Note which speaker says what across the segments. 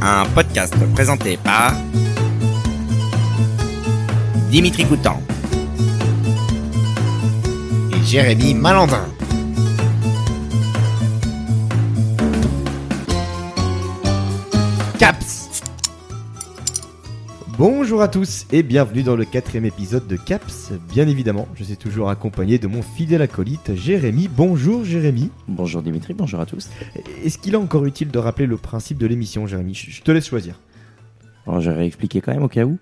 Speaker 1: un podcast présenté par Dimitri Coutan
Speaker 2: et Jérémy Malandin.
Speaker 1: Caps.
Speaker 3: Bonjour à tous et bienvenue dans le quatrième épisode de Caps. Bien évidemment, je suis toujours accompagné de mon fidèle acolyte Jérémy. Bonjour Jérémy.
Speaker 4: Bonjour Dimitri, bonjour à tous.
Speaker 3: Est-ce qu'il est encore utile de rappeler le principe de l'émission Jérémy Je je te laisse choisir.
Speaker 4: Alors je vais expliquer quand même au cas où.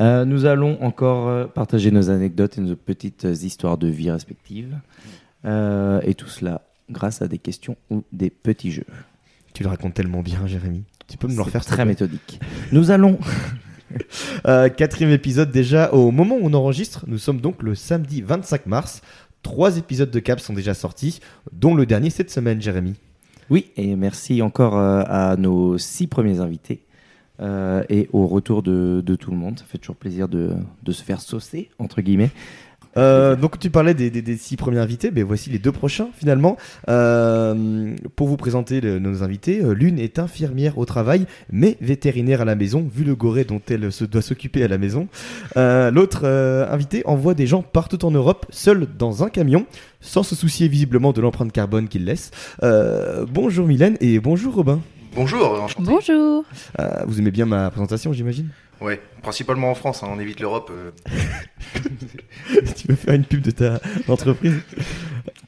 Speaker 4: Euh, nous allons encore euh, partager nos anecdotes et nos petites euh, histoires de vie respectives. Euh, et tout cela grâce à des questions ou des petits jeux.
Speaker 3: Tu le racontes tellement bien Jérémy. Tu peux me le
Speaker 4: C'est
Speaker 3: refaire s'il te
Speaker 4: très
Speaker 3: plaît
Speaker 4: méthodique. Nous allons
Speaker 3: Euh, quatrième épisode déjà au moment où on enregistre. Nous sommes donc le samedi 25 mars. Trois épisodes de Caps sont déjà sortis, dont le dernier cette semaine Jérémy.
Speaker 4: Oui, et merci encore euh, à nos six premiers invités euh, et au retour de, de tout le monde. Ça fait toujours plaisir de, de se faire saucer, entre guillemets.
Speaker 3: Euh, donc tu parlais des, des- des six premiers invités, mais voici les deux prochains finalement. Euh, pour vous présenter le- nos invités, euh, l'une est infirmière au travail, mais vétérinaire à la maison, vu le goré dont elle se doit s'occuper à la maison. Euh, L'autre euh, invité envoie des gens partout en Europe, seul dans un camion, sans se soucier visiblement de l'empreinte carbone qu'il laisse. Euh, bonjour Mylène et bonjour Robin.
Speaker 5: Bonjour, enchanté.
Speaker 6: Bonjour.
Speaker 3: Euh, vous aimez bien ma présentation j'imagine
Speaker 5: Ouais, principalement en France, hein, on évite l'Europe. euh.
Speaker 3: Tu veux faire une pub de ta entreprise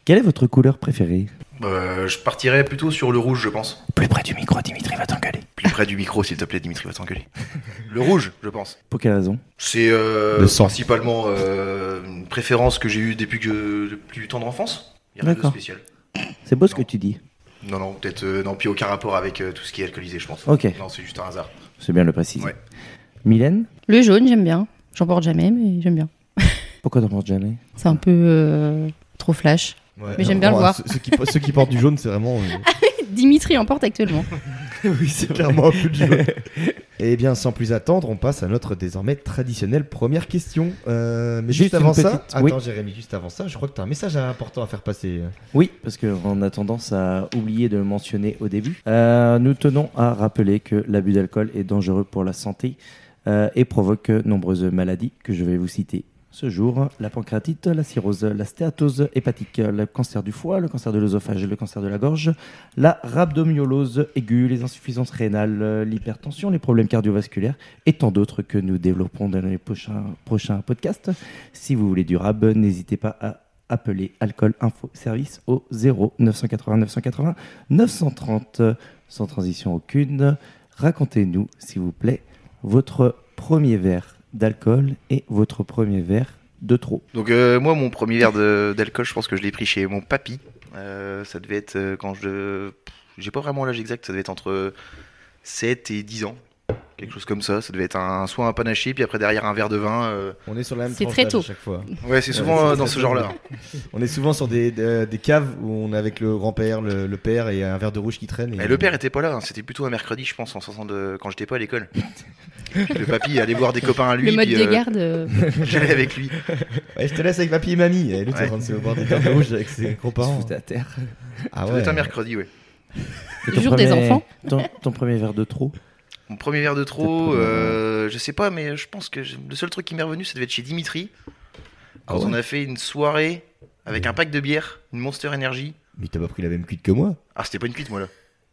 Speaker 4: Quelle est votre couleur préférée
Speaker 5: Euh, je partirais plutôt sur le rouge, je pense.
Speaker 4: Plus près du micro, Dimitri va t'engueuler.
Speaker 5: Plus près du micro, s'il te plaît, Dimitri va t'engueuler. Le rouge, je pense.
Speaker 4: Pour quelle raison
Speaker 5: C'est euh,
Speaker 3: Le sang.
Speaker 5: principalement euh, une préférence que j'ai eue depuis que depuis le temps de l'enfance. Il y a rien de
Speaker 4: D'accord.
Speaker 5: spécial.
Speaker 4: C'est beau ce
Speaker 5: Non.
Speaker 4: que tu dis.
Speaker 5: Non, non, peut-être. euh, non, puis aucun rapport avec euh, tout ce qui est alcoolisé, je pense.
Speaker 4: Ok.
Speaker 5: Non, c'est juste un hasard.
Speaker 4: C'est bien de le préciser.
Speaker 5: Ouais.
Speaker 4: Mylène,
Speaker 6: Le jaune, j'aime bien. J'en porte jamais, mais j'aime bien.
Speaker 4: pourquoi t'en penses jamais
Speaker 6: C'est un peu euh, trop flash. Mais j'aime bien le
Speaker 3: Bon,
Speaker 6: voir.
Speaker 3: Ceux, ceux Oh, qui, ceux qui portent du jaune, c'est vraiment. euh,
Speaker 6: Dimitri en porte actuellement.
Speaker 3: oui, c'est clairement un peu de jaune. Eh bien, sans plus attendre, on passe à notre désormais traditionnelle première question. Euh, mais juste,
Speaker 4: Juste une
Speaker 3: avant ça,
Speaker 4: petite- oui.
Speaker 3: attends Jérémy, juste avant ça, je crois que tu as un message important à faire passer.
Speaker 4: Oui, parce qu'on a tendance à oublier de le mentionner au début. Euh, nous tenons à rappeler que l'abus d'alcool est dangereux pour la santé euh, et provoque nombreuses maladies que je vais vous citer. Ce jour, la pancréatite, la cirrhose, la stéatose hépatique, le cancer du foie, le cancer de l'œsophage, le cancer de la gorge, la rhabdomyolose aiguë, les insuffisances rénales, euh, l'hypertension, les problèmes cardiovasculaires et tant d'autres que nous développerons dans les prochains, prochains podcasts. Si vous voulez du rab, n'hésitez pas à appeler Alcool Info Service au 0 980 980 930. Sans transition aucune, racontez-nous, s'il vous plaît, votre premier verre d'alcool et votre premier verre de trop.
Speaker 5: Donc euh, moi, mon premier verre de- d'alcool, je pense que je l'ai pris chez mon papy. Euh, ça devait être euh, quand je... Pff, J'ai pas vraiment l'âge exact, ça devait être entre 7 et 10 ans. Quelque chose comme ça. Ça devait être un, soit un panaché, puis après derrière un verre de vin. euh.
Speaker 3: On est sur la même
Speaker 6: C'est
Speaker 3: tranche
Speaker 6: très
Speaker 3: d'âge
Speaker 6: tôt.
Speaker 3: à chaque fois.
Speaker 5: Ouais, c'est souvent
Speaker 3: Ouais,
Speaker 5: euh, dans
Speaker 3: c'est-
Speaker 5: ce genre-là.
Speaker 3: On est souvent sur des, euh, des- des caves où on est avec le grand-père, le, le père et un verre de rouge qui traîne.
Speaker 5: Mais le père était pas là, hein, c'était plutôt un mercredi, je pense, en sortant de... quand j'étais pas à l'école. Puis le papy allait voir des copains à lui,
Speaker 6: le mode
Speaker 5: puis
Speaker 6: de
Speaker 5: euh,
Speaker 6: garde. euh,
Speaker 5: j'allais avec lui.
Speaker 3: Ouais, je te laisse avec papy et mamie. Et l'autre est en
Speaker 5: Ouais.
Speaker 3: train de se boire des verres de rouge avec ses
Speaker 4: Se
Speaker 3: grands-parents.
Speaker 4: foutait à terre.
Speaker 3: Ah
Speaker 5: ça devait être un mercredi, ouais.
Speaker 6: Le jour des enfants.
Speaker 4: Ton, ton premier verre de trop.
Speaker 5: Mon premier verre de
Speaker 4: Peut-être
Speaker 5: trop,
Speaker 4: pas de-
Speaker 5: euh, je sais pas, mais je pense que je- le seul truc qui m'est revenu, ça devait être chez Dimitri.
Speaker 3: Ah
Speaker 5: Quand
Speaker 3: ouais
Speaker 5: on a fait une soirée avec un pack de bière, une Monster Energy.
Speaker 3: Mais t'as pas pris la même cuite que moi
Speaker 5: Ah, c'était pas une cuite, moi là.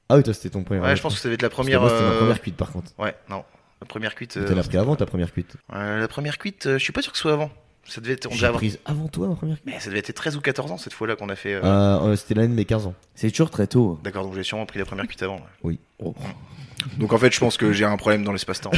Speaker 3: Ah oui, toi c'était ton premier.
Speaker 5: Ouais, je pense que ça devait être la
Speaker 3: Parce que
Speaker 5: première.
Speaker 3: moi, c'était ma
Speaker 5: euh,
Speaker 3: première cuite par contre.
Speaker 5: Ouais, non. La première cuite. euh,
Speaker 3: T'as pris avant ta première cuite.
Speaker 5: euh, la première cuite, euh, je suis pas sûr que ce soit avant. Ça devait être. On devait
Speaker 3: J'ai
Speaker 5: avoir-
Speaker 3: prise avant toi ma première cuite.
Speaker 5: Mais ça devait être 13 ou 14 ans cette fois-là qu'on a fait. euh,
Speaker 3: Euh, euh, c'était l'année de mes 15 ans.
Speaker 4: C'est toujours très tôt.
Speaker 5: D'accord, donc j'ai sûrement pris la première cuite avant. ouais.
Speaker 4: Oh.
Speaker 5: Donc en fait, je pense que j'ai un problème dans l'espace-temps.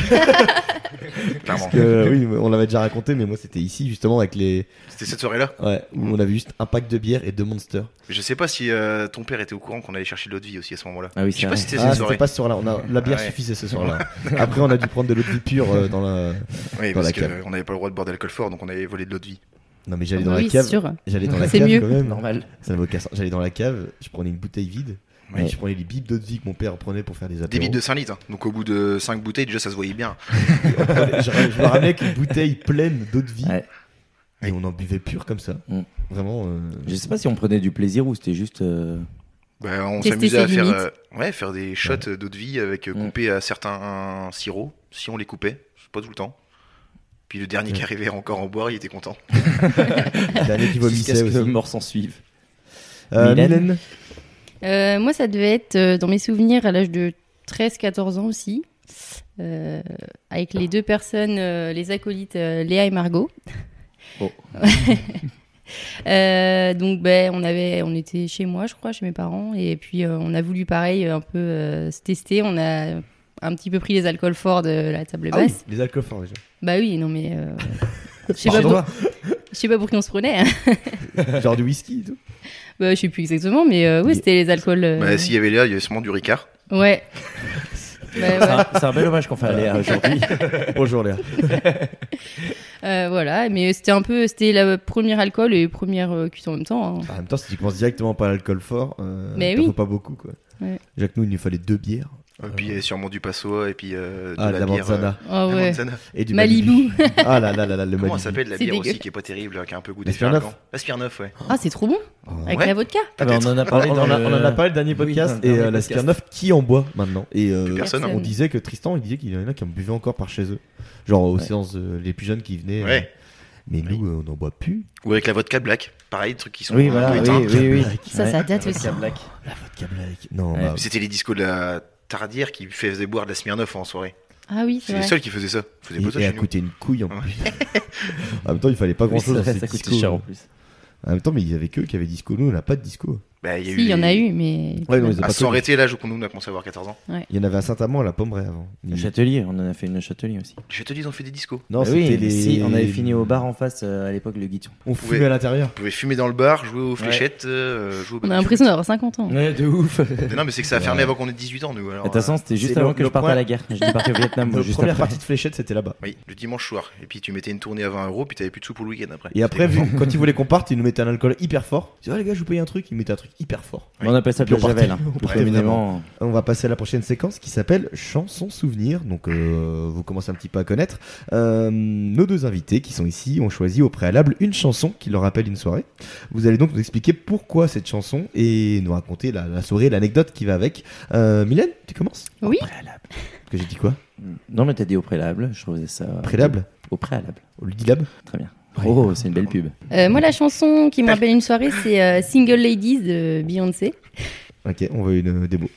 Speaker 5: Clairement.
Speaker 3: Que, euh, oui, on l'avait déjà raconté, mais moi c'était ici justement avec les.
Speaker 5: C'était cette soirée-là.
Speaker 3: Ouais, où on avait juste un pack de bière et deux monsters.
Speaker 5: Je sais pas si euh, ton père était au courant qu'on allait chercher de l'eau de vie aussi à ce moment-là.
Speaker 4: Ah oui,
Speaker 5: je sais
Speaker 4: c'est
Speaker 5: pas
Speaker 4: vrai.
Speaker 5: si c'était
Speaker 3: Ah,
Speaker 5: cette
Speaker 3: c'était
Speaker 5: soirée.
Speaker 3: pas ce soir-là. On a... La bière
Speaker 5: Ah ouais.
Speaker 3: suffisait ce soir-là. Après, on a dû prendre de l'eau de vie pure euh, dans la.
Speaker 5: Oui,
Speaker 3: dans Ah,
Speaker 5: parce
Speaker 3: la
Speaker 5: que,
Speaker 3: cave.
Speaker 5: euh, on n'avait pas le droit de boire d'alcool fort, donc on avait volé de l'eau de vie.
Speaker 3: Non, mais j'allais dans
Speaker 6: Ah oui,
Speaker 3: la
Speaker 6: c'est
Speaker 3: cave.
Speaker 6: sûr.
Speaker 3: J'allais dans la
Speaker 6: C'est
Speaker 3: cave
Speaker 6: mieux.
Speaker 3: quand même.
Speaker 4: normal.
Speaker 3: Ça n'avait aucun sens. J'allais dans la cave, je prenais une bouteille vide.
Speaker 4: Ouais.
Speaker 3: et je prenais les bips d'eau de vie que mon père prenait pour faire des
Speaker 5: Des
Speaker 3: apéros.
Speaker 5: bites de 5 litres. hein. Donc au bout de 5 bouteilles, déjà ça se voyait bien.
Speaker 3: je, je me ramenais avec une bouteille pleine d'eau de vie.
Speaker 4: Ouais.
Speaker 3: Et on en buvait pur comme ça.
Speaker 4: Mm.
Speaker 3: Vraiment. euh,
Speaker 4: Je sais pas si on prenait du plaisir ou c'était juste euh,
Speaker 5: Bah, on
Speaker 6: Tester
Speaker 5: s'amusait
Speaker 6: ses
Speaker 5: à faire,
Speaker 6: limites.
Speaker 5: euh, ouais, faire des shots euh, d'eau de vie avec euh,
Speaker 3: Mm.
Speaker 4: Ouais.
Speaker 5: couper à certains sirops, si on les coupait, c'est pas tout le temps. Puis le
Speaker 3: Mm.
Speaker 5: dernier qui arrivait à encore en boire, il était content.
Speaker 3: L'année qui
Speaker 4: Jusqu'à
Speaker 3: vomissait
Speaker 4: ce que
Speaker 3: aussi.
Speaker 4: les morts s'en suivent.
Speaker 3: Euh,
Speaker 4: Mylène.
Speaker 3: Mylène,
Speaker 6: Euh, moi, ça devait être euh, dans mes souvenirs à l'âge de 13-14 ans aussi, euh, avec les deux personnes, euh, les acolytes euh, Léa et Margot.
Speaker 4: Oh.
Speaker 6: Euh, donc, ben, on, avait, on était chez moi, je crois, chez mes parents, et puis euh, on a voulu, pareil, un peu euh, se tester. On a un petit peu pris les alcools forts de la table
Speaker 3: Ah oui,
Speaker 6: basse.
Speaker 3: les alcools forts déjà.
Speaker 6: Bah oui, non, mais euh, je sais pas,
Speaker 3: Pardon.
Speaker 6: pour- je sais pas pour qui on se prenait. hein.
Speaker 3: Genre du whisky et tout.
Speaker 6: Bah, je sais plus exactement, mais euh, oui, c'était les alcools. euh,
Speaker 5: Bah, s'il y avait là, il y avait sûrement du Ricard.
Speaker 6: Ouais. Bah,
Speaker 4: C'est
Speaker 6: ouais.
Speaker 4: un- C'est un bel hommage qu'on fait à Léa aujourd'hui.
Speaker 3: Bonjour Léa.
Speaker 6: Euh, voilà, mais c'était un peu, c'était la première alcool et première euh, cuisson en même temps. hein.
Speaker 3: Ah, En même temps, si tu commences directement par l'alcool fort, euh,
Speaker 6: Mais
Speaker 3: t'en
Speaker 6: oui.
Speaker 3: faut pas beaucoup quoi.
Speaker 6: Ouais.
Speaker 3: Jacques, nous, il nous fallait deux bières.
Speaker 5: Et puis il y avait sûrement du Passo et puis euh, de
Speaker 3: Euh. Ah, de
Speaker 5: la
Speaker 3: la
Speaker 5: bière. euh,
Speaker 3: manzana.
Speaker 6: Ah
Speaker 5: la
Speaker 6: ouais.
Speaker 5: Manzana.
Speaker 3: Et du
Speaker 6: Malibu.
Speaker 3: Ah là là là là, le
Speaker 5: Comment elle
Speaker 3: Malibu.
Speaker 5: s'appelle la
Speaker 6: C'est
Speaker 5: bière
Speaker 6: dégueu.
Speaker 5: aussi qui est pas terrible, euh, qui a un peu goût
Speaker 3: La Euh, Smirnoff.
Speaker 5: d'espérance La Smirnoff, ouais.
Speaker 6: Ah, c'est trop bon avec
Speaker 5: Ouais.
Speaker 6: la vodka.
Speaker 4: Ah bah, on en a
Speaker 3: On,
Speaker 4: parlé.
Speaker 3: Oh. on
Speaker 4: dans
Speaker 3: en a,
Speaker 4: le-
Speaker 3: on en a parlé le dernier
Speaker 4: Oui,
Speaker 3: podcast
Speaker 4: dans le
Speaker 3: et
Speaker 4: dernier
Speaker 3: euh, la
Speaker 4: podcast.
Speaker 3: Smirnoff qui en boit maintenant. Et euh,
Speaker 5: Personne, hein.
Speaker 3: on disait que Tristan, il disait qu'il y en a qui en buvaient encore par chez eux. Genre aux séances, euh, les plus jeunes qui venaient. euh,
Speaker 5: Ouais.
Speaker 3: mais nous, euh, on en boit plus. Ah
Speaker 5: Ou avec la vodka black, pareil, des trucs qui sont
Speaker 4: Oui,
Speaker 5: un
Speaker 4: voilà,
Speaker 5: peu
Speaker 4: oui,
Speaker 5: éteints.
Speaker 4: oui, oui.
Speaker 6: Ça, ça date aussi.
Speaker 3: La vodka black. Non,
Speaker 4: Ouais.
Speaker 6: Ah.
Speaker 3: bah,
Speaker 5: C'était les discos de la Tardière qui faisaient boire de la Smirnoff en soirée.
Speaker 6: Ah oui,
Speaker 5: C'est
Speaker 6: c'est
Speaker 5: les
Speaker 6: vrai.
Speaker 5: seuls qui faisaient ça. Faisaient pas ça
Speaker 3: et, et
Speaker 5: chez
Speaker 3: à
Speaker 5: nous.
Speaker 3: coûter une couille en
Speaker 5: Ouais.
Speaker 3: plus. en même temps, il fallait pas grand
Speaker 4: Oui,
Speaker 3: chose
Speaker 4: ça,
Speaker 3: dans
Speaker 4: ça
Speaker 3: cette
Speaker 4: coûte
Speaker 3: disco.
Speaker 4: cher en plus.
Speaker 3: En même temps, mais il y avait que qui avait disco. Nous, on n'a pas de disco.
Speaker 5: Bah, il y, a
Speaker 6: Si,
Speaker 5: eu Ah,
Speaker 6: il y en
Speaker 5: les-
Speaker 6: a eu, mais.
Speaker 3: Ouais, non, ils ont
Speaker 5: À
Speaker 3: pas
Speaker 5: se sont
Speaker 3: connu.
Speaker 5: arrêtés l'âge où on a commencé à avoir 14 ans.
Speaker 3: Il y en avait à Saint-Amand, à la Pommeraye avant.
Speaker 4: Le Châtelier, on en a fait une au Châtelier aussi.
Speaker 5: Je te dis, ils ont fait des discos.
Speaker 3: Non,
Speaker 4: Bah
Speaker 3: c'était
Speaker 4: oui,
Speaker 3: les.
Speaker 4: si, on avait fini au bar en face euh, à l'époque, le Guiton.
Speaker 3: On fumait à l'intérieur.
Speaker 5: Vous pouvez fumer dans le bar, jouer aux
Speaker 4: Ouais.
Speaker 5: fléchettes, euh, jouer au
Speaker 6: On a
Speaker 5: baby-foot.
Speaker 6: l'impression d'avoir 50 ans.
Speaker 4: Ouais, de ouf.
Speaker 5: Mais Non, mais c'est que ça a fermé avant qu'on ait 18 ans, nous. alors,
Speaker 4: De toute façon, c'était juste
Speaker 3: c'est
Speaker 4: avant
Speaker 3: le-
Speaker 4: que je
Speaker 3: le
Speaker 4: parte
Speaker 3: point-
Speaker 4: à la guerre. J'étais parti au Vietnam
Speaker 3: Notre
Speaker 4: juste
Speaker 3: première
Speaker 4: après.
Speaker 3: partie de fléchette, c'était là-bas.
Speaker 5: euh, Oui, le dimanche soir. Et puis tu mettais une tournée à 20 euros, puis t'avais plus de sous pour le week-end après.
Speaker 3: Et après, vu- quand ils voulaient qu'on parte, ils nous mettaient un alcool hyper fort. Ils disaient, ah les gars, je vous paye un truc. Ils mettaient un truc hyper fort.
Speaker 4: On appelle ça
Speaker 3: Puis
Speaker 4: le
Speaker 3: on partait.
Speaker 4: Javel. hein.
Speaker 3: On
Speaker 4: Plus
Speaker 3: partait
Speaker 4: communément.
Speaker 3: On va passer à la prochaine séquence qui s'appelle Chanson Souvenir. Donc, euh, vous commencez un petit peu à connaître. Euh, nos deux invités qui sont ici ont choisi au préalable une chanson qui leur rappelle une soirée. Vous allez donc nous expliquer pourquoi cette chanson et nous raconter la, la soirée, l'anecdote qui va avec. Euh, Mylène, tu commences
Speaker 6: Oui.
Speaker 3: Au préalable. Parce que j'ai dit quoi
Speaker 4: Non, mais t'as dit au préalable. Je trouvais ça.
Speaker 3: Préalable
Speaker 4: Au préalable.
Speaker 3: Au Ludilab
Speaker 4: Très bien.
Speaker 3: Ouais.
Speaker 4: Oh, c'est une belle pub.
Speaker 6: Euh, moi, la chanson qui me rappelle une soirée, c'est euh, Single Ladies de Beyoncé.
Speaker 3: Ok, on veut une euh, démo.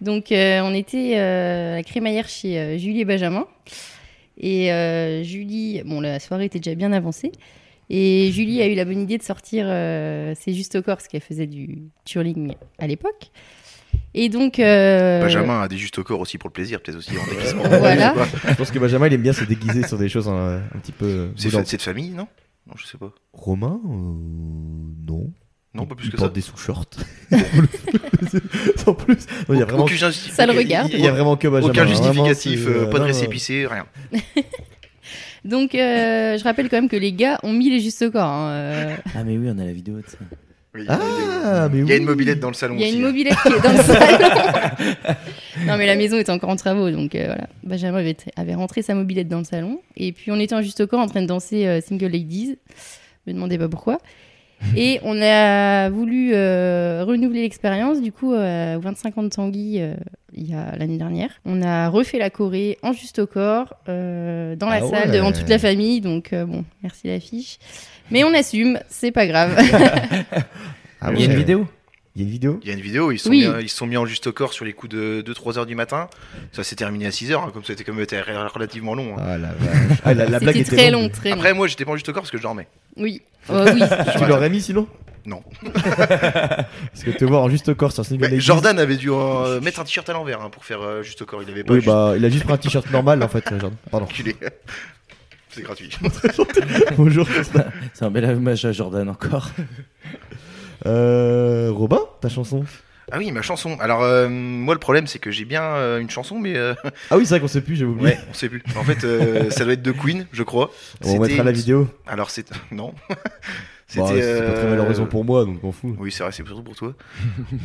Speaker 6: Donc, euh, on était euh, à la crémaillère chez euh, Julie et Benjamin. Et euh, Julie, bon, la soirée était déjà bien avancée. Et Julie a eu la bonne idée de sortir euh, C'est juste au corps, parce qu'elle faisait du curling à l'époque. Et donc. euh,
Speaker 5: Benjamin a des justes au corps aussi pour le plaisir, peut-être aussi en déguisement.
Speaker 6: Voilà.
Speaker 5: Je sais pas.
Speaker 3: Je pense que Benjamin, il aime bien se déguiser sur des choses euh, un, petit peu. euh,
Speaker 5: C'est fa-
Speaker 3: boulantes.
Speaker 5: c'est de famille, non Non, je sais pas.
Speaker 3: Romain euh, Non.
Speaker 5: Non, pas plus
Speaker 3: Il
Speaker 5: que
Speaker 3: porte
Speaker 5: ça.
Speaker 3: des sous-shorts. en plus, non, Oh, il y a vraiment,
Speaker 5: Aucun,
Speaker 6: Ça le regarde.
Speaker 3: il y a vraiment que Benjamin.
Speaker 5: aucun
Speaker 3: Vraiment,
Speaker 5: justificatif,
Speaker 3: c'est,
Speaker 5: euh,
Speaker 3: euh,
Speaker 5: pas de
Speaker 3: non,
Speaker 5: récépissé, rien.
Speaker 6: Donc, euh, je rappelle quand même que les gars ont mis les justes au corps. hein, euh.
Speaker 4: Ah, mais oui, on a la vidéo. tu sais.
Speaker 5: Oui,
Speaker 3: Ah, mais
Speaker 5: Il y a
Speaker 3: oui.
Speaker 5: une mobilette dans le salon
Speaker 6: Il y a
Speaker 5: aussi.
Speaker 6: une
Speaker 5: hein.
Speaker 6: mobilette qui est dans le salon. non, mais la maison était encore en travaux, donc euh, voilà. Benjamin avait, avait rentré sa mobilette dans le salon. Et puis, on était en juste au corps en train de danser euh, Single Ladies. Ne me demandez pas pourquoi. Et on a voulu euh, renouveler l'expérience. Du coup, euh, au 25 ans de Tanguy, euh, il y a l'année dernière, on a refait la Corée en juste au corps, euh, dans la
Speaker 3: Ah
Speaker 6: salle,
Speaker 3: ouais.
Speaker 6: devant toute la famille. Donc, euh, bon, merci l'affiche. Mais on assume, c'est pas grave.
Speaker 3: Ah
Speaker 4: Il y a
Speaker 3: ouais.
Speaker 4: une vidéo
Speaker 3: Il y a une vidéo
Speaker 5: Il y a une vidéo, ils se sont,
Speaker 6: Oui.
Speaker 5: mis, ils se sont mis en juste au corps sur les coups de 2-3 heures du matin. Ça s'est terminé à 6 heures, hein, comme ça était comme c'était relativement long. hein.
Speaker 3: Ah la vache. Ah, la, la blague
Speaker 6: C'était
Speaker 3: était
Speaker 6: très
Speaker 3: longue.
Speaker 6: long, très long.
Speaker 5: Après, moi, j'étais pas en juste au corps parce que je dormais.
Speaker 6: Oui, Euh, oui.
Speaker 3: Tu l'aurais mis sinon
Speaker 5: Non.
Speaker 3: Parce que te voir en juste corps sur Single
Speaker 5: Mais
Speaker 3: Ladies-
Speaker 5: Jordan avait dû euh, mettre un t-shirt à l'envers hein, pour faire euh, juste au corps. Il avait pas
Speaker 3: Oui,
Speaker 5: juste
Speaker 3: bah, il a juste pris un t-shirt normal en fait, Jordan. Pardon.
Speaker 5: culé. C'est gratuit.
Speaker 3: Bonjour. Jordan.
Speaker 4: C'est un bel hommage à Jordan encore.
Speaker 3: Euh, Robin, ta chanson
Speaker 5: Ah oui, ma chanson. Alors, euh, moi, le problème, c'est que j'ai bien euh, une chanson, mais euh,
Speaker 3: Ah oui, c'est vrai qu'on sait plus, j'ai oublié.
Speaker 5: ouais, on sait plus. En fait, euh, ça doit être de Queen, je crois.
Speaker 3: On mettra
Speaker 5: C'était-
Speaker 3: la vidéo.
Speaker 5: Alors, c'est. Non. C'était.
Speaker 3: Bah, c'est pas très
Speaker 5: euh,
Speaker 3: valorisant pour moi, donc on fout.
Speaker 5: Oui, c'est vrai, c'est surtout pour toi.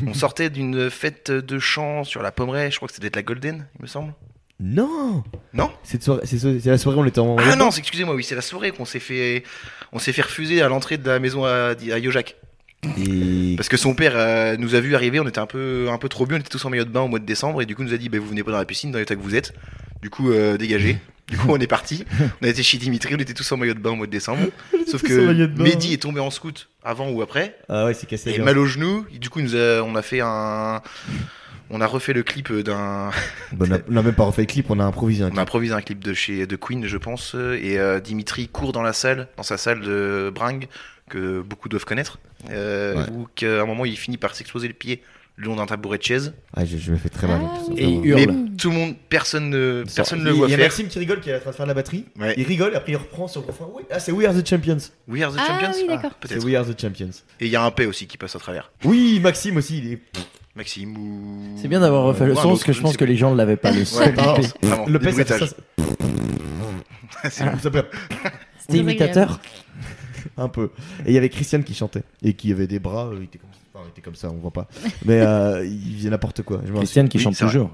Speaker 5: on sortait d'une fête de chant sur la Pommeraye, je crois que c'était de la Golden, il me semble.
Speaker 3: Non
Speaker 5: Non
Speaker 3: Cette soirée- C'est so- c'est la soirée où on était en.
Speaker 5: Ah non, c'est- excusez-moi, oui, c'est la soirée qu'on s'est fait, on s'est fait refuser à l'entrée de la maison à, à Yojac.
Speaker 3: Et
Speaker 5: Parce que son père euh, nous a vu arriver, on était un peu, un peu trop bien, on était tous en maillot de bain au mois de décembre, et du coup, il nous a dit bah, Vous venez pas dans la piscine, dans l'état que vous êtes. Du coup, euh, dégagez. Du coup, on est parti. On a été chez Dimitri, on était tous en maillot de bain au mois de décembre. Sauf
Speaker 3: tous en maillot
Speaker 5: que
Speaker 3: de bain.
Speaker 5: Mehdi est tombé en scout avant ou après.
Speaker 3: ah ouais, c'est cassé.
Speaker 5: Et
Speaker 3: la
Speaker 5: mal au genou. Et Du coup, il nous a- on a fait un. On a refait le clip d'un.
Speaker 3: gueule. Bah, on a- on a même pas refait le clip, on a improvisé hein. un
Speaker 5: On a improvisé un clip de chez de Queen, je pense. Et euh, Dimitri court dans la salle, dans sa salle de bringue, que beaucoup doivent connaître. Euh,
Speaker 3: Ouais.
Speaker 5: Où qu'à un moment, il finit par s'exploser le pied le long d'un tabouret de chaise.
Speaker 3: Ah, je, je me fais très mal.
Speaker 6: Ah
Speaker 3: en plus,
Speaker 6: oui.
Speaker 4: Et
Speaker 3: vraiment.
Speaker 4: il hurle.
Speaker 5: Mais tout le monde, personne ne, personne ne le
Speaker 3: Il-
Speaker 5: voit
Speaker 3: Il y a
Speaker 5: faire.
Speaker 3: Maxime qui rigole, qui est en train de faire la batterie.
Speaker 5: Ouais.
Speaker 3: Il rigole, après il reprend sur le refrain. Oui, ah, c'est We Are the Champions.
Speaker 5: We are the
Speaker 6: Ah
Speaker 5: champions
Speaker 6: oui, d'accord.
Speaker 3: C'est
Speaker 5: Peut-être.
Speaker 3: We Are the Champions.
Speaker 5: Et il y a un P aussi qui passe à travers.
Speaker 3: Oui, Maxime aussi, il est.
Speaker 5: Maxime ou.
Speaker 4: C'est bien d'avoir refait le
Speaker 5: ou un
Speaker 4: son,
Speaker 5: autre,
Speaker 4: parce que je
Speaker 5: ne
Speaker 4: pense
Speaker 5: sais
Speaker 4: que les gens ne l'avaient pas le son.
Speaker 5: pas. Ouais, non, vraiment,
Speaker 3: Le
Speaker 5: le
Speaker 3: P, ça fait ça.
Speaker 5: bruitage.
Speaker 3: C'est ça fait
Speaker 6: C'est
Speaker 4: C'était
Speaker 6: très agréable.
Speaker 4: imitateur
Speaker 3: un peu. Et il y avait Christiane qui chantait et qui avait des bras, euh, il était comme ça, enfin, il était comme ça, on voit pas. Mais euh, il faisait n'importe quoi. Je me rappelle.
Speaker 4: Christiane qui
Speaker 5: Oui,
Speaker 4: chante
Speaker 5: c'est vrai.
Speaker 4: toujours.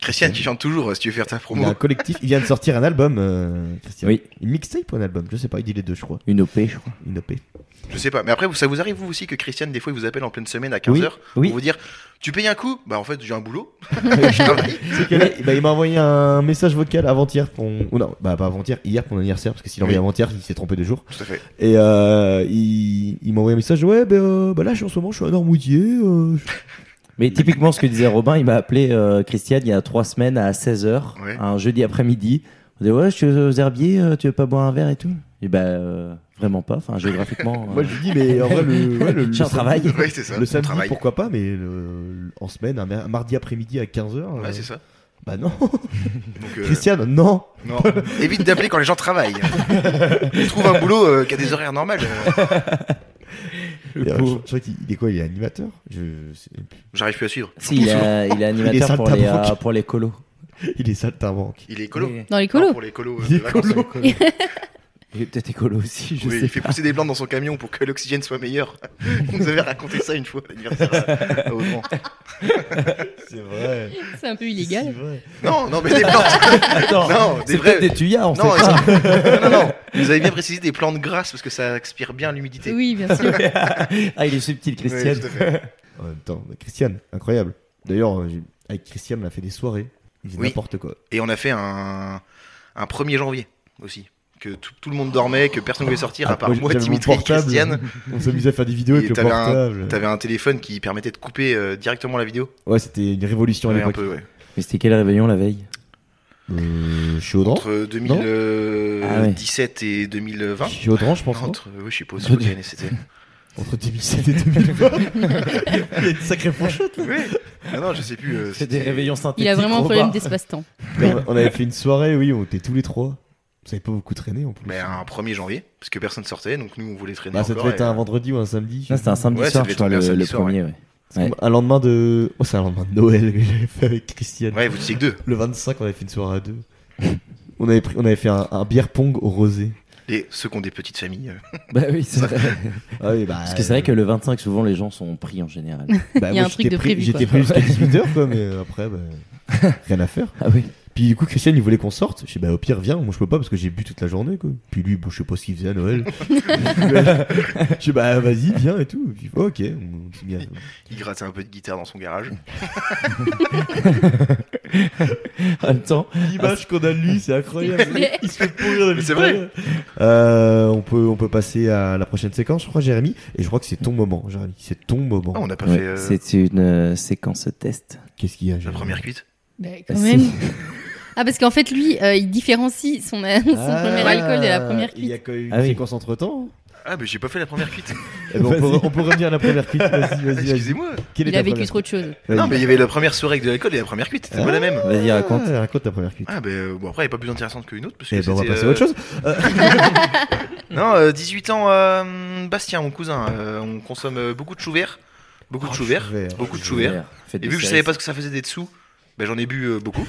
Speaker 5: Christiane qui chante toujours, si tu veux faire ta
Speaker 3: Il y
Speaker 5: promo.
Speaker 3: a un collectif, il vient de sortir un album, euh, Christiane.
Speaker 4: Oui.
Speaker 3: Une mixtape ou un album Je sais pas, il dit les deux, je crois.
Speaker 4: Une OP, je crois.
Speaker 3: Une E OP.
Speaker 5: Je sais pas. Mais après, vous- ça vous arrive, vous aussi, que Christiane, des fois, il vous appelle en pleine semaine à
Speaker 4: Oui,
Speaker 5: 15h
Speaker 4: oui.
Speaker 5: pour vous dire Tu payes un coup Bah, en fait, j'ai un boulot.
Speaker 3: C'est que là, bah, il m'a envoyé un message vocal avant-hier, pour mon- ou non, bah pas avant-hier, hier pour mon anniversaire, parce que s'il l'a envoyé
Speaker 5: Oui.
Speaker 3: avant-hier, il s'est trompé de jour.
Speaker 5: Tout à fait.
Speaker 3: Et euh, il, il m'a envoyé un message Ouais, bah, euh, bah là, je suis en ce moment, je suis à Normoutier. euh, je-
Speaker 4: Mais typiquement, ce que disait Robin, il m'a appelé euh, Christiane il y a trois semaines à 16h,
Speaker 5: Ouais.
Speaker 4: un jeudi après-midi. On dit Ouais, je suis aux herbiers, euh, tu veux pas boire un verre et tout Et ben, euh, vraiment pas. Enfin, géographiquement. euh,
Speaker 3: Moi, je lui dis Mais en vrai, le, ouais, le, le
Speaker 4: J'ai un
Speaker 3: samedi-
Speaker 4: travail.
Speaker 5: Ouais, c'est ça.
Speaker 3: Le
Speaker 5: on
Speaker 3: samedi,
Speaker 5: travaille.
Speaker 3: pourquoi pas, mais le- en semaine, un, mer- un mardi après-midi à 15h.
Speaker 4: Euh,
Speaker 5: Ouais, c'est ça.
Speaker 3: Bah non,
Speaker 5: Donc, euh,
Speaker 3: Christiane, non
Speaker 5: non. Évite d'appeler quand les gens travaillent. Trouve un boulot euh, qui a des horaires normales. euh.
Speaker 3: Et, euh, Je je crois qu'il il est quoi Il est animateur Je sais plus.
Speaker 5: J'arrive plus à suivre.
Speaker 4: Si, il, est- il est
Speaker 3: Il est
Speaker 4: animateur pour les,
Speaker 3: saltimbanque.
Speaker 4: euh, pour les colos.
Speaker 3: Il est saltimbanque.
Speaker 5: Il est écolo.
Speaker 4: Oui.
Speaker 6: Dans les
Speaker 5: Non,
Speaker 6: colos.
Speaker 5: Pour les colos. euh,
Speaker 3: Il est
Speaker 5: de vacances.
Speaker 3: écolo.
Speaker 4: Il est peut-être écolo aussi, je
Speaker 5: Oui,
Speaker 4: sais
Speaker 5: il fait
Speaker 4: pas.
Speaker 5: pousser des plantes dans son camion pour que l'oxygène soit meilleur. Vous avez raconté ça une fois à l'anniversaire euh, à- à Audran.
Speaker 3: C'est vrai.
Speaker 6: C'est un peu illégal.
Speaker 5: Non, non, mais des plantes.
Speaker 4: Attends,
Speaker 5: Non, des
Speaker 4: c'est
Speaker 5: vrais.
Speaker 4: peut-être des tuyas, on
Speaker 5: Non,
Speaker 4: sait pas.
Speaker 5: non, non, non. Vous avez bien précisé des plantes grasses parce que ça aspire bien l'humidité.
Speaker 6: Oui, bien sûr.
Speaker 4: Ah, il est subtil,
Speaker 5: Oui,
Speaker 4: Christiane.
Speaker 5: tout à fait.
Speaker 3: En même temps, mais Christiane, incroyable. D'ailleurs, euh, j'ai- avec Christiane, on a fait des soirées. Il faisait
Speaker 5: Oui.
Speaker 3: n'importe quoi.
Speaker 5: Et on a fait un, un 1er janvier aussi. Que tout, tout le monde dormait, que personne ne voulait sortir,
Speaker 3: Ah,
Speaker 5: à part
Speaker 3: moi,
Speaker 5: moi,
Speaker 3: j'avais mon
Speaker 5: Dimitri et
Speaker 3: portable.
Speaker 5: Christiane.
Speaker 3: On s'amusait à faire des vidéos
Speaker 5: Et
Speaker 3: avec le
Speaker 5: t'avais un-
Speaker 3: portable.
Speaker 5: T'avais un téléphone qui permettait de couper euh, directement la vidéo.
Speaker 3: Ouais, c'était une révolution à
Speaker 5: Ouais, un
Speaker 3: l'époque.
Speaker 5: peu, ouais.
Speaker 4: Mais c'était quel réveillon la veille
Speaker 3: Euh, je suis au dran.
Speaker 5: Entre 2017 et
Speaker 3: Je
Speaker 5: 2020.
Speaker 3: suis au dran, je pense. non
Speaker 5: Entre, euh, oui, je suppose, quelle année c'était.
Speaker 3: Entre 2007 et 2020. Il y a une sacrée fourchette.
Speaker 5: Oui. Non, non, je sais plus. euh,
Speaker 4: C'était des réveillons synthétiques.
Speaker 6: Il a vraiment un
Speaker 4: Robin.
Speaker 6: problème d'espace-temps.
Speaker 3: Non, on avait fait une soirée, oui, on était tous les trois. Ça n'avait pas beaucoup traîné en plus.
Speaker 5: Mais ben, un 1er janvier, parce que personne sortait, donc nous on voulait traîner.
Speaker 3: Bah, ça
Speaker 5: encore
Speaker 3: devait être
Speaker 5: et-
Speaker 3: un vendredi ou un samedi. je
Speaker 4: Non,
Speaker 3: sais
Speaker 4: c'était un samedi
Speaker 5: Ouais, ça
Speaker 4: soir,
Speaker 5: devait
Speaker 4: je crois,
Speaker 5: être
Speaker 4: le,
Speaker 5: un samedi
Speaker 4: le
Speaker 5: soir,
Speaker 4: premier. ouais.
Speaker 3: pas. Un lendemain de. Oh, c'est un lendemain de Noël que j'avais fait avec Christiane.
Speaker 5: Ouais, vous étiez que deux.
Speaker 3: Le 25, on avait fait une soirée à deux. on, avait pris... on avait fait un, un bière pong au rosé.
Speaker 5: Les, ceux qui ont des petites familles. euh.
Speaker 4: Bah oui, c'est vrai.
Speaker 3: Ah oui, bah.
Speaker 4: Parce que c'est vrai que le 25, souvent, les gens sont pris en général.
Speaker 3: bah,
Speaker 6: Il y a
Speaker 3: moi,
Speaker 6: un truc
Speaker 3: j'étais
Speaker 6: de prévu,
Speaker 3: J'étais
Speaker 6: quoi.
Speaker 3: pris jusqu'à 18h, quoi, mais après, bah, rien à faire.
Speaker 4: Ah oui.
Speaker 3: Puis du coup, Christiane, il voulait qu'on sorte. Je dis, bah au pire, viens. Moi, je peux pas parce que j'ai bu toute la journée, quoi. Puis lui, bon, je sais pas ce qu'il faisait à Noël. je dis, bah vas-y, viens et tout. Puis, oh, ok, on s'est mis à-
Speaker 5: Il grattait un peu de guitare dans son garage.
Speaker 4: En même temps,
Speaker 3: L'image qu'on a de lui, c'est incroyable.
Speaker 6: Mais-
Speaker 3: Il se fait pourrir la
Speaker 5: Mais c'est vrai.
Speaker 3: victoire. Euh, on, peut, on peut passer à la prochaine séquence, je crois, Jérémy. Et je crois que c'est ton moment, Jérémy. C'est ton moment.
Speaker 5: Ah, on n'a pas
Speaker 4: ouais,
Speaker 5: fait euh,
Speaker 4: c'est une euh, séquence test.
Speaker 3: Qu'est-ce qu'il y a
Speaker 5: la
Speaker 3: Jérémy
Speaker 5: première cuite.
Speaker 6: Bah,
Speaker 4: Ah,
Speaker 6: quand
Speaker 4: si.
Speaker 6: même. Ah, parce qu'en fait, lui, euh, il différencie son, son Ah, premier alcool de la première
Speaker 3: Il y a
Speaker 6: cuite.
Speaker 3: quand même une
Speaker 4: Ah oui.
Speaker 3: séquence entre temps.
Speaker 5: Ah, mais j'ai pas fait la première cuite.
Speaker 3: Eh ben, on, peut,
Speaker 4: Vas-y.
Speaker 3: on peut revenir à la première cuite. Vas-y, vas-y, vas-y.
Speaker 5: Excusez-moi.
Speaker 3: Quelle est
Speaker 6: Il
Speaker 3: ta
Speaker 6: a vécu
Speaker 3: première
Speaker 6: trop de choses.
Speaker 3: cuite
Speaker 5: Non,
Speaker 3: Vas-y.
Speaker 5: mais il y avait la première soirée avec de l'alcool et la première cuite. C'était pas la même.
Speaker 4: Vas-y, raconte.
Speaker 3: Ah, raconte ta première cuite.
Speaker 5: Ah, ben bon, après, elle est pas plus intéressante qu'une autre. Parce que
Speaker 3: Eh ben, on va
Speaker 5: c'était,
Speaker 3: passer à
Speaker 5: euh,
Speaker 3: autre chose.
Speaker 5: Non, euh, 18 ans, euh, Bastien, mon cousin. euh, on consomme euh, beaucoup de chou vert. Beaucoup de
Speaker 3: Oh,
Speaker 5: chou vert.
Speaker 3: chou vert.
Speaker 5: Beaucoup de chou vert.
Speaker 4: Faites des
Speaker 5: Et vu que je
Speaker 4: séries.
Speaker 5: savais pas ce que ça faisait des dessous, ben j'en ai bu euh, beaucoup.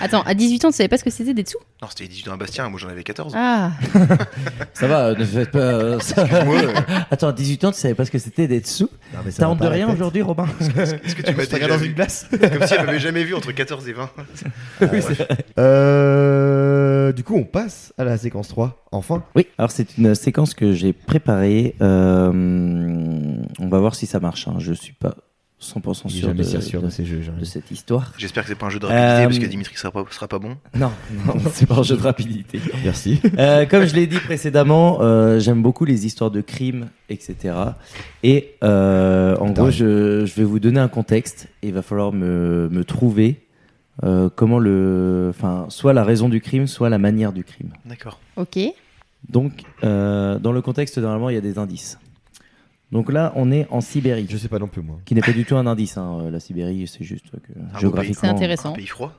Speaker 6: Attends, à 18 ans, tu savais pas ce que c'était des dessous
Speaker 5: Non, c'était 18 ans à Bastien, moi j'en avais 14.
Speaker 6: Ah,
Speaker 4: Ça va, euh, ne faites pas. euh, ça.
Speaker 5: Moi, euh,
Speaker 4: Attends, 18 ans, tu savais pas ce que c'était d'être sous
Speaker 3: Non, mais ça
Speaker 4: T'as
Speaker 3: va
Speaker 4: honte
Speaker 3: pas,
Speaker 4: de rien
Speaker 3: répète.
Speaker 4: aujourd'hui, Robin
Speaker 5: est-ce que tu m'as
Speaker 3: Je te
Speaker 5: déjà
Speaker 3: regarde dans
Speaker 5: vu
Speaker 3: une glace.
Speaker 5: Comme si elle m'avait jamais vu entre 14 et 20.
Speaker 3: Euh, du coup, on passe à la séquence 3. Enfin.
Speaker 4: Oui, alors c'est une séquence que j'ai préparée. euh, on on va voir si ça marche. hein. Je suis pas 100%
Speaker 3: suis
Speaker 4: sûr,
Speaker 3: jamais
Speaker 4: de,
Speaker 3: si sûr
Speaker 4: de-
Speaker 3: de ces jeux. Jérémy.
Speaker 4: de cette histoire.
Speaker 5: J'espère que c'est pas un jeu de rapidité
Speaker 4: Euh,
Speaker 5: parce que Dimitri sera pas, sera pas bon.
Speaker 4: Non, non c'est pas un jeu de rapidité.
Speaker 3: Merci.
Speaker 4: Euh, comme je l'ai dit précédemment, euh, j'aime beaucoup les histoires de crimes, etc. Et euh, en
Speaker 3: Putain.
Speaker 4: gros, je, je vais vous donner un contexte et il va falloir me, me trouver euh, comment le, enfin, soit la raison du crime, soit la manière du crime.
Speaker 5: D'accord.
Speaker 6: Ok.
Speaker 4: Donc, euh, dans le contexte, normalement, il y a des indices. Donc là, on est en Sibérie,
Speaker 3: Je sais pas non plus moi.
Speaker 4: qui n'est pas du tout un indice. hein, euh, la Sibérie, c'est juste que
Speaker 5: beau
Speaker 4: géographiquement.
Speaker 6: Ah, bah, C'est intéressant.
Speaker 5: Un pays froid.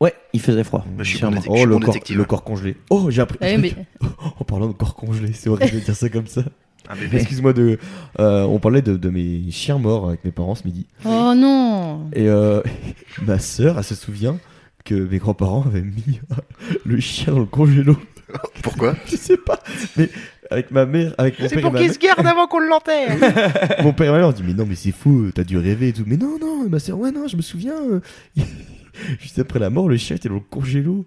Speaker 4: Ouais, il faisait froid.
Speaker 5: Mais Bah, je suis
Speaker 4: sûrement.
Speaker 5: bon détec-
Speaker 3: Oh le
Speaker 5: bon
Speaker 3: corps,
Speaker 5: détective.
Speaker 3: le corps congelé. Oh j'ai appris.
Speaker 6: Ah oui, mais-
Speaker 3: En parlant de corps congelé, c'est horrible de dire ça comme ça.
Speaker 5: Un bébé.
Speaker 3: Excuse-moi de. euh, on parlait de, de mes chiens morts avec mes parents ce midi.
Speaker 6: Oh non
Speaker 3: Et euh, ma sœur, elle se souvient que mes grands-parents avaient mis le chien dans le congélo.
Speaker 5: Pourquoi
Speaker 3: Je sais pas. Mais avec ma mère, avec mon père et ma mère.
Speaker 2: garde avant qu'on l'enterre.
Speaker 3: Mon père et ma mère ont dit mais non mais c'est fou, t'as dû rêver et tout. Mais non non, et ma sœur ouais non, je me souviens. euh, juste après la mort, le chien était dans le congélo.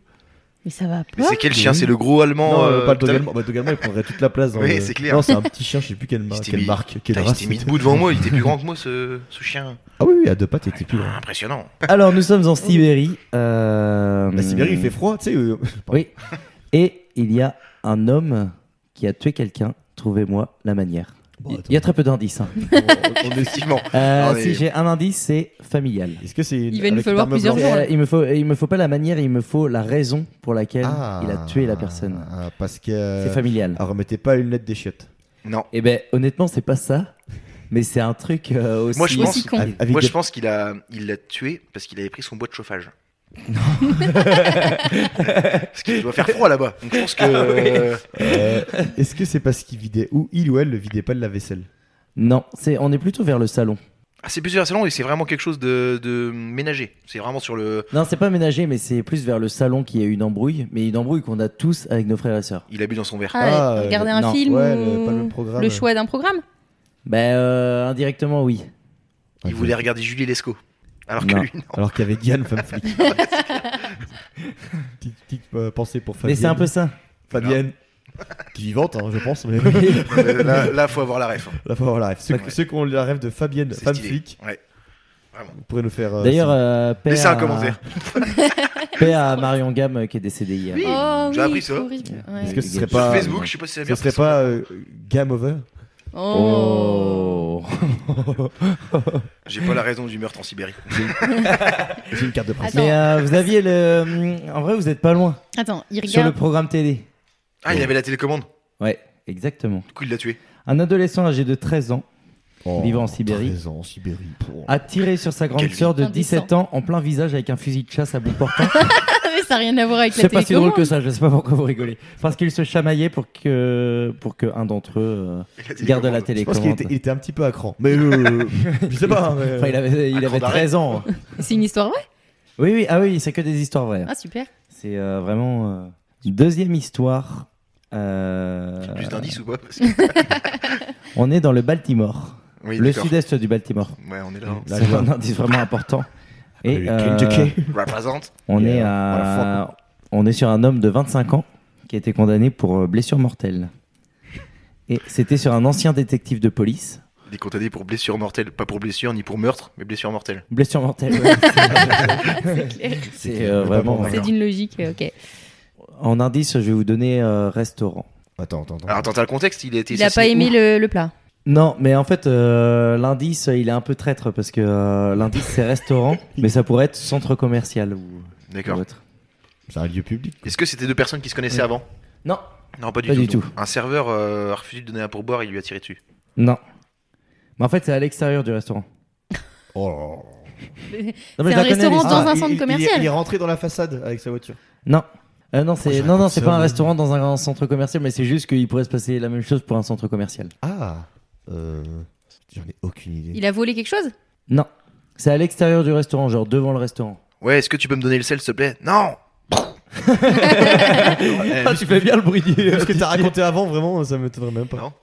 Speaker 6: Mais ça va
Speaker 5: Mais
Speaker 6: pas.
Speaker 5: c'est quel chien C'est le gros allemand
Speaker 3: non,
Speaker 5: euh,
Speaker 3: euh, pas le
Speaker 5: putain,
Speaker 3: dog allemand. Bah, dog allemand, il prendrait toute la place. dans
Speaker 5: Oui,
Speaker 3: le-
Speaker 5: c'est clair.
Speaker 3: Non, c'est un petit chien, je sais plus quelle, mar-
Speaker 5: Il s'était
Speaker 3: quelle
Speaker 5: mis-
Speaker 3: marque, quelle
Speaker 5: putain, Il
Speaker 3: race.
Speaker 5: s'était mis debout devant moi, il était plus grand que moi ce, ce chien.
Speaker 3: Ah oui, oui, à deux pattes, il était plus grand.
Speaker 5: Impressionnant.
Speaker 4: Alors, nous sommes en Sibérie. euh,
Speaker 3: La Sibérie, il fait froid, tu sais. euh,
Speaker 4: Oui. Et il y a un homme qui a tué quelqu'un. Trouvez-moi la manière.
Speaker 3: Bon,
Speaker 4: Il-
Speaker 3: attends.
Speaker 4: il y a très peu d'indices. hein.
Speaker 3: on- on est-
Speaker 5: Effectivement.
Speaker 4: Euh,
Speaker 5: Ah, mais-
Speaker 4: Si j'ai un indice, c'est familial.
Speaker 3: Est-ce que c'est.
Speaker 6: Il va nous
Speaker 3: avec
Speaker 6: falloir
Speaker 3: une arme
Speaker 6: plusieurs
Speaker 3: blanche
Speaker 6: jours.
Speaker 4: Euh, il me faut, il me faut pas la manière, il me faut la raison pour laquelle
Speaker 3: Ah,
Speaker 4: il a tué la personne.
Speaker 3: ah, parce que.
Speaker 4: C'est
Speaker 3: euh,
Speaker 4: familial.
Speaker 3: Elle remettait pas une lettre des chiottes.
Speaker 5: Non.
Speaker 4: Et ben honnêtement, c'est pas ça, mais c'est un truc euh, aussi.
Speaker 5: Moi, je pense-
Speaker 6: Aussi con.
Speaker 3: Avec
Speaker 5: moi,
Speaker 3: des-
Speaker 5: je pense qu'il a, il l'a tué parce qu'il avait pris son bois de chauffage. parce qu'il doit faire froid là-bas. Donc, je pense que. euh,
Speaker 3: Euh, Est-ce que c'est parce qu'il vidait ou il ou elle ne vidait pas de la vaisselle
Speaker 4: Non, c'est on est plutôt vers le salon.
Speaker 5: Ah, c'est plusieurs salons et c'est vraiment quelque chose de, de ménager. C'est vraiment sur le.
Speaker 4: Non, c'est pas ménager, mais c'est plus vers le salon qu'il y a une embrouille, mais une embrouille qu'on a tous avec nos frères et sœurs.
Speaker 5: Il a bu dans son verre.
Speaker 6: Ah,
Speaker 3: Ah,
Speaker 6: regarder
Speaker 3: euh,
Speaker 6: un
Speaker 4: non.
Speaker 6: film
Speaker 3: Ouais,
Speaker 6: ou...
Speaker 3: le- pas le même programme.
Speaker 6: le choix d'un programme
Speaker 4: Ben euh, indirectement oui.
Speaker 5: Il
Speaker 3: Ok.
Speaker 5: voulait regarder Julie Lescaut. Alors que
Speaker 4: Non.
Speaker 5: lui, non.
Speaker 3: Alors qu'il y avait Diane, femme flic. Petite petite, euh, pensée pour
Speaker 4: Mais
Speaker 3: Fabienne.
Speaker 4: c'est un peu ça.
Speaker 3: Fabienne. Qui est vivante, hein, je pense, mais
Speaker 5: Euh, Là, là, faut avoir la ref. hein.
Speaker 3: la fois avoir la rêve. Ceux,
Speaker 5: Ouais.
Speaker 3: ceux qui ont la rêve de Fabienne,
Speaker 5: C'est
Speaker 3: femme
Speaker 5: stylé.
Speaker 3: flic,
Speaker 5: Ouais.
Speaker 3: vous pourrez nous faire. euh,
Speaker 4: D'ailleurs,
Speaker 3: signe.
Speaker 4: euh, paix
Speaker 5: Laissez un
Speaker 4: à-
Speaker 5: commentaire.
Speaker 4: paix à Marion Gamme euh, qui est décédée hier. Euh,
Speaker 5: Oui.
Speaker 6: Oh
Speaker 5: j'ai
Speaker 6: oui,
Speaker 5: appris ça.
Speaker 6: horrible. Ouais.
Speaker 3: Est-ce que ce serait
Speaker 5: Sur
Speaker 3: pas.
Speaker 5: Facebook, je sais pas si c'est
Speaker 3: Ce
Speaker 5: bien.
Speaker 3: serait pas euh, Game Over
Speaker 6: Oh.
Speaker 4: Oh.
Speaker 5: J'ai pas la raison du meurtre en Sibérie.
Speaker 3: J'ai une carte de presse.
Speaker 6: Attends.
Speaker 4: Mais euh, vous aviez le. hum, En vrai, vous êtes pas loin.
Speaker 6: Attends, il
Speaker 4: Sur le
Speaker 6: regarde.
Speaker 4: programme télé.
Speaker 5: Ah, il avait la télécommande.
Speaker 4: Ouais, exactement.
Speaker 5: Du coup, il l'a tué.
Speaker 4: Un adolescent âgé de 13 ans
Speaker 3: Oh,
Speaker 4: Vivant en Sibérie.
Speaker 3: 13 ans en Sibérie. Pouah.
Speaker 4: a tiré sur sa grande
Speaker 5: Quelle
Speaker 4: sœur de
Speaker 6: vie.
Speaker 4: 17 ans en plein visage avec un fusil de chasse à bout portant.
Speaker 6: Ah, Mais ça n'a rien à voir avec la
Speaker 4: C'est pas si drôle
Speaker 6: télécommande.
Speaker 4: que ça, je sais pas pourquoi vous rigolez. Parce qu'ils se chamaillaient pour que pour que un d'entre eux euh,
Speaker 5: Il a télécommande.
Speaker 4: garde la
Speaker 3: Je pense qu'il
Speaker 4: télécommande.
Speaker 3: était, il était un petit peu à cran. Mais euh, je sais pas. hein, mais-
Speaker 4: Enfin, il avait, il
Speaker 5: Un
Speaker 4: avait
Speaker 5: cran d'arrêt.
Speaker 4: 13 ans.
Speaker 6: C'est une histoire vraie
Speaker 4: Oui, oui, ah oui, c'est que des histoires vraies.
Speaker 6: Ah super.
Speaker 4: C'est euh, vraiment. euh, Deuxième histoire. euh,
Speaker 5: Plus d'indices ou pas Parce que-
Speaker 4: on est dans le Baltimore.
Speaker 5: Oui,
Speaker 4: Le
Speaker 5: d'accord.
Speaker 4: sud-est du Baltimore.
Speaker 5: Ouais, on est là. hein.
Speaker 3: Là,
Speaker 4: C'est
Speaker 3: je vois.
Speaker 4: un indice vraiment important. Et
Speaker 3: Le
Speaker 4: euh,
Speaker 3: Kentucky.
Speaker 5: Représente.
Speaker 4: on,
Speaker 3: Et,
Speaker 4: est
Speaker 3: euh,
Speaker 4: à-
Speaker 3: voilà,
Speaker 4: on est sur un homme de 25 ans qui a été condamné pour euh, blessure mortelle. Et c'était sur un ancien détective de police.
Speaker 5: Des condamnés pour blessure mortelle. Pas pour blessure ni pour meurtre, mais blessure mortelle.
Speaker 4: Blessure mortelle, ouais.
Speaker 6: C'est clair.
Speaker 4: c'est euh, vraiment.
Speaker 6: C'est d'une logique, euh, ok.
Speaker 4: En indice, je vais vous donner euh, restaurant.
Speaker 3: Attends, attends, attends.
Speaker 5: Alors, attends, t'as le contexte Il a été
Speaker 6: Il n'a pas
Speaker 5: assassiné
Speaker 6: aimé
Speaker 5: où
Speaker 6: le, le plat.
Speaker 4: Non, mais en fait, euh, l'indice, il est un peu traître parce que euh, l'indice, c'est restaurant, mais ça pourrait être centre commercial ou, ou
Speaker 5: D'accord.
Speaker 4: autre.
Speaker 3: C'est un lieu public.
Speaker 5: Est-ce que c'était deux personnes qui se connaissaient
Speaker 4: Oui.
Speaker 5: avant
Speaker 4: Non,
Speaker 5: Non, pas du,
Speaker 4: Pas
Speaker 5: tout,
Speaker 4: du
Speaker 5: non.
Speaker 4: tout.
Speaker 5: Un serveur euh, a refusé de donner un pourboire, il lui a tiré dessus.
Speaker 4: non. Mais en fait, c'est à l'extérieur du restaurant.
Speaker 3: Oh là là.
Speaker 4: Non, mais je la
Speaker 6: C'est un
Speaker 4: connais,
Speaker 6: restaurant
Speaker 4: l'histoire.
Speaker 6: dans un
Speaker 3: il-
Speaker 6: centre
Speaker 3: il- il est-
Speaker 6: commercial.
Speaker 3: Il, est rentré dans la façade avec sa voiture.
Speaker 4: Non. Euh, non, c'est
Speaker 3: j'aurais
Speaker 4: non,
Speaker 3: pas
Speaker 4: non,
Speaker 3: pensé
Speaker 4: c'est pas
Speaker 3: à
Speaker 4: un
Speaker 3: moi.
Speaker 4: restaurant dans un, grand centre commercial, mais c'est juste qu'il pourrait se passer la même chose pour un centre commercial.
Speaker 3: Ah. Euh, J'en ai aucune idée.
Speaker 6: Il a volé quelque chose
Speaker 4: Non, c'est à l'extérieur du restaurant, genre devant le restaurant.
Speaker 5: Ouais, est-ce que tu peux me donner le sel, s'il te plaît Non Eh,
Speaker 4: Ah, tu fais bien le bruit. du-
Speaker 3: Ce que t'as raconté avant, vraiment, ça me m'étonnerait même pas.
Speaker 5: Non.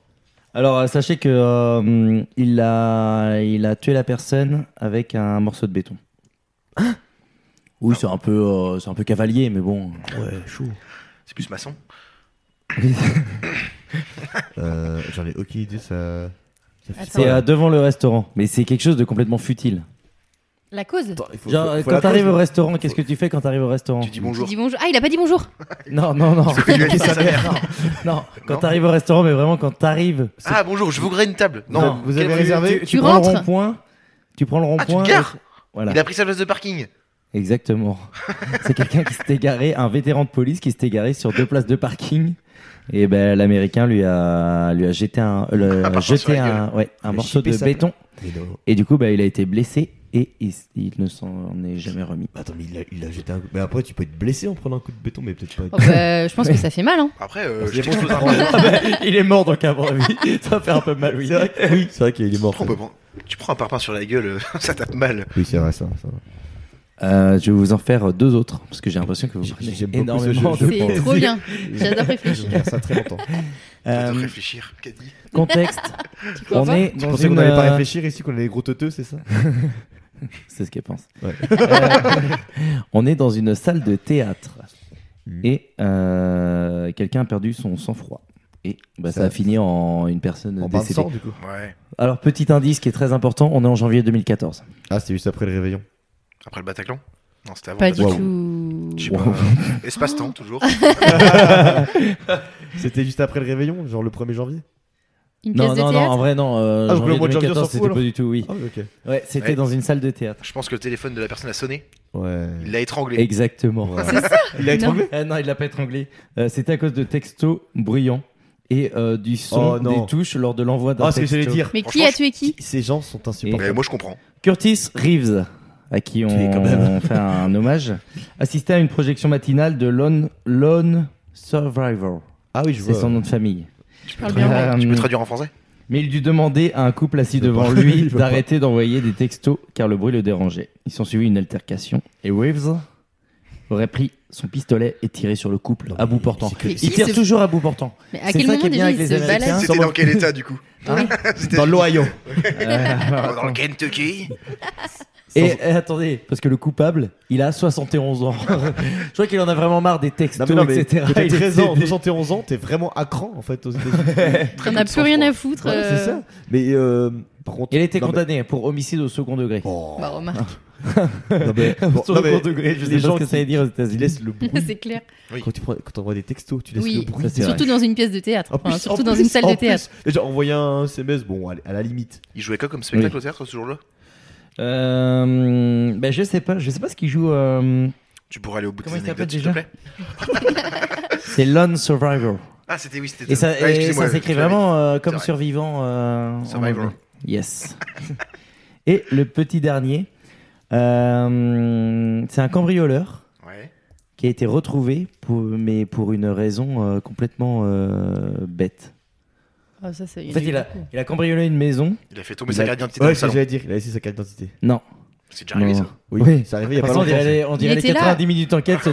Speaker 4: Alors euh, sachez que euh, hum, il a il a tué la personne avec un morceau de béton. oui, c'est un peu euh, c'est un peu cavalier, mais bon.
Speaker 3: Ah Ouais, chaud.
Speaker 5: C'est plus maçon.
Speaker 3: Euh, J'en ai aucune idée, ça.
Speaker 4: C'est
Speaker 6: Attends.
Speaker 4: euh, devant le restaurant, mais c'est quelque chose de complètement futile.
Speaker 6: La cause
Speaker 3: Attends, il faut-
Speaker 4: Genre,
Speaker 3: faut-
Speaker 4: euh,
Speaker 3: faut
Speaker 4: quand
Speaker 3: la
Speaker 4: t'arrives
Speaker 3: pause.
Speaker 4: au restaurant, qu'est-ce que tu fais quand t'arrives au restaurant
Speaker 5: Tu dis
Speaker 6: Il
Speaker 5: bonjour.
Speaker 6: dit bonjour. Ah, il a pas dit bonjour.
Speaker 4: Non, non, non.
Speaker 5: Parce que lui a dit
Speaker 4: Niquer
Speaker 5: sa
Speaker 4: sa
Speaker 5: mère.
Speaker 4: mère. Non, quand
Speaker 5: Non.
Speaker 4: t'arrives au restaurant, mais vraiment quand t'arrives.
Speaker 5: Ah bonjour, je voudrais une table.
Speaker 3: Vous avez-
Speaker 5: Non,
Speaker 3: vous avez
Speaker 5: quelle-
Speaker 3: réservé
Speaker 4: Tu,
Speaker 6: Tu
Speaker 4: prends
Speaker 6: rentres.
Speaker 4: le rond-point. Tu prends le
Speaker 5: Ah, tu te
Speaker 4: rond-point. et-
Speaker 5: gares
Speaker 4: Voilà.
Speaker 5: Il a pris sa place de parking.
Speaker 4: Exactement. C'est quelqu'un qui s'était garé, un vétéran de police qui s'était garé sur deux places de parking. Et ben l'américain lui a lui a jeté un le-
Speaker 5: parfum sur
Speaker 4: jeté
Speaker 5: la gueule.
Speaker 4: un ouais, un
Speaker 3: Il a
Speaker 4: morceau de
Speaker 3: chippé sa
Speaker 4: béton.
Speaker 3: Mais non.
Speaker 4: Et du coup bah, il a été blessé et il, s- il ne s'en est jamais remis.
Speaker 3: Bah, Attends, mais il a, il a jeté un. Mais après, tu peux être blessé en prenant un coup de béton, mais peut-être pas.
Speaker 6: Oh, bah, je pense que ça fait mal. Hein.
Speaker 5: Après, euh,
Speaker 3: Parce
Speaker 5: je
Speaker 3: que les
Speaker 5: t'explose
Speaker 3: bons-
Speaker 5: un peu.
Speaker 4: Ah ben, il est mort donc à mon avis. Ça fait un peu mal oui.
Speaker 3: C'est vrai que- oui, c'est vrai qu'il est mort.
Speaker 5: Prends, on peut prendre- Tu prends un parpaing sur la gueule, euh, ça tape mal.
Speaker 3: Oui, c'est vrai ça. ça.
Speaker 4: Euh, je vais vous en faire deux autres parce que j'ai l'impression que vous
Speaker 3: J'aime
Speaker 4: prenez
Speaker 3: beaucoup ce
Speaker 4: énormément
Speaker 3: jeu,
Speaker 4: de
Speaker 3: je
Speaker 6: C'est
Speaker 3: pense.
Speaker 4: plaisir.
Speaker 6: trop bien. J'adore
Speaker 3: Je
Speaker 6: réfléchir.
Speaker 3: vais faire ça très longtemps.
Speaker 5: Faut te
Speaker 4: Euh,
Speaker 5: réfléchir, qu'a dit
Speaker 4: contexte.
Speaker 6: Tu crois
Speaker 4: On
Speaker 6: pas
Speaker 4: est
Speaker 3: Tu
Speaker 4: dans
Speaker 3: pensais
Speaker 4: une.
Speaker 3: qu'on n'allait pas
Speaker 4: euh,
Speaker 3: réfléchir ici, qu'on allait gros teuteux, c'est ça
Speaker 4: C'est ce qu'elle pense.
Speaker 3: Ouais.
Speaker 4: Euh, on est dans une salle de théâtre
Speaker 3: Mhm.
Speaker 4: et euh, quelqu'un a perdu son sang-froid. Et bah, ça,
Speaker 3: Ça-
Speaker 4: a fini en une personne
Speaker 3: En bain de
Speaker 4: décédée.
Speaker 3: sang, du coup.
Speaker 5: Ouais.
Speaker 4: Alors, petit indice qui est très important, on est en janvier 2014.
Speaker 3: Ah, c'est juste après le réveillon.
Speaker 5: Après le Bataclan Non, c'était avant.
Speaker 6: Pas
Speaker 5: le
Speaker 6: du
Speaker 5: Bataclan.
Speaker 6: tout.
Speaker 5: Je sais
Speaker 4: Wow.
Speaker 5: pas. Espace-temps, toujours.
Speaker 3: C'était juste après le réveillon, genre le 1er janvier
Speaker 6: Une pièce
Speaker 4: Non, non,
Speaker 6: de
Speaker 4: non,
Speaker 6: théâtre.
Speaker 4: en vrai, non. euh,
Speaker 3: Ah, donc le
Speaker 4: janvier
Speaker 3: mois de janvier, on
Speaker 4: 2014,
Speaker 3: s'en
Speaker 4: c'était
Speaker 3: fout,
Speaker 4: pas du tout, oui.
Speaker 3: Ah, oui, ok.
Speaker 4: Ouais, c'était
Speaker 5: Ouais.
Speaker 4: dans une salle de théâtre.
Speaker 5: Je pense que le téléphone de la personne a sonné. Il
Speaker 3: Ouais.
Speaker 5: l'a étranglé.
Speaker 4: Exactement.
Speaker 3: C'est ça Il a étranglé
Speaker 4: Ah non, il l'a pas étranglé. Euh, c'était à cause de textos bruyants et euh, du son
Speaker 3: Oh, non.
Speaker 4: des touches lors de l'envoi d'un
Speaker 6: Oh,
Speaker 3: Ah, ce que
Speaker 4: texto.
Speaker 3: j'allais dire.
Speaker 6: Mais qui a tué qui
Speaker 3: Ces gens sont insupportables.
Speaker 5: Mais moi, je comprends.
Speaker 4: Curtis Reeves, à qui
Speaker 3: Tué quand
Speaker 4: on
Speaker 3: même.
Speaker 4: fait un hommage, assistait à une projection matinale de Lone, Lone Survivor.
Speaker 3: Ah oui, je
Speaker 4: C'est
Speaker 3: vois.
Speaker 4: son nom de famille.
Speaker 5: Tu
Speaker 6: parles bien
Speaker 4: anglais.
Speaker 5: tu peux traduire en français
Speaker 4: Mais il dut demander à un couple assis
Speaker 3: Il veut
Speaker 4: devant
Speaker 3: pas.
Speaker 4: lui
Speaker 3: Il veut
Speaker 4: d'arrêter d'envoyer des textos car le bruit le dérangeait. Ils sont suivis une altercation et Reeves aurait pris son pistolet et tiré sur le couple
Speaker 3: Non,
Speaker 4: à bout
Speaker 3: mais
Speaker 4: portant.
Speaker 3: c'est que-
Speaker 6: Mais
Speaker 4: Il
Speaker 6: qui
Speaker 4: tire
Speaker 6: se-
Speaker 4: toujours à bout portant.
Speaker 6: Mais à
Speaker 4: C'est
Speaker 6: quel
Speaker 4: ça qui
Speaker 6: moment
Speaker 4: est bien
Speaker 6: déjà
Speaker 4: avec
Speaker 6: il
Speaker 4: les
Speaker 6: se
Speaker 4: Américains.
Speaker 6: balade
Speaker 5: C'était dans quel état, du coup
Speaker 4: Hein
Speaker 5: C'était
Speaker 3: Dans l'Ohio.
Speaker 4: Euh,
Speaker 5: Dans le Kentucky
Speaker 4: et, et attendez, parce que le coupable, il a 71 ans. Je crois qu'il en a vraiment marre des
Speaker 3: Non,
Speaker 4: textos,
Speaker 3: mais non, mais
Speaker 4: etc.
Speaker 3: quand t'as
Speaker 4: Il est
Speaker 3: 13 ans,
Speaker 4: décédé.
Speaker 3: 71 ans, t'es vraiment à cran en fait aux États-Unis.
Speaker 6: On n'a plus rien à foutre.
Speaker 3: Ouais,
Speaker 6: euh,
Speaker 3: C'est ça. Mais euh, par contre.
Speaker 4: Il a été
Speaker 3: non, mais-
Speaker 4: condamné pour homicide au second degré.
Speaker 3: Oh,
Speaker 6: Bah, remarque,
Speaker 3: non, mais- bon,
Speaker 4: Au
Speaker 3: non,
Speaker 4: second
Speaker 3: mais
Speaker 4: degré, je
Speaker 3: les
Speaker 4: sais pas
Speaker 3: gens
Speaker 4: ce que ça veut
Speaker 3: qui,
Speaker 4: dire aux
Speaker 3: qui
Speaker 4: États-Unis.
Speaker 3: laissent le bruit.
Speaker 6: c'est clair.
Speaker 3: Quand tu prends- quand t'envoies des textos, tu laisses
Speaker 6: Oui.
Speaker 3: le bruit.
Speaker 4: Ça, c'est vrai.
Speaker 6: Surtout dans une pièce de théâtre.
Speaker 3: En
Speaker 6: Enfin,
Speaker 3: plus-
Speaker 6: surtout
Speaker 3: en
Speaker 6: dans
Speaker 3: plus-
Speaker 6: une salle
Speaker 3: en
Speaker 6: de théâtre.
Speaker 3: plus, Déjà, envoyer un SMS, bon, à la- à la limite.
Speaker 5: Il jouait quoi comme spectacle au théâtre ce jour-là
Speaker 4: Euh, ben je sais pas, je sais pas ce qu'il joue. euh,
Speaker 5: Tu pourrais aller au bout
Speaker 4: Comment
Speaker 5: des
Speaker 4: il s'appelle
Speaker 5: anecdotes, s'il te
Speaker 4: déjà
Speaker 5: plaît
Speaker 4: c'est Lone Survivor.
Speaker 5: Ah, c'était oui, c'était
Speaker 4: Et ça,
Speaker 5: Ah,
Speaker 4: et
Speaker 5: excusez-moi,
Speaker 4: ça s'écrit
Speaker 5: je l'avais
Speaker 4: vraiment euh, comme
Speaker 5: C'est vrai.
Speaker 4: survivant. euh, en
Speaker 5: Survivor.
Speaker 4: anglais. Yes. et le petit dernier, euh, c'est un cambrioleur
Speaker 5: dit. Ouais.
Speaker 4: qui a été retrouvé, pour, mais pour une raison euh, complètement euh, bête.
Speaker 6: Ah, ça, c'est-
Speaker 4: En
Speaker 6: il y en
Speaker 4: fait,
Speaker 6: a eu
Speaker 4: il a,
Speaker 6: beaucoup.
Speaker 4: il a cambriolé une maison.
Speaker 5: Il a fait tomber
Speaker 4: Il
Speaker 5: sa
Speaker 4: a-
Speaker 5: carte d'identité dans
Speaker 3: Ouais,
Speaker 5: le
Speaker 3: c'est ce que
Speaker 5: salon.
Speaker 3: j'allais dire. Il a laissé sa carte d'identité.
Speaker 4: Non.
Speaker 5: C'est déjà arrivé,
Speaker 4: Non.
Speaker 5: ça.
Speaker 3: Oui,
Speaker 4: Oui.
Speaker 3: c'est arrivé il y a
Speaker 4: De
Speaker 3: pas
Speaker 4: toute
Speaker 3: longtemps.
Speaker 4: façon, on dirait,
Speaker 3: ça.
Speaker 4: les- on dirait
Speaker 6: Il
Speaker 4: les
Speaker 6: était là.
Speaker 4: 90 minutes enquête sur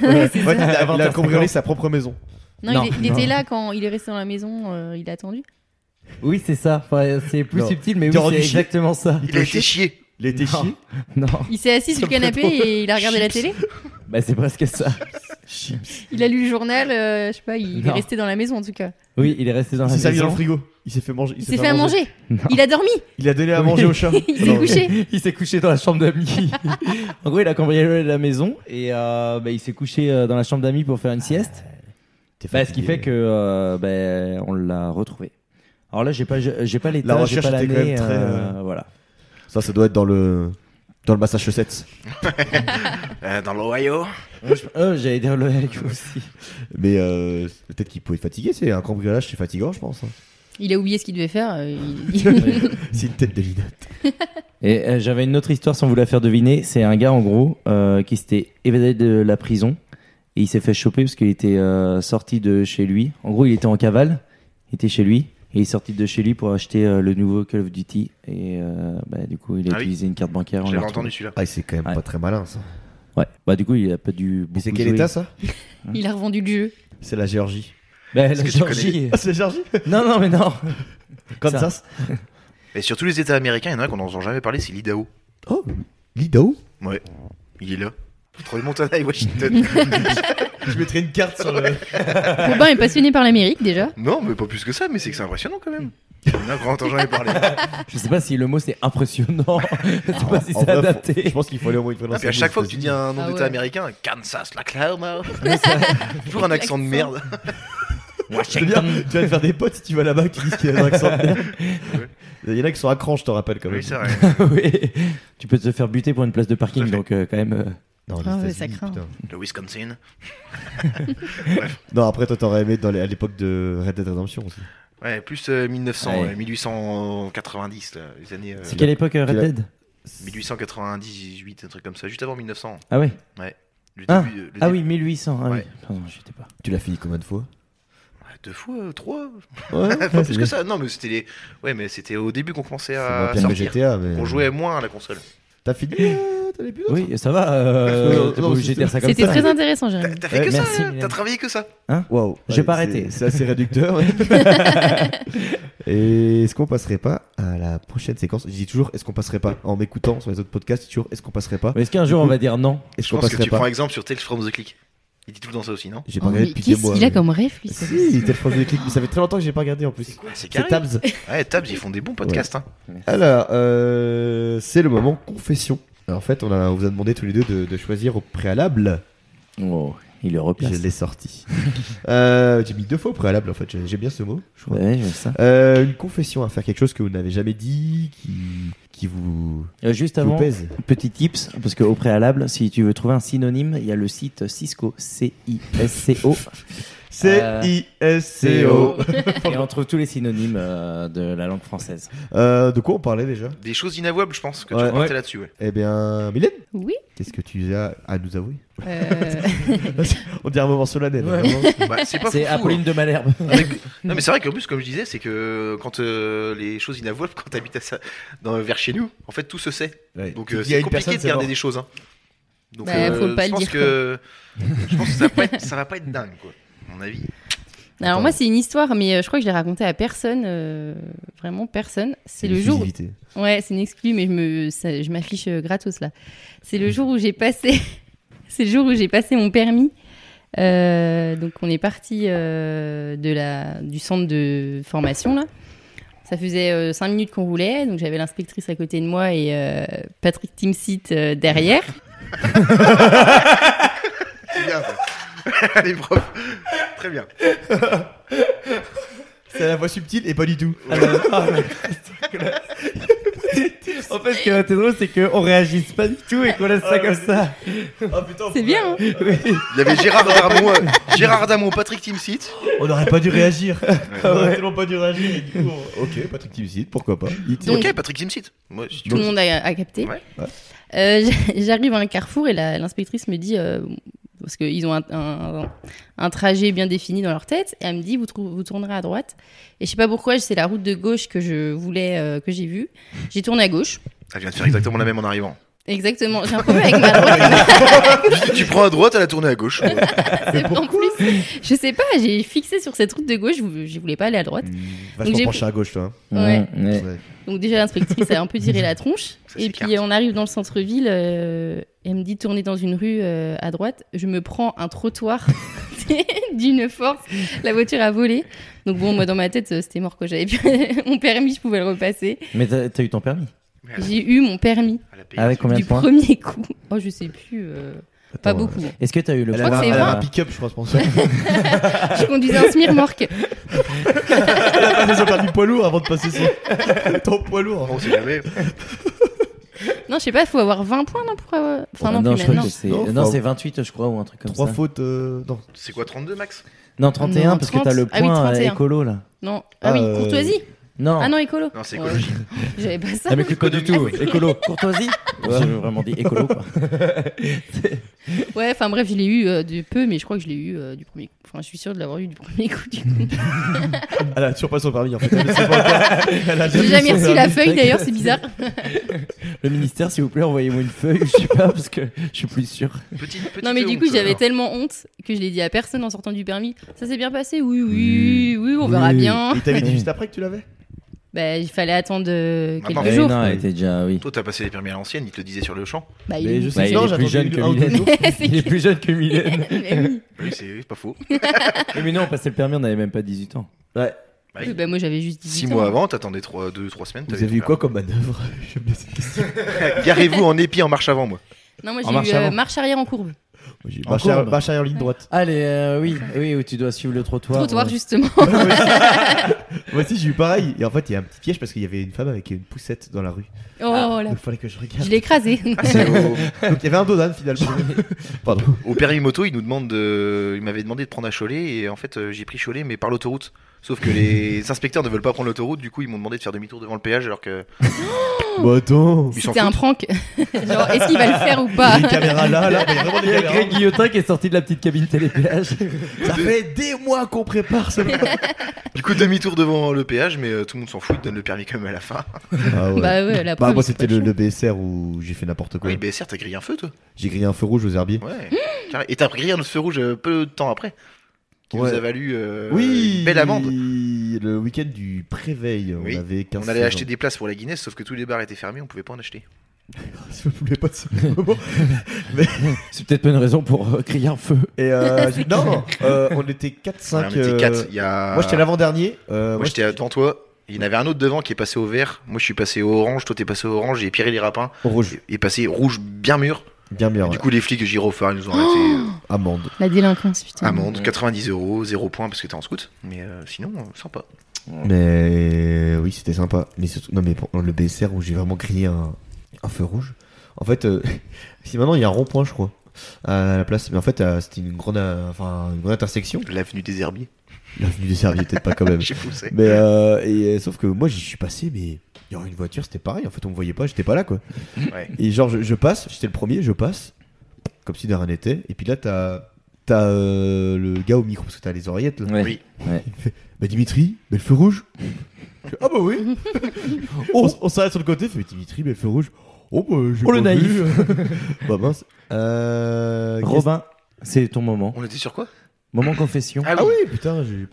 Speaker 3: Ouais, il a- il a
Speaker 4: 25
Speaker 3: cambriolé
Speaker 4: ans.
Speaker 3: sa propre maison.
Speaker 6: Non,
Speaker 4: Non,
Speaker 6: il, est- il
Speaker 4: non.
Speaker 6: était là quand il est resté dans la maison, euh, il a attendu.
Speaker 4: Oui, c'est ça. Enfin, c'est plus
Speaker 3: Non.
Speaker 4: subtil, mais
Speaker 3: T'es
Speaker 4: oui,
Speaker 3: rendu
Speaker 4: c'est
Speaker 3: chier.
Speaker 4: exactement ça.
Speaker 5: Il a été chié.
Speaker 3: Il a été
Speaker 4: Non.
Speaker 3: chié.
Speaker 4: Non,
Speaker 6: Il s'est assis sur le
Speaker 4: Ça me fait
Speaker 6: canapé
Speaker 4: trop-
Speaker 6: et il a regardé la télé.
Speaker 4: bah, c'est presque ça.
Speaker 6: Il a lu le journal, euh, je sais pas, il
Speaker 4: Non.
Speaker 6: est resté dans la maison en tout cas.
Speaker 4: Oui, il est resté dans
Speaker 3: Il
Speaker 4: la
Speaker 3: s'est servi dans
Speaker 4: maison.
Speaker 3: le frigo. Il s'est fait manger.
Speaker 6: Il s'est fait à manger.
Speaker 4: Non.
Speaker 6: Il a dormi.
Speaker 3: Il a donné à
Speaker 4: Oui.
Speaker 3: manger au chat.
Speaker 6: Il s'est
Speaker 3: Non,
Speaker 6: couché.
Speaker 4: Il s'est couché dans la chambre d'amis. en gros, il a cambriolé la maison et euh, bah, il s'est couché euh, dans la chambre d'amis pour faire une sieste.
Speaker 3: t'es
Speaker 4: Bah, ce qui
Speaker 3: Ah, fatigué.
Speaker 4: fait que euh, bah, on l'a retrouvé. Alors là, j'ai pas, j'ai j'ai pas
Speaker 3: La
Speaker 4: l'état, j'ai
Speaker 3: recherche
Speaker 4: pas
Speaker 3: était
Speaker 4: l'année.
Speaker 3: quand même très,
Speaker 4: euh, voilà.
Speaker 3: Ça, ça doit être dans le dans le Massachusetts.
Speaker 5: Euh, dans l'Ohio.
Speaker 4: Euh, je- euh, J'allais dire le LQ aussi.
Speaker 3: Mais euh, peut-être qu'il pouvait être fatigué. C'est un cambriolage, c'est fatigant, je pense. hein.
Speaker 6: Il a oublié ce qu'il devait faire. euh, il-
Speaker 3: c'est une tête de linotte.
Speaker 4: Et euh, j'avais une autre histoire sans vous la faire deviner. C'est un gars en gros euh, qui s'était évadé de la prison et il s'est fait choper parce qu'il était euh, sorti de chez lui. En gros, il était en cavale, il était chez lui et il est sorti de chez lui pour acheter euh, le nouveau Call of Duty. Et euh, bah, du coup, il a
Speaker 5: Ah oui.
Speaker 4: utilisé une carte bancaire. on
Speaker 5: J'avais
Speaker 4: l'a
Speaker 5: entendu
Speaker 4: retrouvé.
Speaker 5: celui-là.
Speaker 3: Ah, c'est quand même
Speaker 4: Ouais.
Speaker 3: pas très malin ça.
Speaker 4: Ouais. Bah du coup, il a pas dû.
Speaker 3: Mais
Speaker 4: beaucoup
Speaker 3: c'est quel
Speaker 4: jouer.
Speaker 3: état ça
Speaker 6: il a revendu le jeu.
Speaker 3: C'est la Géorgie.
Speaker 4: Bah, la
Speaker 5: Est-ce que tu
Speaker 4: Géorgie.
Speaker 3: Ah, c'est la Géorgie
Speaker 4: non, non, mais non.
Speaker 3: Kansas.
Speaker 5: Et sur tous les États américains, il y en a un qu'on n'entend jamais parler, c'est l'Idaho.
Speaker 3: Oh, l'Idaho.
Speaker 5: Il est là. Entre le Montana et Washington.
Speaker 3: Je mettrai une carte sur le.
Speaker 6: Robin est passionné par l'Amérique déjà.
Speaker 5: non, mais pas plus que ça, mais c'est que c'est impressionnant quand même. Non, grand temps, j'en ai parlé.
Speaker 4: Je sais pas si le mot c'est impressionnant. je sais pas si
Speaker 3: En vrai,
Speaker 4: c'est
Speaker 3: faut-
Speaker 4: adapté.
Speaker 3: Je pense qu'il faut aller au moins une fois dans
Speaker 5: Ah, puis à
Speaker 3: sa
Speaker 5: chaque
Speaker 3: vie
Speaker 5: fois
Speaker 3: aux
Speaker 5: que tu dis
Speaker 3: États-Unis.
Speaker 5: un nom
Speaker 6: Ah
Speaker 5: d'État
Speaker 6: ouais.
Speaker 5: américain, Kansas, l'Oklahoma, toujours un accent de merde.
Speaker 3: C'est bien, tu vas te faire des potes si tu vas là-bas qui disent qu'il y a un accent. de merde. Il y en a qui sont à cran, je te rappelle quand même.
Speaker 5: Oui, c'est vrai.
Speaker 4: Oui. Tu peux te faire buter pour une place de parking,
Speaker 5: Tout à fait.
Speaker 4: donc euh, quand même. euh,
Speaker 3: Non, les
Speaker 6: Ah ouais,
Speaker 3: États-Unis,
Speaker 6: ça craint.
Speaker 3: putain.
Speaker 5: Le Wisconsin.
Speaker 3: Non, après, toi, t'aurais aimé être dans les- à l'époque de Red Dead Redemption aussi.
Speaker 5: Ouais, plus euh, 1900,
Speaker 4: Ouais.
Speaker 5: euh, 1890, là, les années euh,
Speaker 4: C'est quelle époque euh, Red
Speaker 3: Qu'il a-
Speaker 4: Dead
Speaker 5: 1898, un truc comme ça, juste avant 1900.
Speaker 4: Ah oui.
Speaker 5: Le
Speaker 4: Ah,
Speaker 5: début, euh, le
Speaker 4: Ah
Speaker 5: début-
Speaker 4: oui, 1800. Ah
Speaker 5: Ouais.
Speaker 4: oui. Pardon, j'étais pas.
Speaker 3: Tu l'as fini combien de fois
Speaker 5: Ouais, Deux fois, euh, trois,
Speaker 3: Ouais,
Speaker 5: pas plus que ça. Non, mais c'était les... ouais, mais c'était au début qu'on commençait à
Speaker 3: pire que
Speaker 5: euh, sortir.
Speaker 3: GTA, mais. euh,
Speaker 5: On jouait moins à la console.
Speaker 3: T'as fini euh, T'as les plus
Speaker 4: Oui, ça va. euh,
Speaker 3: Non,
Speaker 4: t'es pas
Speaker 3: non, c'est-
Speaker 4: obligé de dire ça comme
Speaker 6: C'était
Speaker 4: ça.
Speaker 6: très intéressant,
Speaker 5: T'as
Speaker 6: Jérémy.
Speaker 5: t'as fait
Speaker 4: Ouais,
Speaker 5: que
Speaker 4: merci,
Speaker 5: ça, hein
Speaker 4: Mylène.
Speaker 5: t'as travaillé que ça.
Speaker 3: Waouh.
Speaker 4: J'ai
Speaker 3: Ouais,
Speaker 4: pas
Speaker 3: c'est-
Speaker 4: arrêté.
Speaker 3: C'est assez réducteur. ouais. Et est-ce qu'on passerait pas à la prochaine séquence Je dis toujours est-ce qu'on passerait pas en m'écoutant sur les autres podcasts, je dis toujours est-ce qu'on passerait pas
Speaker 4: Mais Est-ce qu'un jour on va dire non
Speaker 3: Est-ce
Speaker 5: Je
Speaker 3: qu'on
Speaker 5: pense que
Speaker 3: passerait
Speaker 5: tu prends
Speaker 3: pas
Speaker 5: exemple sur Tales from the Click. Il dit tout le temps ça aussi, non
Speaker 3: J'ai pas
Speaker 6: Oh,
Speaker 3: regardé
Speaker 6: mais
Speaker 3: depuis des
Speaker 6: Qu'est-ce
Speaker 3: mois.
Speaker 6: qu'il a
Speaker 3: mais-
Speaker 6: comme rêf, lui ça
Speaker 3: Si, il était proche de clic, mais ça fait très longtemps que j'ai pas regardé en plus.
Speaker 5: C'est
Speaker 3: C'est
Speaker 5: carré.
Speaker 3: Tabs.
Speaker 5: Ouais, Tabs, ils font des bons podcasts. hein.
Speaker 3: Alors, euh, c'est le moment confession. Alors, en fait, on, a, on vous a demandé tous les deux de, de choisir au préalable.
Speaker 4: Oh, il le
Speaker 3: Je
Speaker 4: replace.
Speaker 3: l'ai sorti. Euh, j'ai mis deux fois au préalable, en fait. J'ai- J'aime bien ce mot, je crois.
Speaker 4: Ouais, je sais ça.
Speaker 3: Euh, une confession à faire quelque chose que vous n'avez jamais dit, qui, qui vous,
Speaker 4: Euh, juste
Speaker 3: qui vous
Speaker 4: avant,
Speaker 3: pèse.
Speaker 4: Petit tips, parce qu'au préalable, si tu veux trouver un synonyme, il y a le site Cisco, C-I-S-C-O.
Speaker 3: C-I-S-C-O.
Speaker 4: Et on trouve tous les synonymes euh, de la langue française.
Speaker 3: Euh, de quoi on parlait déjà
Speaker 5: Des choses inavouables, je pense, que
Speaker 3: Ouais.
Speaker 5: tu repartais
Speaker 4: Ouais.
Speaker 5: là-dessus. ouais.
Speaker 3: Eh bien, Mylène,
Speaker 6: Oui.
Speaker 3: qu'est-ce que tu as à nous avouer
Speaker 6: euh,
Speaker 3: On dirait un moment solennel.
Speaker 4: Ouais.
Speaker 3: vraiment.
Speaker 5: Bah, c'est pas
Speaker 4: C'est
Speaker 5: foufou, hein.
Speaker 4: Apolline de Malherbe.
Speaker 5: Non mais c'est vrai qu'en plus comme je disais c'est que quand euh, les choses inavouables quand t'habites à ça dans, vers chez nous en fait tout se sait
Speaker 3: Ouais.
Speaker 5: donc
Speaker 3: Tu
Speaker 5: euh,
Speaker 3: dis à
Speaker 5: c'est
Speaker 3: une
Speaker 5: compliqué
Speaker 3: personne,
Speaker 5: de
Speaker 3: c'est
Speaker 5: garder
Speaker 3: mort.
Speaker 5: des choses hein. donc euh,
Speaker 6: Bah, faut pas
Speaker 5: je
Speaker 6: le
Speaker 5: pense
Speaker 6: dire,
Speaker 5: que je pense que ça va pas être, ça va pas être dingue quoi à mon avis
Speaker 6: Alors moi c'est une histoire, mais euh, je crois que je l'ai racontée à personne, euh, vraiment personne. C'est le jour.
Speaker 3: Exclusivité.
Speaker 6: Ouais, c'est une exclue, mais je me, ça- je m'affiche euh, gratos là. C'est le jour où j'ai passé, c'est le jour où j'ai passé mon permis. Euh, donc on est parti euh, de la, du centre de formation là. Ça faisait euh, cinq minutes qu'on roulait, donc j'avais l'inspectrice à côté de moi et euh, Patrick Timsit euh, derrière.
Speaker 5: c'est bien ça. les profs très bien
Speaker 3: C'est à la fois subtil et pas du tout. ah,
Speaker 4: En fait, ce qui est drôle, c'est qu'on réagisse pas du tout et qu'on laisse
Speaker 3: Ah,
Speaker 4: ça comme ça.
Speaker 6: C'est bien. hein
Speaker 5: il y avait Gérard Damon euh, Gérard Damon Patrick Timsit
Speaker 3: On n'aurait pas dû réagir.
Speaker 5: On
Speaker 3: aurait tellement pas dû réagir. ok, Patrick Timsit, pourquoi pas. Il tire.
Speaker 5: ok Patrick Timsit moi si tu
Speaker 6: tout
Speaker 5: veux.
Speaker 6: le monde a, a capté.
Speaker 5: Ouais.
Speaker 3: Ouais.
Speaker 6: Euh, j'a- J'arrive à un carrefour et la- l'inspectrice me dit, euh, parce qu'ils ont un, un- un trajet bien défini dans leur tête, et elle me dit, vous, trou- vous tournerez à droite. Et je sais pas pourquoi, c'est la route de gauche que je voulais, euh, que j'ai vue. J'ai tourné à gauche.
Speaker 5: elle vient de faire exactement la même en arrivant
Speaker 6: Exactement. J'ai un problème avec ma droite.
Speaker 5: tu prends à droite elle a tourné à gauche
Speaker 6: c'est en plus. Je sais pas, j'ai fixé sur cette route de gauche, je vou- je voulais pas aller à droite.
Speaker 3: Mmh,
Speaker 6: Donc
Speaker 3: Vachement
Speaker 6: j'ai
Speaker 3: penché à gauche, toi. hein.
Speaker 6: Ouais.
Speaker 4: Ouais.
Speaker 6: Donc déjà l'inspectrice a un peu tiré la tronche
Speaker 5: Ça
Speaker 6: et
Speaker 5: s'écarte.
Speaker 6: puis on arrive dans le centre-ville euh, elle me dit de tourner dans une rue euh, à droite, je me prends un trottoir d'une force, la voiture a volé. Donc bon moi dans ma tête euh, c'était mort quoi, j'avais plus- mon permis, je pouvais le repasser.
Speaker 4: Mais t'as t'as eu ton permis
Speaker 5: Merde,
Speaker 6: J'ai eu mon permis
Speaker 5: elle a payé.
Speaker 4: Avec combien
Speaker 6: du
Speaker 4: de points
Speaker 6: premier coup. Oh je sais plus euh, pas
Speaker 3: Attends,
Speaker 6: beaucoup.
Speaker 4: Est-ce que t'as eu le
Speaker 3: Elle avait,
Speaker 6: crois que
Speaker 3: un-
Speaker 6: c'est
Speaker 3: elle avait un
Speaker 6: 20.
Speaker 3: pick-up, je crois, c'est pour ça.
Speaker 6: Je conduisais un smirmorque.
Speaker 3: elle a passé son permis poids lourd avant de passer son ton poids lourd.
Speaker 5: on sait jamais
Speaker 6: Non, je sais pas, faut avoir 20 points non pour avoir- enfin non,
Speaker 4: Oh, non,
Speaker 6: plus
Speaker 4: je crois
Speaker 6: maintenant.
Speaker 4: que c'est
Speaker 3: Non,
Speaker 4: non,
Speaker 3: faut-
Speaker 4: c'est 28, je crois, ou un truc comme
Speaker 3: Trois
Speaker 4: ça.
Speaker 3: fautes. euh, non.
Speaker 5: c'est quoi 32 max
Speaker 4: Non, 31, parce que t'as le
Speaker 6: 30. Ah oui,
Speaker 4: point euh,
Speaker 6: 31.
Speaker 4: écolo là.
Speaker 6: Non. Ah, oui,
Speaker 3: Euh,
Speaker 6: courtoisie.
Speaker 4: Non,
Speaker 6: Ah non, écolo.
Speaker 5: non c'est
Speaker 6: Ouais,
Speaker 5: écologie
Speaker 6: J'avais pas ça.
Speaker 4: Ah, mais écolo du tout, écolo. Courtoisie J'ai vraiment dit écolo quoi.
Speaker 6: Ouais, enfin bref, je l'ai eu euh, de peu, mais je crois que je l'ai eu euh, du premier coup. Enfin, je suis sûre de l'avoir eu du premier coup. Du coup.
Speaker 3: Elle a toujours pas son permis, en fait. Elle le sait pas encore. Elle a
Speaker 6: J'ai jamais reçu la feuille
Speaker 4: mistake.
Speaker 6: d'ailleurs, c'est bizarre.
Speaker 4: Le ministère, s'il vous plaît, envoyez-moi une feuille, je sais pas, parce que je suis plus sûr.
Speaker 5: Petite- petite
Speaker 6: Non, mais du
Speaker 5: honte,
Speaker 6: coup, j'avais
Speaker 5: alors.
Speaker 6: tellement honte que je l'ai dit à personne en sortant du permis. Ça s'est bien passé Oui, oui, oui, on verra
Speaker 4: Oui.
Speaker 6: bien.
Speaker 3: Il t'avait dit juste après que tu l'avais
Speaker 6: Bah, il fallait attendre euh,
Speaker 5: Maintenant.
Speaker 6: quelques
Speaker 5: Eh
Speaker 6: jours.
Speaker 4: non, elle était déjà, oui.
Speaker 5: Toi, t'as passé les permis à l'ancienne, ils te le disaient sur le champ.
Speaker 6: Bah, il
Speaker 3: Mais
Speaker 6: est
Speaker 3: je
Speaker 6: mou.
Speaker 3: sais
Speaker 4: Bah,
Speaker 3: que
Speaker 4: il
Speaker 3: non,
Speaker 4: est
Speaker 3: j'attendais
Speaker 4: plus jeune
Speaker 3: une-
Speaker 4: que
Speaker 3: un ou deux
Speaker 4: Mylène.
Speaker 3: jours.
Speaker 6: C'est
Speaker 4: Il est
Speaker 6: que-
Speaker 4: plus jeune que Mylène.
Speaker 6: Mais Bah, oui.
Speaker 5: Oui, c'est c'est pas faux.
Speaker 4: Oui, mais non, on passait le permis, on n'avait même pas 18 ans.
Speaker 3: Ouais.
Speaker 5: Bah,
Speaker 6: Oui, bah, moi j'avais juste 18
Speaker 5: Six
Speaker 6: ans.
Speaker 5: mois avant, t'attendais 2-3 semaines.
Speaker 3: Vous
Speaker 5: t'avais
Speaker 3: avez eu
Speaker 5: ton
Speaker 3: quoi comme manœuvre J'aime bien cette question.
Speaker 5: permis. Garez-vous en épi en marche avant, moi.
Speaker 6: Non,
Speaker 4: En
Speaker 6: moi j'ai eu
Speaker 4: marche
Speaker 6: euh,
Speaker 4: avant.
Speaker 6: marche arrière en courbe.
Speaker 3: Moi, j'ai-
Speaker 4: Marche
Speaker 7: Marche
Speaker 4: arrière-
Speaker 7: arrière marche arrière en ligne droite.
Speaker 4: Allez, euh, oui, oui, où tu dois suivre le trottoir.
Speaker 6: Trottoir,
Speaker 4: euh.
Speaker 6: justement.
Speaker 3: Moi aussi, j'ai eu pareil. Et en fait, il y a un petit piège parce qu'il y avait une femme avec une poussette dans la rue.
Speaker 6: Oh là.
Speaker 3: Donc, il fallait que je
Speaker 6: Je
Speaker 3: regarde.
Speaker 6: l'ai écrasé.
Speaker 5: Ah,
Speaker 3: Donc, il y avait un dos d'âne finalement. Pardon.
Speaker 5: Au permis moto, il nous demande de... il m'avait demandé de prendre à Cholet et en fait euh, j'ai pris Cholet mais par l'autoroute. Sauf que les inspecteurs ne veulent pas prendre l'autoroute, du coup ils m'ont demandé de faire demi-tour devant le péage alors que
Speaker 3: Bah, attends.
Speaker 5: ils s'en
Speaker 6: C'était un
Speaker 5: foutent.
Speaker 6: prank. Genre, est-ce qu'il va le faire ou
Speaker 3: Il y
Speaker 6: pas
Speaker 3: a une caméra là, là, mais il y a vraiment
Speaker 4: Il
Speaker 3: des
Speaker 4: y a
Speaker 3: caméras.
Speaker 4: Greg
Speaker 6: hein.
Speaker 4: Guillotin qui est sorti de la petite cabine télépéage.
Speaker 3: Ça fait des mois qu'on prépare ce
Speaker 5: Du coup demi-tour devant le péage mais euh, tout le monde s'en fout, ils donnent le permis quand même à la fin.
Speaker 3: Ah ouais.
Speaker 6: Bah ouais, la
Speaker 3: Bah,
Speaker 6: preuve,
Speaker 3: moi,
Speaker 6: c'est
Speaker 3: c'était
Speaker 6: pas
Speaker 3: le,
Speaker 6: chaud.
Speaker 3: le BSR où j'ai fait n'importe quoi.
Speaker 5: Oui, Euh, BSR, bah, t'as grillé un feu toi
Speaker 3: J'ai grillé un feu rouge aux herbiers.
Speaker 5: Ouais. carré- Et t'as grillé un autre feu rouge euh, peu de temps après qui
Speaker 3: Ouais.
Speaker 5: nous a valu euh,
Speaker 3: oui,
Speaker 5: une belle amende.
Speaker 3: Le week-end du Préveil, on
Speaker 5: Oui.
Speaker 3: avait 15
Speaker 5: On allait acheter des places pour la Guinness, sauf que tous les bars étaient fermés, on pouvait pas en acheter.
Speaker 3: Je voulais pas de ce moment.
Speaker 4: C'est peut-être pas une raison pour euh, crier un feu.
Speaker 3: Et euh, j'ai- non, non, euh, on était 4-5.
Speaker 5: Ouais, on était quatre, il y a-
Speaker 3: euh, Moi j'étais l'avant-dernier. Euh,
Speaker 5: Moi j'étais devant toi, il y en avait un autre devant qui est passé au vert, moi je suis passé au orange, toi t'es passé au orange, et Pierre les rapins
Speaker 3: au rouge.
Speaker 5: est passé rouge bien mûr.
Speaker 3: Bien bien.
Speaker 5: Et
Speaker 3: ouais.
Speaker 5: Du coup les flics gyrophares ils nous ont arrêté. euh,
Speaker 3: Amende.
Speaker 6: La délinquance, putain.
Speaker 5: Amende, 90 euros, 0 points parce que t'es en scout, mais euh, sinon euh, sympa.
Speaker 3: Mais oui, c'était sympa. Mais surtout, non, mais pour le BSR où j'ai vraiment grillé un, un feu rouge. En fait, euh, si maintenant il y a un rond-point, je crois, à la place. Mais en fait, euh, c'était une grande, euh, enfin, une grande intersection.
Speaker 5: L'avenue des herbiers,
Speaker 3: L'avenue des Herbiers, peut-être pas quand même.
Speaker 5: j'ai poussé.
Speaker 3: Mais euh, et, euh, sauf que moi j'y suis passé, mais il y a une voiture, c'était pareil. En fait, on me voyait pas, j'étais pas là quoi.
Speaker 5: Ouais.
Speaker 3: Et genre, je, je passe, j'étais le premier, je passe, comme si de rien n'était. Et puis là, t'as t'as euh, le gars au micro parce que t'as les oreillettes là.
Speaker 5: Oui.
Speaker 3: Bah Dimitri, mais le feu rouge Je fais, Ah bah oui On, on s'arrête sur le côté, fait Dimitri, mais le feu rouge Oh bah j'ai
Speaker 4: Oh, le
Speaker 3: pas
Speaker 4: naïf.
Speaker 3: vu. Bah mince. Euh, qu'est-ce-
Speaker 4: Robin, c'est ton moment.
Speaker 5: On était sur quoi
Speaker 4: Moment confession.
Speaker 3: Ah oui, putain, j'ai.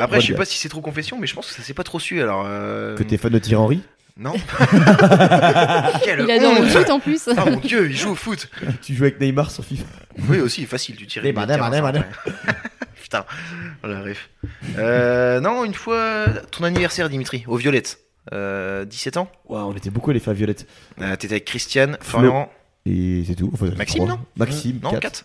Speaker 5: Après je sais
Speaker 3: Bonne
Speaker 5: pas si c'est trop confession, mais je pense que ça s'est pas trop su alors. euh,
Speaker 3: Que t'es fan de tir Henry
Speaker 5: Non. Quelle
Speaker 6: Il adore le
Speaker 5: honte
Speaker 6: foot en plus.
Speaker 5: Ah mon dieu, il joue au foot
Speaker 3: Tu joues avec Neymar sur FIFA
Speaker 5: Oui, aussi, facile, tu tirais.
Speaker 3: Des
Speaker 5: le
Speaker 3: bananes,
Speaker 5: terrain,
Speaker 3: bananes,
Speaker 5: hein, ça, ouais. Putain, voilà, bref. Euh, non, une fois, ton anniversaire, Dimitri, aux Violettes. Euh, 17 ans
Speaker 3: Waouh, on était beaucoup les femmes violettes.
Speaker 5: Euh, T'étais avec Christiane, Florian,
Speaker 3: Et c'est tout. Enfin,
Speaker 5: Maxime,
Speaker 3: trois.
Speaker 5: non
Speaker 3: Maxime,
Speaker 5: non,
Speaker 3: quatre.
Speaker 5: 4.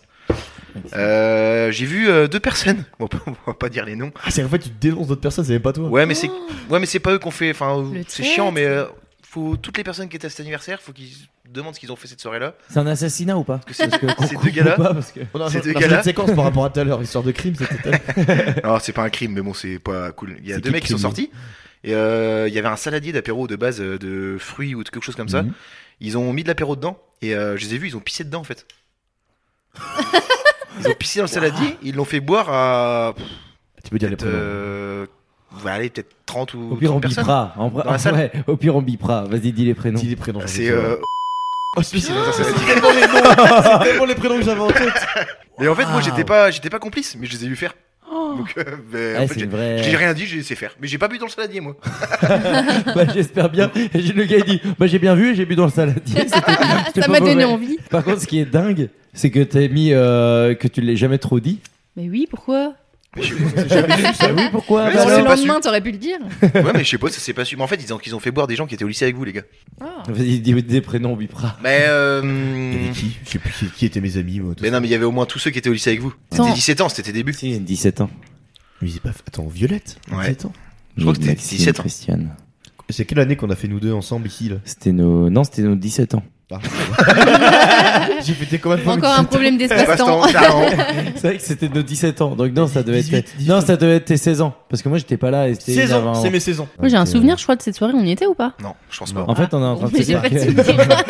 Speaker 5: Euh, J'ai vu euh, deux personnes. Bon, on va pas dire les noms.
Speaker 3: Ah, c'est en fait, tu dénonces d'autres personnes, c'est même pas toi.
Speaker 5: Ouais, mais c'est ouais, mais c'est pas eux qu'on fait. Enfin,
Speaker 6: Le
Speaker 5: c'est
Speaker 6: traître.
Speaker 5: chiant, mais euh, faut toutes les personnes qui étaient à cet anniversaire, faut qu'ils demandent ce qu'ils ont fait cette soirée-là.
Speaker 4: C'est un assassinat ou pas
Speaker 5: que c'est-
Speaker 4: Parce que
Speaker 5: ces
Speaker 4: qu'on
Speaker 5: deux gars-là-
Speaker 4: coupe pas, parce que-
Speaker 3: On a,
Speaker 5: Ces
Speaker 3: on a
Speaker 5: deux
Speaker 3: changé
Speaker 5: gars-là.
Speaker 3: de séquence par rapport à tout à l'heure, histoire de crime, c'était tellement-
Speaker 5: Alors, Ah, c'est pas un crime, mais bon, c'est pas cool. Il y a
Speaker 3: C'est
Speaker 5: deux mecs qui sont
Speaker 3: crime.
Speaker 5: sortis. Et euh, il y avait un saladier d'apéro de base euh, de fruits ou de quelque chose comme ça.
Speaker 3: Mhm.
Speaker 5: Ils ont mis de l'apéro dedans et euh, je les ai vus, ils ont pissé dedans en fait. ils ont pissé dans le saladier, ils l'ont fait boire à
Speaker 3: Tu peux dire les
Speaker 5: peut-être,
Speaker 3: prénoms.
Speaker 5: euh, voilà, allez, peut-être 30 ou
Speaker 4: Au pire, on
Speaker 5: 30 personnes.
Speaker 4: bipera. En vrai-
Speaker 5: Dans la salle.
Speaker 4: ouais, au pire, on bipera. Vas-y, dis les prénoms.
Speaker 3: Dis les
Speaker 6: Ah,
Speaker 3: prénoms.
Speaker 5: C'est euh,
Speaker 3: Oh, c'est
Speaker 5: pissé dans un saladier.
Speaker 3: tellement les noms, c'est tellement les prénoms que j'avais en tête.
Speaker 5: Et en fait, moi
Speaker 4: Waouh.
Speaker 5: j'étais pas, j'étais pas complice, mais je les ai vus faire.
Speaker 3: Oh.
Speaker 5: Donc, euh, ben, en
Speaker 4: Ouais,
Speaker 5: fait,
Speaker 4: Eh, c'est
Speaker 5: j'ai-
Speaker 4: une vraie-
Speaker 5: j'ai rien dit, j'ai laissé faire. Mais j'ai pas bu dans le saladier moi.
Speaker 4: Bah, J'espère bien. Et j'ai- Le gars il dit bah, J'ai bien vu et j'ai bu dans le saladier. C'était- c'était
Speaker 6: Ça
Speaker 4: pas
Speaker 6: m'a donné
Speaker 4: mauvais.
Speaker 6: envie.
Speaker 4: Par contre, ce qui est dingue, c'est que t'as mis euh, que tu l'aies jamais trop dit.
Speaker 6: Mais oui, pourquoi
Speaker 4: Bah oui, pourquoi
Speaker 5: Mais
Speaker 4: Bah
Speaker 5: on
Speaker 6: Le
Speaker 5: s'est
Speaker 4: alors
Speaker 5: pas su.
Speaker 6: lendemain, t'aurais pu le dire.
Speaker 5: Ouais, mais je sais pas, ça s'est pas su. Mais en fait, ils ont, ils ont fait boire des gens qui étaient au lycée avec vous les gars.
Speaker 4: Vas-y, dis des prénoms, on bipera.
Speaker 5: Mais euh,
Speaker 3: Il y avait qui Je sais plus qui, qui étaient mes amis. Moi, tout
Speaker 5: mais
Speaker 3: ça.
Speaker 5: non, mais il y avait au moins tous ceux qui étaient au lycée avec vous. C'était
Speaker 6: Attends.
Speaker 5: 17 ans, c'était tes débuts.
Speaker 4: Si, 17 ans.
Speaker 3: Mais c'est pas. Attends, Violette
Speaker 5: Ouais.
Speaker 3: 17 ans.
Speaker 5: Je crois que c'était
Speaker 4: Maxime,
Speaker 5: 17 ans.
Speaker 4: Christiane.
Speaker 3: C'est quelle année qu'on a fait nous deux ensemble ici là
Speaker 4: C'était nos... Non, c'était nos 17 ans.
Speaker 3: J'ai fêté combien de fois
Speaker 6: Ah. Encore un problème d'espace-temps.
Speaker 5: Passe-temps, Charon.
Speaker 4: C'est vrai que c'était nos 17 ans. Donc non, ça devait
Speaker 3: 18,
Speaker 4: être... Non, ça devait être tes 16 ans. Parce que moi, j'étais pas là. et c'était
Speaker 3: 16
Speaker 4: avant.
Speaker 3: ans, c'est mes 16 ans.
Speaker 6: Moi, j'ai un souvenir, je crois, de cette soirée. On y était ou pas
Speaker 5: Non, je pense pas.
Speaker 4: euh, En fait, on est en train de
Speaker 6: Mais
Speaker 4: se
Speaker 6: j'ai
Speaker 4: dire
Speaker 6: pas de
Speaker 4: que-
Speaker 6: souvenir.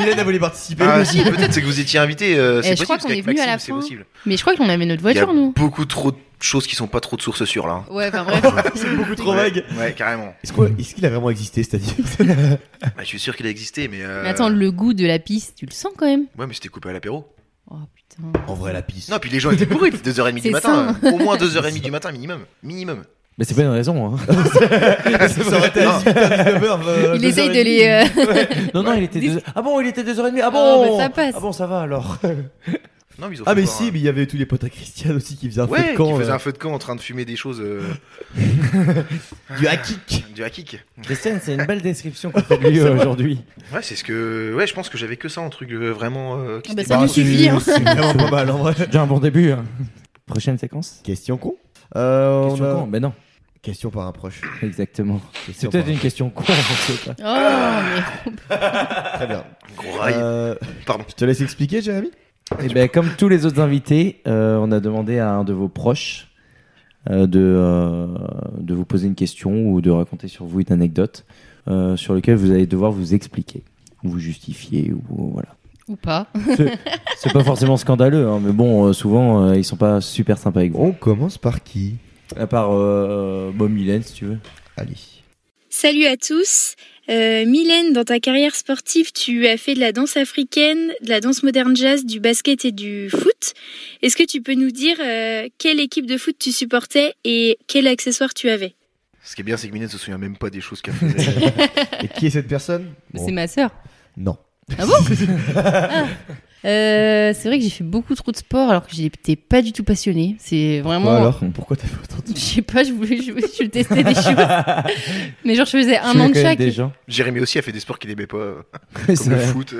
Speaker 3: Mylène a voulu participer.
Speaker 5: Ah si, peut-être c'est que vous étiez invité, euh, c'est
Speaker 6: Eh, je
Speaker 5: possible,
Speaker 6: crois
Speaker 5: parce
Speaker 6: qu'on
Speaker 5: qu'avec
Speaker 6: est venu à la
Speaker 5: Maxime, c'est
Speaker 6: fin.
Speaker 5: possible.
Speaker 6: Mais je crois qu'on avait notre
Speaker 5: Il y a
Speaker 6: voiture, nous.
Speaker 5: beaucoup trop de choses qui sont pas trop de sources sûres là. hein.
Speaker 6: Ouais, enfin bref.
Speaker 3: C'est beaucoup trop
Speaker 5: ouais,
Speaker 3: vague.
Speaker 5: Ouais, carrément.
Speaker 3: Est-ce qu'on- est-ce qu'il a vraiment existé cette année
Speaker 5: Bah, je suis sûr qu'il a existé, mais. euh,
Speaker 6: Mais attends, le goût de la piste, tu le sens quand même
Speaker 5: Ouais, mais c'était coupé à l'apéro.
Speaker 6: Oh putain.
Speaker 3: En vrai, la piste.
Speaker 5: Non, puis les gens étaient bourrés, il était 2h30 du
Speaker 6: C'est
Speaker 5: matin. euh, Au moins 2h30 du matin, minimum. Minimum.
Speaker 4: Mais c'est pas une raison. hein.
Speaker 3: ça aurait été à 19h. euh,
Speaker 6: Il essaye
Speaker 3: 2h30.
Speaker 6: de les. euh,
Speaker 4: Non, non, il était 2 Ah bon, il était 2h30. Ah bon
Speaker 6: Oh, mais bah, ça passe.
Speaker 4: Ah bon, ça va alors.
Speaker 5: Non, mais ils ont
Speaker 8: Ah,
Speaker 5: fait
Speaker 8: mais
Speaker 5: pas
Speaker 8: si,
Speaker 5: un-
Speaker 8: mais il y avait tous les potes à Christian aussi qui faisaient un feu
Speaker 5: Ouais,
Speaker 8: de camp. euh,
Speaker 5: qui faisaient
Speaker 8: là.
Speaker 5: un feu de camp en train de fumer des choses euh,
Speaker 8: Du hackick.
Speaker 5: du hackik.
Speaker 4: Christian, c'est une belle description qu'on fait de lui euh, aujourd'hui.
Speaker 5: Ouais, c'est ce que. Ouais, je pense que j'avais que ça en truc euh, vraiment. euh, qui
Speaker 6: Ah bah,
Speaker 5: était-
Speaker 6: Ça me
Speaker 8: c'est-
Speaker 6: suffit, hein.
Speaker 8: C'est vraiment pas mal en vrai.
Speaker 4: Déjà un bon début. hein. Prochaine séquence
Speaker 8: Question con. Euh,
Speaker 4: Question
Speaker 8: on a-
Speaker 4: con Mais non,
Speaker 8: Question par un proche.
Speaker 4: exactement. C'est
Speaker 8: Question
Speaker 4: peut-être
Speaker 8: par-
Speaker 4: une question con, on sait pas.
Speaker 6: Oh, mais
Speaker 8: Très bien.
Speaker 5: Gros rail.
Speaker 8: Euh,
Speaker 5: Pardon.
Speaker 8: Je te laisse expliquer, Jérémy.
Speaker 4: Eh ben, comme tous les autres invités, euh, on a demandé à un de vos proches euh, de, euh, de vous poser une question ou de raconter sur vous une anecdote euh, sur laquelle vous allez devoir vous expliquer, ou vous justifier, ou euh, voilà.
Speaker 6: ou pas.
Speaker 4: C'est- C'est pas forcément scandaleux, hein, mais bon, euh, souvent euh, ils sont pas super sympas avec vous.
Speaker 8: On commence par qui
Speaker 4: À part euh, bon, Mylène, si tu veux.
Speaker 8: Allez.
Speaker 9: Salut à tous. Euh, Mylène, dans ta carrière sportive, tu as fait de la danse africaine, de la danse moderne jazz, du basket et du foot. Est-ce que tu peux nous dire euh, quelle équipe de foot tu supportais et quel accessoire tu avais
Speaker 5: Ce qui est bien, c'est que Minette se souvient même pas des choses qu'elle faisait.
Speaker 8: Et qui est cette personne
Speaker 6: Mais
Speaker 8: Bon,
Speaker 6: C'est ma sœur.
Speaker 8: Non.
Speaker 6: Ah bon Ah. Euh, C'est vrai que j'ai fait beaucoup trop de sport alors que j'étais pas du tout passionnée. C'est vraiment.
Speaker 8: Quoi alors Pourquoi t'as fait autant de
Speaker 6: Je sais pas, je voulais, je, je testais des choses. Mais genre, je faisais un
Speaker 4: Tu
Speaker 6: an de
Speaker 4: connais
Speaker 6: chaque.
Speaker 4: des gens.
Speaker 5: Jérémy aussi a fait des sports qu'il aimait pas, euh,
Speaker 4: C'est
Speaker 5: comme le
Speaker 4: vrai.
Speaker 5: foot.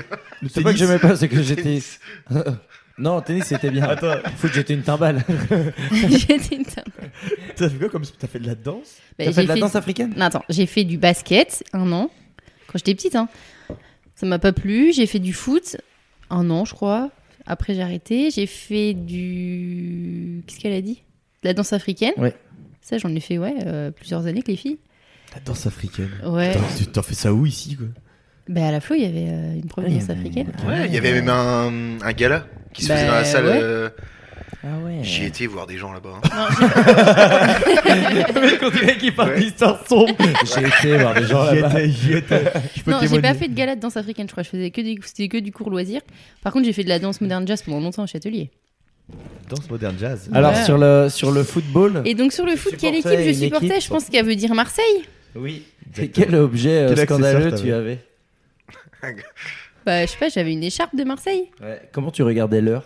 Speaker 4: C'est pas que j'aimais pas, c'est que j'étais.
Speaker 5: tennis.
Speaker 4: non, tennis c'était bien. Foot, j'étais une timbale.
Speaker 6: J'étais une teinte.
Speaker 8: T'as fait quoi comme T'as fait de la danse
Speaker 6: Bah,
Speaker 4: T'as fait
Speaker 6: j'ai
Speaker 4: de la
Speaker 6: fait-
Speaker 4: danse africaine
Speaker 6: Non, attends, j'ai fait du basket un an, quand j'étais petite. Hein. Ça m'a pas plu. J'ai fait du foot un an, je crois. Après, j'ai arrêté. J'ai fait du. Qu'est-ce qu'elle a dit De la danse africaine.
Speaker 4: Ouais.
Speaker 6: Ça, j'en ai fait, ouais, euh, plusieurs années que les filles.
Speaker 8: La danse africaine.
Speaker 6: Ouais.
Speaker 8: Putain, tu- T'as fait ça où ici quoi
Speaker 6: Bah, à la Flo, il y avait euh, une prof de
Speaker 4: Ah, il y
Speaker 6: danse
Speaker 4: avait-
Speaker 6: africaine.
Speaker 5: Ouais, il y avait même un, un gala qui se
Speaker 6: Bah,
Speaker 5: faisait dans la salle.
Speaker 6: ouais.
Speaker 5: euh,
Speaker 4: Ah ouais.
Speaker 5: J'y ai été voir des gens là-bas. hein.
Speaker 4: qui
Speaker 5: parle Ouais.
Speaker 4: d'histoire sombre. J'ai été voir des gens
Speaker 8: J'y
Speaker 4: là-bas.
Speaker 8: étais, j'y étais. Je peux
Speaker 6: Non, j'ai
Speaker 8: témoigner.
Speaker 6: pas fait de gala de danse africaine, je crois. Je faisais que des... C'était que du cours loisir. Par contre, j'ai fait de la danse moderne jazz pendant longtemps au Châtelier.
Speaker 8: Danse moderne jazz.
Speaker 4: Alors
Speaker 6: Ouais.
Speaker 4: sur le sur le football.
Speaker 6: Et donc, sur le
Speaker 4: Tu
Speaker 6: foot, quelle
Speaker 4: supportais
Speaker 6: équipe je
Speaker 4: une
Speaker 6: supportais
Speaker 4: équipe
Speaker 6: Je pense qu'elle veut dire Marseille.
Speaker 4: Oui.
Speaker 8: Exactement.
Speaker 4: Quel objet euh,
Speaker 8: Quel accessoire
Speaker 4: scandaleux
Speaker 8: t'avais
Speaker 4: tu avais
Speaker 6: Bah, je sais pas, j'avais une écharpe de Marseille.
Speaker 4: Comment tu regardais l'heure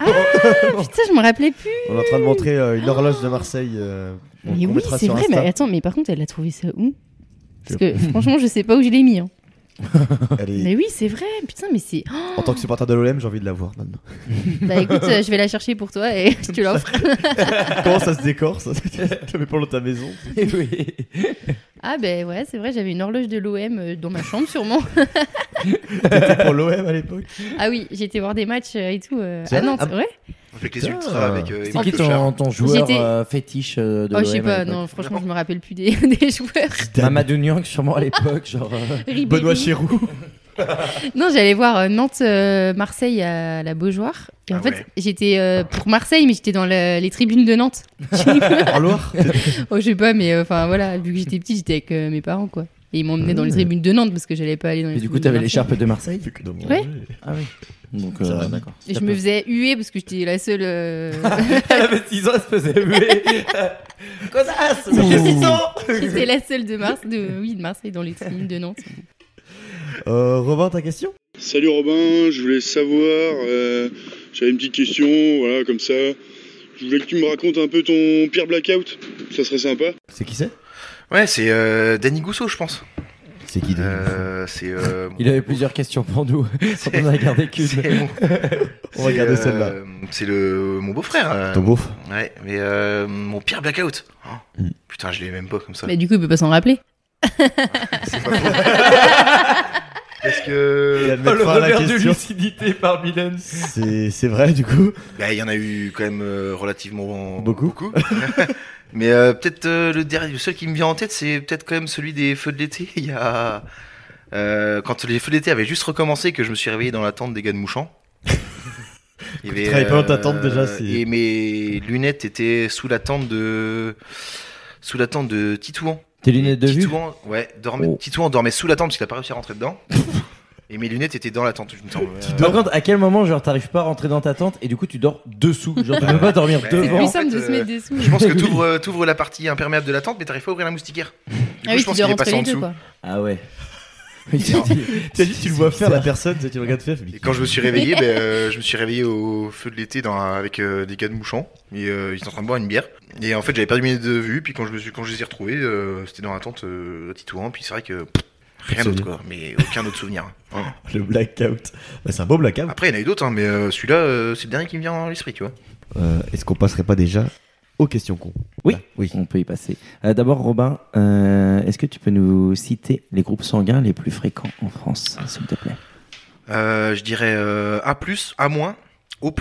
Speaker 6: Putain, je me rappelais plus.
Speaker 8: On est en train de montrer euh, une horloge de Marseille. euh, on-
Speaker 6: mais
Speaker 8: qu'on
Speaker 6: oui,
Speaker 8: mettra
Speaker 6: c'est
Speaker 8: sur
Speaker 6: vrai,
Speaker 8: Insta.
Speaker 6: mais attends, mais par contre, elle a trouvé ça où Parce que franchement, je sais pas où je l'ai mis. hein.
Speaker 8: Elle est-
Speaker 6: Mais oui, c'est vrai, putain, mais c'est. Oh,
Speaker 8: En tant que supporter de l'OM, j'ai envie de la voir maintenant.
Speaker 6: bah écoute, euh, je vais la chercher pour toi et je te l'offre.
Speaker 8: Comment ça se décore ça Tu mets pas dans ta maison.
Speaker 4: Eh Oui.
Speaker 6: Ah, bah ouais, c'est vrai, j'avais une horloge de l'OM euh, dans ma chambre, sûrement.
Speaker 8: C'était pour l'OM à l'époque.
Speaker 6: Ah oui, j'étais voir des matchs euh, et tout euh,
Speaker 8: C'est
Speaker 6: à
Speaker 8: vrai Ah,
Speaker 6: Nantes, ouais.
Speaker 5: Avec les
Speaker 8: Putain.
Speaker 5: ultras, avec euh,
Speaker 4: C'est
Speaker 5: Emmanuel
Speaker 4: qui
Speaker 5: Bouchard.
Speaker 4: ton, ton joueur
Speaker 6: J'étais-
Speaker 4: euh, fétiche euh, de
Speaker 6: Oh, je sais
Speaker 4: l'OM à
Speaker 6: pas,
Speaker 4: l'époque
Speaker 6: non, franchement, je me rappelle plus des, des joueurs.
Speaker 4: Mamadou Niang sûrement à l'époque genre. euh,
Speaker 6: Ribéry.
Speaker 8: Benoît Chérou.
Speaker 6: Non, j'allais voir euh, Nantes-Marseille à la Beaujoire. Et en
Speaker 5: Ah
Speaker 6: fait,
Speaker 5: ouais.
Speaker 6: j'étais euh, pour Marseille, mais j'étais dans le- les tribunes de Nantes.
Speaker 8: En Loire
Speaker 6: Oh, je sais pas, mais euh, enfin voilà, vu que j'étais petite, j'étais avec euh, mes parents quoi. Et ils m'emmenaient dans les tribunes de Nantes parce que j'allais pas aller dans les
Speaker 4: Et du coup
Speaker 6: tribunes
Speaker 4: t'avais
Speaker 6: de Marseille.
Speaker 4: l'écharpe de Marseille.
Speaker 8: Vu que dans mon-
Speaker 6: Ouais.
Speaker 4: Ah oui. Donc
Speaker 8: Ça
Speaker 4: euh,
Speaker 8: va,
Speaker 4: d'accord.
Speaker 6: Et je me faisais huer parce que j'étais la seule. euh,
Speaker 4: Elle avait 6 ans, elle se faisait huer. Cosasse, ça fait 6 ans.
Speaker 6: j'étais la seule de, Mars... de... Oui, de Marseille dans les tribunes de Nantes.
Speaker 8: Euh, Robin, ta question
Speaker 10: Salut Robin, je voulais savoir, euh, j'avais une petite question, voilà, comme ça. Je voulais que tu me racontes un peu ton pire blackout, ça serait sympa.
Speaker 8: C'est qui c'est
Speaker 5: Ouais, c'est euh, Danny Gousseau, je pense.
Speaker 8: C'est qui
Speaker 5: Euh, c'est. euh,
Speaker 4: Il avait plusieurs questions pour nous. On en a gardé
Speaker 5: c'est
Speaker 4: qu'une.
Speaker 5: mon-
Speaker 8: On va
Speaker 5: c'est,
Speaker 8: garder
Speaker 5: euh,
Speaker 8: celle-là.
Speaker 5: C'est le mon beau-frère. euh,
Speaker 8: Ton beauf.
Speaker 5: Ouais, mais euh, mon pire blackout. Oh,
Speaker 8: Mm.
Speaker 5: Putain, je l'ai même pas comme ça.
Speaker 6: Mais du coup, il peut pas s'en rappeler.
Speaker 5: C'est pas faux. Parce
Speaker 8: Et
Speaker 5: que
Speaker 8: elle mettra la question.
Speaker 4: lucidité par Mylène.
Speaker 8: C'est c'est vrai du coup.
Speaker 5: bah, il y en a eu quand même euh, relativement
Speaker 8: Beaucoup.
Speaker 5: mais euh, peut-être euh, le dernier, le seul qui me vient en tête, c'est peut-être quand même celui des feux de l'été. Il y a euh, quand les feux d'été avaient juste recommencé, que je me suis réveillé dans la tente des gars de Mouchamp. Il y
Speaker 8: Tu travailles pas dans ta tente, déjà, c'est-
Speaker 5: Et mes lunettes étaient sous la tente de sous la tente de Titouan.
Speaker 4: Tes lunettes de vue
Speaker 5: Titouan, ouais, dormait,
Speaker 4: Oh.
Speaker 5: Titouan dormait sous la tente parce qu'il a pas réussi à rentrer dedans. et mes lunettes étaient dans la tente, je me semble. Euh,
Speaker 4: Par contre, à quel moment, genre, t'arrives pas à rentrer dans ta tente et du coup, tu dors dessous Genre, tu peux pas dormir
Speaker 5: Ouais.
Speaker 6: C'est
Speaker 5: Bon, en
Speaker 6: plus
Speaker 4: devant.
Speaker 6: simple
Speaker 5: fait,
Speaker 6: de se
Speaker 5: euh,
Speaker 6: mettre dessous.
Speaker 5: Je pense que
Speaker 4: Oui.
Speaker 5: t'ouvres euh, t'ouvres la partie imperméable de la tente, mais t'arrives pas à ouvrir la moustiquaire. Du
Speaker 6: Ah
Speaker 5: coup,
Speaker 6: oui,
Speaker 5: je pense
Speaker 6: tu dois
Speaker 5: qu'il est
Speaker 6: rentrer
Speaker 5: passé en
Speaker 6: les deux
Speaker 5: dessous.
Speaker 6: quoi.
Speaker 4: Ah ouais.
Speaker 3: Tu as dit, tu le vois faire la personne, tu le regardes faire.
Speaker 5: Et quand je me suis réveillé, ben, euh, je me suis réveillé au feu de l'été dans- avec euh, des gars de Mouchamp. Et euh, ils étaient en train de boire une bière. Et en fait, j'avais perdu mes de vue. Puis quand je, me suis, quand je les ai retrouvés, euh, c'était dans la tente euh, à Titouan. Puis c'est vrai que pff, rien d'autre, quoi. Mais aucun autre souvenir. Vraiment.
Speaker 3: Le blackout. Bah, c'est un beau blackout.
Speaker 5: Après, il y en a eu d'autres, hein, mais euh, celui-là, euh, c'est le dernier qui me vient dans l'esprit, tu vois.
Speaker 3: Euh, Est-ce qu'on passerait pas déjà aux questions cons
Speaker 4: Oui.
Speaker 3: Ah, Oui.
Speaker 4: On peut y passer. Euh, D'abord, Robin, euh, est-ce que tu peux nous citer les groupes sanguins les plus fréquents en France, s'il te plaît
Speaker 5: Euh, je dirais euh, A, A-, O, B.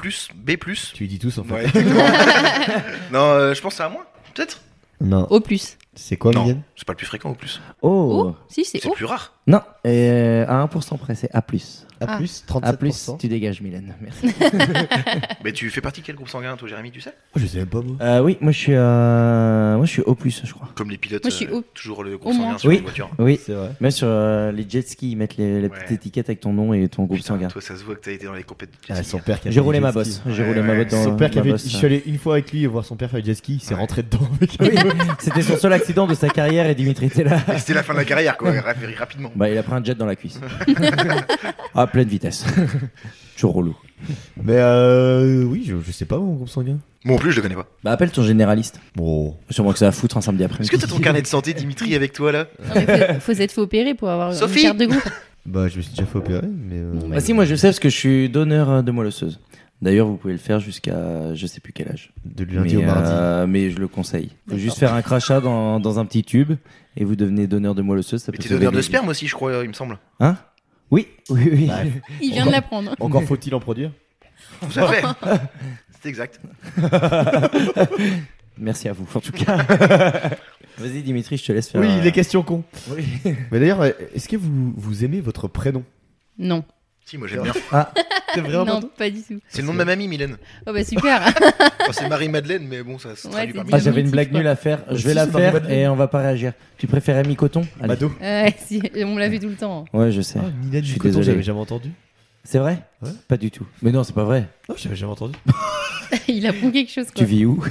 Speaker 3: Tu lui dis tous en fait.
Speaker 5: Ouais, exactement. non, euh, je pense à A-, peut-être
Speaker 3: Non.
Speaker 6: Au plus.
Speaker 3: C'est quoi,
Speaker 5: Non,
Speaker 3: Mylène
Speaker 5: c'est pas le plus fréquent au plus.
Speaker 4: Oh,
Speaker 6: Oh, si, c'est
Speaker 5: C'est
Speaker 6: oh.
Speaker 5: plus rare.
Speaker 4: Non, euh, à 1% près, c'est A.
Speaker 3: A
Speaker 6: Ah.
Speaker 3: plus,
Speaker 4: A,
Speaker 3: 37%.
Speaker 4: tu dégages, Mylène. Merci.
Speaker 5: Mais tu fais partie de quel groupe sanguin, toi, Jérémy, tu sais
Speaker 3: Oh, je sais même pas, moi.
Speaker 4: Euh, oui, moi je suis, euh, moi je suis O, je crois.
Speaker 5: Comme les pilotes,
Speaker 6: Moi, je suis
Speaker 5: euh,
Speaker 6: au-
Speaker 5: toujours le
Speaker 6: au
Speaker 5: groupe sanguin
Speaker 6: moins.
Speaker 5: sur
Speaker 4: Oui.
Speaker 5: les voitures.
Speaker 4: Oui,
Speaker 3: C'est vrai.
Speaker 4: mais sur euh, les jet skis, ils mettent les, la petite
Speaker 5: Ouais.
Speaker 4: étiquette avec ton nom et ton groupe
Speaker 5: Putain,
Speaker 4: sanguin.
Speaker 5: toi, ça se voit que t'as été dans les compétitions.
Speaker 3: Ah, son père qui a
Speaker 4: J'ai
Speaker 3: fait
Speaker 4: roulé
Speaker 3: des
Speaker 4: ma
Speaker 3: jet
Speaker 4: bosse.
Speaker 3: skis.
Speaker 4: J'ai
Speaker 5: Ouais,
Speaker 4: roulé ma
Speaker 5: ouais.
Speaker 4: botte dans
Speaker 3: Son père qui
Speaker 4: ma
Speaker 3: avait.
Speaker 4: bosse. euh.
Speaker 3: Je suis allé une fois avec lui voir son père faire du jet ski, il s'est
Speaker 5: Ouais.
Speaker 3: rentré dedans avec
Speaker 4: Oui, C'était son seul accident de sa carrière et Dimitri était là.
Speaker 5: Et C'était la fin de la carrière, quoi, rap- rapidement.
Speaker 4: Bah, il a pris un jet dans la cuisse. à pleine vitesse. Toujours relou.
Speaker 3: Mais euh, oui, je, je sais pas mon groupe sanguin.
Speaker 5: Moi, en plus, je le connais pas.
Speaker 4: Bah, appelle ton généraliste.
Speaker 3: Bon.
Speaker 4: Sûrement que ça va foutre un samedi après-midi.
Speaker 5: Est-ce que t'as ton carnet de santé, Dimitri, avec toi, là
Speaker 6: Non, mais faut, faut s'être fait opérer pour avoir
Speaker 5: Sophie
Speaker 6: une carte de groupe.
Speaker 3: Bah, je me suis déjà fait opérer, mais. euh,
Speaker 4: Bah, si, moi je sais parce que je suis donneur euh, de moelle osseuse. D'ailleurs, vous pouvez le faire jusqu'à je sais plus quel âge.
Speaker 3: De lundi
Speaker 4: mais,
Speaker 3: au mardi.
Speaker 4: euh, mais je le conseille. Faut
Speaker 6: D'accord.
Speaker 4: juste faire un crachat dans, dans un petit tube et vous devenez donneur de moelle osseuse. Ça
Speaker 5: Mais
Speaker 4: peut
Speaker 5: t'es
Speaker 4: sauver
Speaker 5: donneur
Speaker 4: des
Speaker 5: de
Speaker 4: vies.
Speaker 5: sperme aussi, je crois, il me semble.
Speaker 4: Hein Oui, Bah, oui, oui.
Speaker 6: Il vient de l'apprendre.
Speaker 3: Encore faut-il en produire
Speaker 5: Tout à fait. C'est exact.
Speaker 4: Merci à vous en tout cas. Vas-y Dimitri, je te laisse faire.
Speaker 3: Oui,
Speaker 4: euh,
Speaker 3: les questions cons.
Speaker 4: oui.
Speaker 3: Mais d'ailleurs, euh, est-ce que vous, vous aimez votre prénom
Speaker 6: Non.
Speaker 5: Si, moi, j'aime bien.
Speaker 3: C'est
Speaker 6: non, pas du tout.
Speaker 5: C'est le nom de ma mamie, Mylène.
Speaker 6: Oh bah super.
Speaker 5: Enfin, c'est Marie-Madeleine, mais bon, ça se
Speaker 6: Ouais,
Speaker 5: traduit
Speaker 6: c'est
Speaker 4: Ah,
Speaker 5: par Mylène.
Speaker 4: j'avais une
Speaker 6: Dimitri,
Speaker 4: blague
Speaker 6: quoi.
Speaker 4: nulle à faire. Je vais
Speaker 3: Si,
Speaker 4: la
Speaker 3: c'est
Speaker 4: faire
Speaker 3: Marie-Madeleine.
Speaker 4: et on va pas réagir. Tu préférais mi-coton Allez.
Speaker 3: Mado.
Speaker 6: ouais, si, on me l'avait tout le temps.
Speaker 4: Bah, Ouais, je sais.
Speaker 3: Ah, Mylène
Speaker 4: Je suis
Speaker 3: Ducoton,
Speaker 4: désolé.
Speaker 3: j'avais jamais entendu.
Speaker 4: C'est vrai
Speaker 3: Ouais.
Speaker 4: Pas du tout. Mais non, c'est pas vrai.
Speaker 3: Non, j'avais jamais entendu.
Speaker 6: Il apprend quelque chose quoi.
Speaker 4: Tu vis où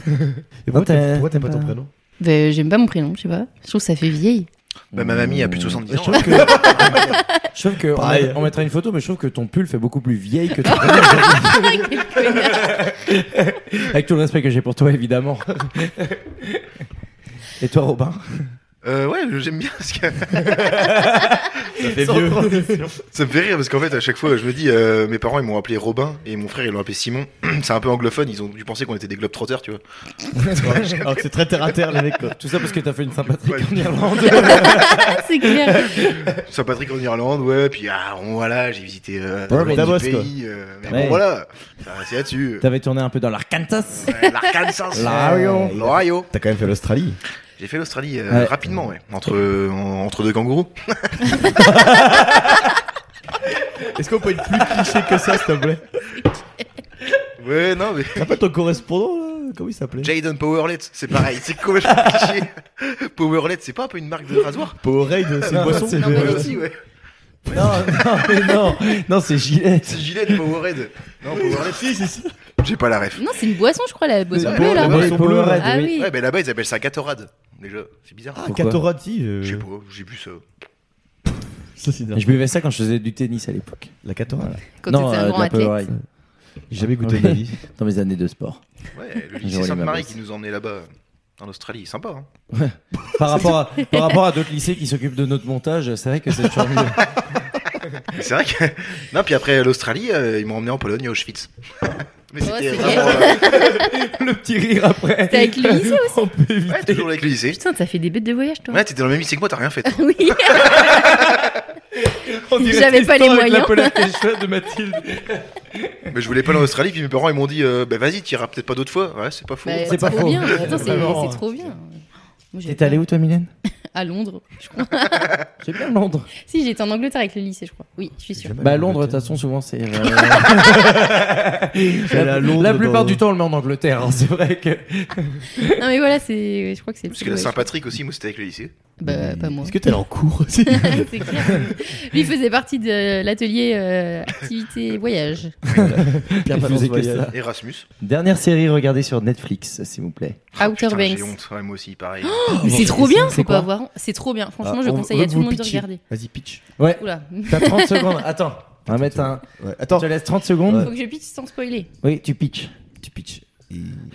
Speaker 3: Et pourquoi t'aimes
Speaker 4: Non, t'as-
Speaker 3: pourquoi t'aimes pas
Speaker 4: t'as
Speaker 3: ton
Speaker 4: pas-
Speaker 3: prénom
Speaker 6: Bah, j'aime pas mon prénom, je sais pas. Je trouve que ça fait vieille.
Speaker 5: Bah, ma mamie a plus de
Speaker 4: Mmh.
Speaker 5: 70
Speaker 4: Je
Speaker 5: ans.
Speaker 4: trouve
Speaker 5: hein.
Speaker 4: Je trouve que on,
Speaker 3: Pareil.
Speaker 4: met- on mettra une photo, mais je trouve que ton pull fait beaucoup plus vieille que ton
Speaker 6: Quel connard.
Speaker 4: Avec tout le respect que j'ai pour toi, évidemment. Et toi, Robin
Speaker 5: Euh, ouais, j'aime bien parce que
Speaker 3: Ça fait vieux.
Speaker 5: ça me fait rire parce qu'en fait à chaque fois je me dis euh, mes parents ils m'ont appelé Robin et mon frère ils l'ont appelé Simon. C'est un peu anglophone, ils ont dû penser qu'on était des globetrotters, tu vois.
Speaker 3: Alors que c'est très terre à terre, les mecs. quoi.
Speaker 4: Tout ça parce que t'as fait une sympathie
Speaker 5: Ouais.
Speaker 4: en Irlande.
Speaker 6: C'est clair.
Speaker 5: Saint Patrick en Irlande, ouais, puis ah bon, voilà, j'ai visité euh,
Speaker 4: Ouais, mais
Speaker 5: le
Speaker 3: Davos,
Speaker 5: pays euh, mais
Speaker 4: Ouais.
Speaker 5: bon voilà. Ça, C'est là-dessus.
Speaker 4: T'avais tourné un peu dans l'Arkansas.
Speaker 5: Ouais, L'Arkansas,
Speaker 4: L'Ohio.
Speaker 5: euh, l'Ohio.
Speaker 3: T'as quand même fait l'Australie.
Speaker 5: J'ai fait l'Australie euh,
Speaker 4: Ouais.
Speaker 5: rapidement, ouais. Entre, euh, en- entre deux kangourous.
Speaker 3: Est-ce qu'on peut être plus cliché que ça, s'il te plaît
Speaker 5: Ouais, non, mais.
Speaker 3: T'as pas ton correspondant, là Comment il s'appelait
Speaker 5: Jaden Powerlet, c'est pareil, c'est complètement cliché. Powerlet, c'est pas un peu une marque de rasoir
Speaker 3: Powerade, euh, Ah, c'est une boisson.
Speaker 4: c'est-
Speaker 6: non,
Speaker 3: mais-
Speaker 6: pas
Speaker 5: Ouais,
Speaker 6: du
Speaker 5: aussi, ouais.
Speaker 4: Non, non, mais non, non, c'est Gillette.
Speaker 5: C'est gilet de Powerade. Non, Powerade,
Speaker 3: Si, si, si.
Speaker 5: j'ai pas la ref.
Speaker 6: Non, c'est une boisson, je crois, la boisson
Speaker 5: La
Speaker 6: bleue
Speaker 5: bo-
Speaker 6: là.
Speaker 5: la boisson
Speaker 4: bleue,
Speaker 3: bleue,
Speaker 6: Ah oui.
Speaker 5: Ouais, mais là-bas, ils appellent ça Gatorade. Déjà, c'est bizarre.
Speaker 3: Ah,
Speaker 4: Pourquoi
Speaker 3: Catorade, si. euh,
Speaker 5: Je sais pas, j'ai vu ça.
Speaker 3: Ça, c'est dingue.
Speaker 4: Je buvais ça quand je faisais du tennis à l'époque.
Speaker 3: La Catorade.
Speaker 6: Quand
Speaker 4: non,
Speaker 6: t'es
Speaker 4: euh,
Speaker 6: un
Speaker 4: de
Speaker 6: grand
Speaker 4: la
Speaker 6: athlète.
Speaker 4: Powerade.
Speaker 3: J'ai jamais goûté
Speaker 4: Oui.
Speaker 3: de ma vie.
Speaker 4: Dans mes années de sport.
Speaker 5: Ouais, le
Speaker 4: J'aurais
Speaker 5: lycée
Speaker 4: les
Speaker 5: Sainte-Marie
Speaker 4: mêmes
Speaker 5: qui nous emmenait là-bas, en Australie. Sympa, hein.
Speaker 4: Par rapport à, par rapport à d'autres lycées qui s'occupent de notre montage, c'est vrai que c'est toujours mieux.
Speaker 5: Mais C'est vrai que. Non, puis après l'Australie, euh, ils m'ont emmené en Pologne, à Auschwitz. Mais
Speaker 6: Oh,
Speaker 5: c'était
Speaker 6: c'est
Speaker 5: vraiment. euh,
Speaker 4: Le petit rire après.
Speaker 6: T'es avec Louis ça
Speaker 4: On peut éviter.
Speaker 5: euh, ouais, toujours avec le lycée.
Speaker 6: Putain, ça fait des bêtes de voyage toi.
Speaker 5: Ouais, t'étais dans le même lycée que moi, t'as rien fait. toi.
Speaker 6: Oui.
Speaker 4: On dirait
Speaker 6: J'avais pas les
Speaker 4: Tristan avec la
Speaker 6: moyens.
Speaker 4: pelade et les cheveux de Mathilde.
Speaker 5: Mais je voulais pas aller en Australie, puis mes parents, ils m'ont dit, euh, bah vas-y, t'iras peut-être pas d'autres fois. Ouais, c'est pas faux.
Speaker 6: Bah,
Speaker 4: C'est pas
Speaker 6: trop
Speaker 4: faux.
Speaker 6: bien. Attends, c'est
Speaker 4: Vraiment.
Speaker 6: c'est trop bien. Moi, j'ai-
Speaker 4: T'es allé où toi, Mylène
Speaker 6: À Londres. je crois.
Speaker 4: J'ai bien Londres.
Speaker 6: Si, j'étais en Angleterre avec le lycée, je crois. Oui, je suis sûre.
Speaker 3: Jamais
Speaker 4: Bah
Speaker 3: allé en
Speaker 4: Londres, de toute
Speaker 3: Angleterre.
Speaker 4: façon, souvent c'est. euh,
Speaker 3: Elle est à
Speaker 4: la,
Speaker 3: Londres
Speaker 4: la
Speaker 3: dans-
Speaker 4: plupart du temps, on le met en Angleterre. hein, C'est vrai que.
Speaker 6: Non, mais voilà, c'est. Je crois que c'est.
Speaker 5: Parce que la Saint-Patrick aussi, moi, c'était avec le lycée.
Speaker 6: Bah, pas moi.
Speaker 8: Est-ce que t'es allé en cours aussi
Speaker 6: C'est clair. Lui il faisait partie de l'atelier euh, activité voyage.
Speaker 8: Pierre
Speaker 4: Il
Speaker 8: Balance
Speaker 4: faisait que
Speaker 8: Voyage.
Speaker 4: ça.
Speaker 5: Erasmus.
Speaker 4: Dernière série regardée sur Netflix, s'il vous plaît.
Speaker 6: Ah, Outer
Speaker 5: Oh, Putain,
Speaker 6: Banks.
Speaker 5: J'ai honte, ouais, moi aussi, pareil.
Speaker 6: Mais c'est trop
Speaker 4: c'est-
Speaker 6: bien,
Speaker 4: c'est
Speaker 6: faut
Speaker 4: quoi
Speaker 6: pas avoir. C'est trop bien. Franchement,
Speaker 3: Ah,
Speaker 6: je
Speaker 3: on-
Speaker 6: conseille
Speaker 3: on
Speaker 6: à
Speaker 3: veut
Speaker 6: tout le
Speaker 3: vous
Speaker 6: monde de
Speaker 3: pitcher.
Speaker 6: regarder.
Speaker 3: Vas-y, pitch.
Speaker 4: Ouais,
Speaker 6: Oula,
Speaker 4: t'as 30 secondes. Attends, on va mettre un.
Speaker 8: Ouais,
Speaker 4: Je
Speaker 8: Attends,
Speaker 4: te laisse 30 secondes.
Speaker 6: faut que je pitch sans spoiler.
Speaker 4: Oui, tu pitches.
Speaker 8: tu pitches.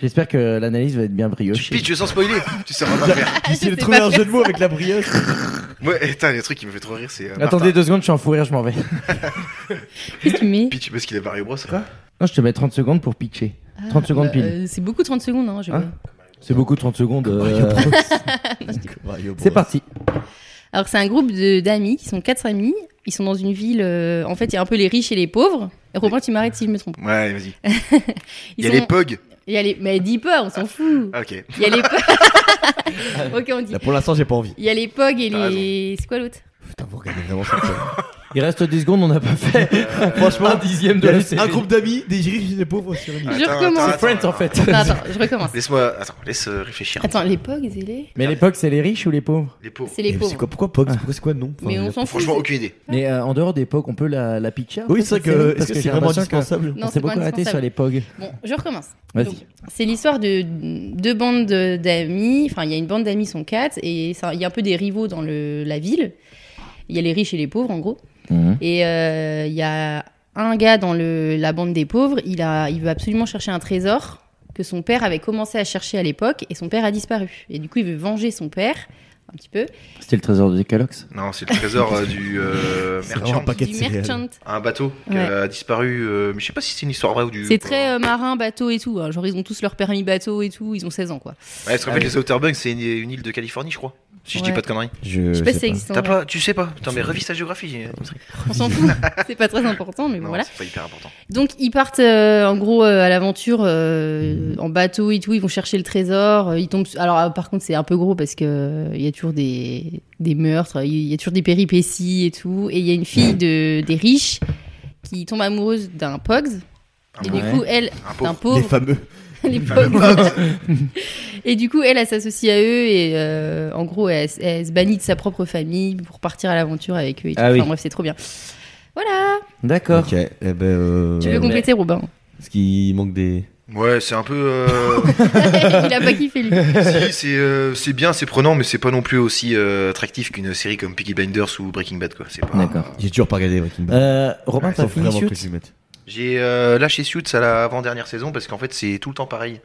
Speaker 4: J'espère que l'analyse va être bien
Speaker 5: Tu
Speaker 4: brioche.
Speaker 5: pitches sans spoiler Tu sauras pas faire.
Speaker 6: Ah, Je
Speaker 3: J'essaie de
Speaker 6: sais
Speaker 3: trouver
Speaker 6: pas
Speaker 3: un
Speaker 6: faire
Speaker 3: jeu de mots avec la brioche.
Speaker 5: Ouais, putain, le truc qui me fait trop rire, c'est. euh,
Speaker 4: Attendez
Speaker 5: Martin.
Speaker 4: deux secondes, je suis en fou rire, je m'en vais.
Speaker 6: Qu'est-ce que tu mets
Speaker 5: Pitch parce qu'il est Mario Bros. Quoi
Speaker 4: Non, je te mets 30 secondes pour pitcher. 30 secondes
Speaker 6: bah,
Speaker 4: pile.
Speaker 6: euh, c'est beaucoup 30 secondes, hein, je
Speaker 4: Hein C'est beaucoup 30 secondes. euh, C'est
Speaker 8: C'est pas.
Speaker 4: parti.
Speaker 6: Alors c'est un groupe de- d'amis qui sont quatre amis. Ils sont dans une ville. euh, en fait, il y a un peu les riches et les pauvres. Et Robin, tu m'arrêtes si je me trompe.
Speaker 5: Ouais, vas-y. Il
Speaker 6: Ils
Speaker 5: y a
Speaker 6: sont-
Speaker 5: les Pog.
Speaker 6: il y a les- Mais dis pas, on s'en fout.
Speaker 5: Ah, ok.
Speaker 6: Il y a les. ok, on dit.
Speaker 8: Là, pour l'instant, j'ai pas envie.
Speaker 6: Il y a les Pog et
Speaker 5: T'as
Speaker 6: les. C'est quoi l'autre
Speaker 8: Putain, vous regardez vraiment ça.
Speaker 4: Il reste 10 secondes, on n'a pas fait
Speaker 8: Franchement,
Speaker 4: un
Speaker 8: il
Speaker 4: dixième
Speaker 8: y
Speaker 4: de
Speaker 8: a
Speaker 4: la
Speaker 8: juste
Speaker 4: série.
Speaker 8: un groupe d'amis, des riches et des pauvres sur une île.
Speaker 6: Je recommence.
Speaker 4: C'est Friends en fait.
Speaker 8: hein.
Speaker 6: Attends, attends, je recommence.
Speaker 5: Laisse-moi. Attends, laisse euh, réfléchir.
Speaker 6: Attends, les Pog, c'est les.
Speaker 4: Mais à l'époque, c'est les riches ou les pauvres
Speaker 5: Les pauvres.
Speaker 6: C'est les
Speaker 8: Mais
Speaker 6: pauvres. Ah.
Speaker 8: C'est quoi, pourquoi Pog Pourquoi c'est quoi le nom Enfin,
Speaker 6: Mais
Speaker 8: je-
Speaker 6: on s'en fout.
Speaker 5: Franchement, aucune idée.
Speaker 4: Mais euh, en dehors des POG, on peut la, la pitcher un
Speaker 8: Ah,
Speaker 4: peu,
Speaker 8: Oui, c'est vrai
Speaker 4: cette
Speaker 8: que
Speaker 4: série
Speaker 8: est-ce que
Speaker 4: j'ai
Speaker 8: c'est vraiment
Speaker 4: l'impression que
Speaker 8: indispensable
Speaker 6: Non,
Speaker 4: On
Speaker 6: c'est
Speaker 4: s'est beaucoup
Speaker 6: pas
Speaker 4: arrêté sur
Speaker 6: indispensable.
Speaker 4: les POG.
Speaker 6: Bon, je recommence. Donc,
Speaker 4: Vas-y.
Speaker 6: C'est l'histoire de deux bandes de- d'amis. Enfin, il y a une bande d'amis, ils sont quatre, et ça- il y a un peu des rivaux dans le, la ville. Il y a les riches et les pauvres, en gros.
Speaker 4: Mhm.
Speaker 6: Et euh, il y a un gars dans le, la bande des pauvres, il, a, il veut absolument chercher un trésor que son père avait commencé à chercher à l'époque, et son père a disparu. Et du coup, il veut venger son père, un petit peu.
Speaker 4: C'était le trésor de Calox.
Speaker 5: Non, c'est le trésor euh, du euh,
Speaker 8: C'est vraiment
Speaker 5: merchant.
Speaker 8: un paquet de
Speaker 6: du
Speaker 8: céréales.
Speaker 6: merchant.
Speaker 5: Un bateau qui
Speaker 6: Ouais.
Speaker 5: a disparu. euh, mais je sais pas si c'est une histoire vraie ou du.
Speaker 6: C'est très euh, marin, bateau et tout. hein. Genre, ils ont tous leur permis bateau et tout. Ils ont 16 ans, quoi.
Speaker 5: Ouais, parce qu'en fait, les Outer Banks, c'est une, une île de Californie, je crois. Si je dis
Speaker 6: euh, Ouais.
Speaker 5: pas de conneries.
Speaker 6: Je sais pas si ça existe. en
Speaker 5: T'as
Speaker 6: vrai.
Speaker 5: pas, tu sais pas. Putain, mais revis ta géographie. euh,
Speaker 6: On s'en fout. C'est pas très important, mais bon,
Speaker 5: Non,
Speaker 6: voilà.
Speaker 5: c'est pas hyper important.
Speaker 6: Donc ils partent euh, en gros euh, à l'aventure euh,
Speaker 4: Mhm.
Speaker 6: en bateau et tout, ils vont chercher le trésor, euh, ils tombent sur- alors euh, par contre c'est un peu gros parce que euh, il y a toujours des des meurtres, il y a toujours des péripéties et tout et il y a une fille de des riches qui tombe amoureuse d'un pogs et
Speaker 4: Ouais.
Speaker 6: du coup elle
Speaker 5: Un
Speaker 6: d'un
Speaker 5: pauvre.
Speaker 6: pauvre
Speaker 8: Les fameux.
Speaker 6: les pauvres. et du coup, elle, elle s'associe à eux et euh, en gros, elle, elle se bannit de sa propre famille pour partir à l'aventure avec eux. Et tout.
Speaker 4: Ah oui.
Speaker 6: Enfin, bref, c'est trop bien. Voilà.
Speaker 4: D'accord.
Speaker 8: Ok, eh ben. euh,
Speaker 6: Tu veux
Speaker 4: mais-
Speaker 6: compléter, Robin
Speaker 8: Parce qu'il manque des.
Speaker 5: Ouais, c'est un peu. euh,
Speaker 6: Il a pas kiffé lui.
Speaker 5: si, c'est euh, c'est bien, c'est prenant, mais c'est pas non plus aussi euh, attractif qu'une série comme Peaky Blinders ou Breaking Bad, quoi. C'est pas.
Speaker 4: D'accord.
Speaker 8: J'ai toujours pas regardé Breaking Bad.
Speaker 4: Euh, Robin,
Speaker 8: Ils
Speaker 4: t'as
Speaker 8: sont
Speaker 4: fini
Speaker 8: vraiment que
Speaker 4: Suits
Speaker 8: je mette.
Speaker 5: J'ai euh, lâché Suits à la avant-dernière saison parce qu'en fait, c'est tout le temps pareil.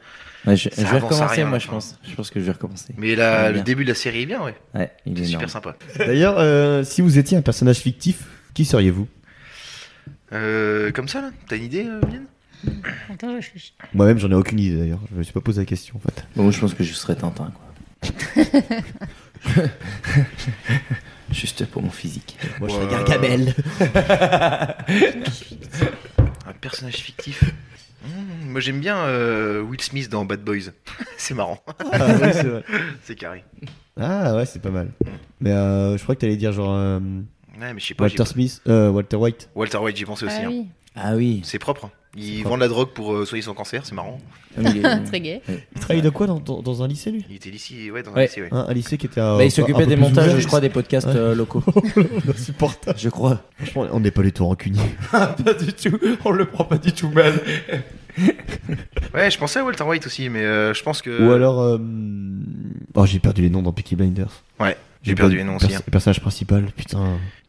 Speaker 4: Ouais, je, je
Speaker 5: Ça
Speaker 4: vais
Speaker 5: avance à
Speaker 4: recommencer,
Speaker 5: rien,
Speaker 4: moi, je
Speaker 5: enfin.
Speaker 4: pense. Je pense que je vais recommencer.
Speaker 5: Mais la-
Speaker 4: Ouais,
Speaker 5: le
Speaker 4: bien.
Speaker 5: début de la série est bien, ouais.
Speaker 4: Ouais, il
Speaker 5: C'est
Speaker 4: est
Speaker 5: super
Speaker 4: énorme.
Speaker 5: sympa.
Speaker 8: D'ailleurs, euh, si vous étiez un personnage fictif, qui seriez-vous
Speaker 5: Euh, comme ça, là T'as une idée, euh, Mylène
Speaker 6: Attends, je réfléchis.
Speaker 8: Moi-même, j'en ai aucune idée d'ailleurs. Je me suis pas posé la question en fait.
Speaker 4: Bon, je pense que je serais Tintin, quoi. Juste pour mon physique.
Speaker 8: Moi,
Speaker 3: Bah,
Speaker 5: je serais
Speaker 8: Gargamel.
Speaker 5: Un personnage fictif. Hmm, moi, j'aime bien euh, Will Smith dans Bad Boys. c'est marrant.
Speaker 8: Ah, ouais, c'est vrai.
Speaker 5: C'est carré.
Speaker 8: Ah, ouais, c'est pas mal. Mais euh, je crois que t'allais dire genre euh,
Speaker 5: Ouais, mais je sais pas. j'ai-
Speaker 8: Walter Smith, euh, Walter White.
Speaker 5: Walter White, j'y pensais aussi.
Speaker 6: Ah
Speaker 5: hein.
Speaker 6: oui,
Speaker 4: Ah oui.
Speaker 5: C'est propre.
Speaker 8: C'est
Speaker 5: Il
Speaker 8: propre.
Speaker 5: vend de la drogue pour euh, soigner son cancer, c'est marrant.
Speaker 6: très gay.
Speaker 8: Il travaillait de quoi dans, dans- dans un lycée lui
Speaker 5: Il était lycée, ouais, dans un
Speaker 4: Ouais.
Speaker 5: lycée, ouais.
Speaker 8: Hein, Un lycée qui était. à-
Speaker 4: Bah, il
Speaker 8: un
Speaker 4: s'occupait
Speaker 8: peu
Speaker 4: des
Speaker 8: plus
Speaker 4: montages,
Speaker 8: ouvert.
Speaker 4: je crois, des podcasts
Speaker 8: Ouais.
Speaker 4: euh, locaux.
Speaker 8: Insupportable.
Speaker 4: je crois.
Speaker 8: Franchement, on n'est pas du tout rancunier.
Speaker 4: pas du tout. On le prend pas du tout mal.
Speaker 5: Ouais, je pensais à Walter White aussi, mais euh, je pense que.
Speaker 8: Ou alors. euh, Oh, j'ai perdu les noms dans Peaky Blinders.
Speaker 5: Ouais, j'ai perdu les noms aussi. hein.
Speaker 8: Le personnage principal, putain.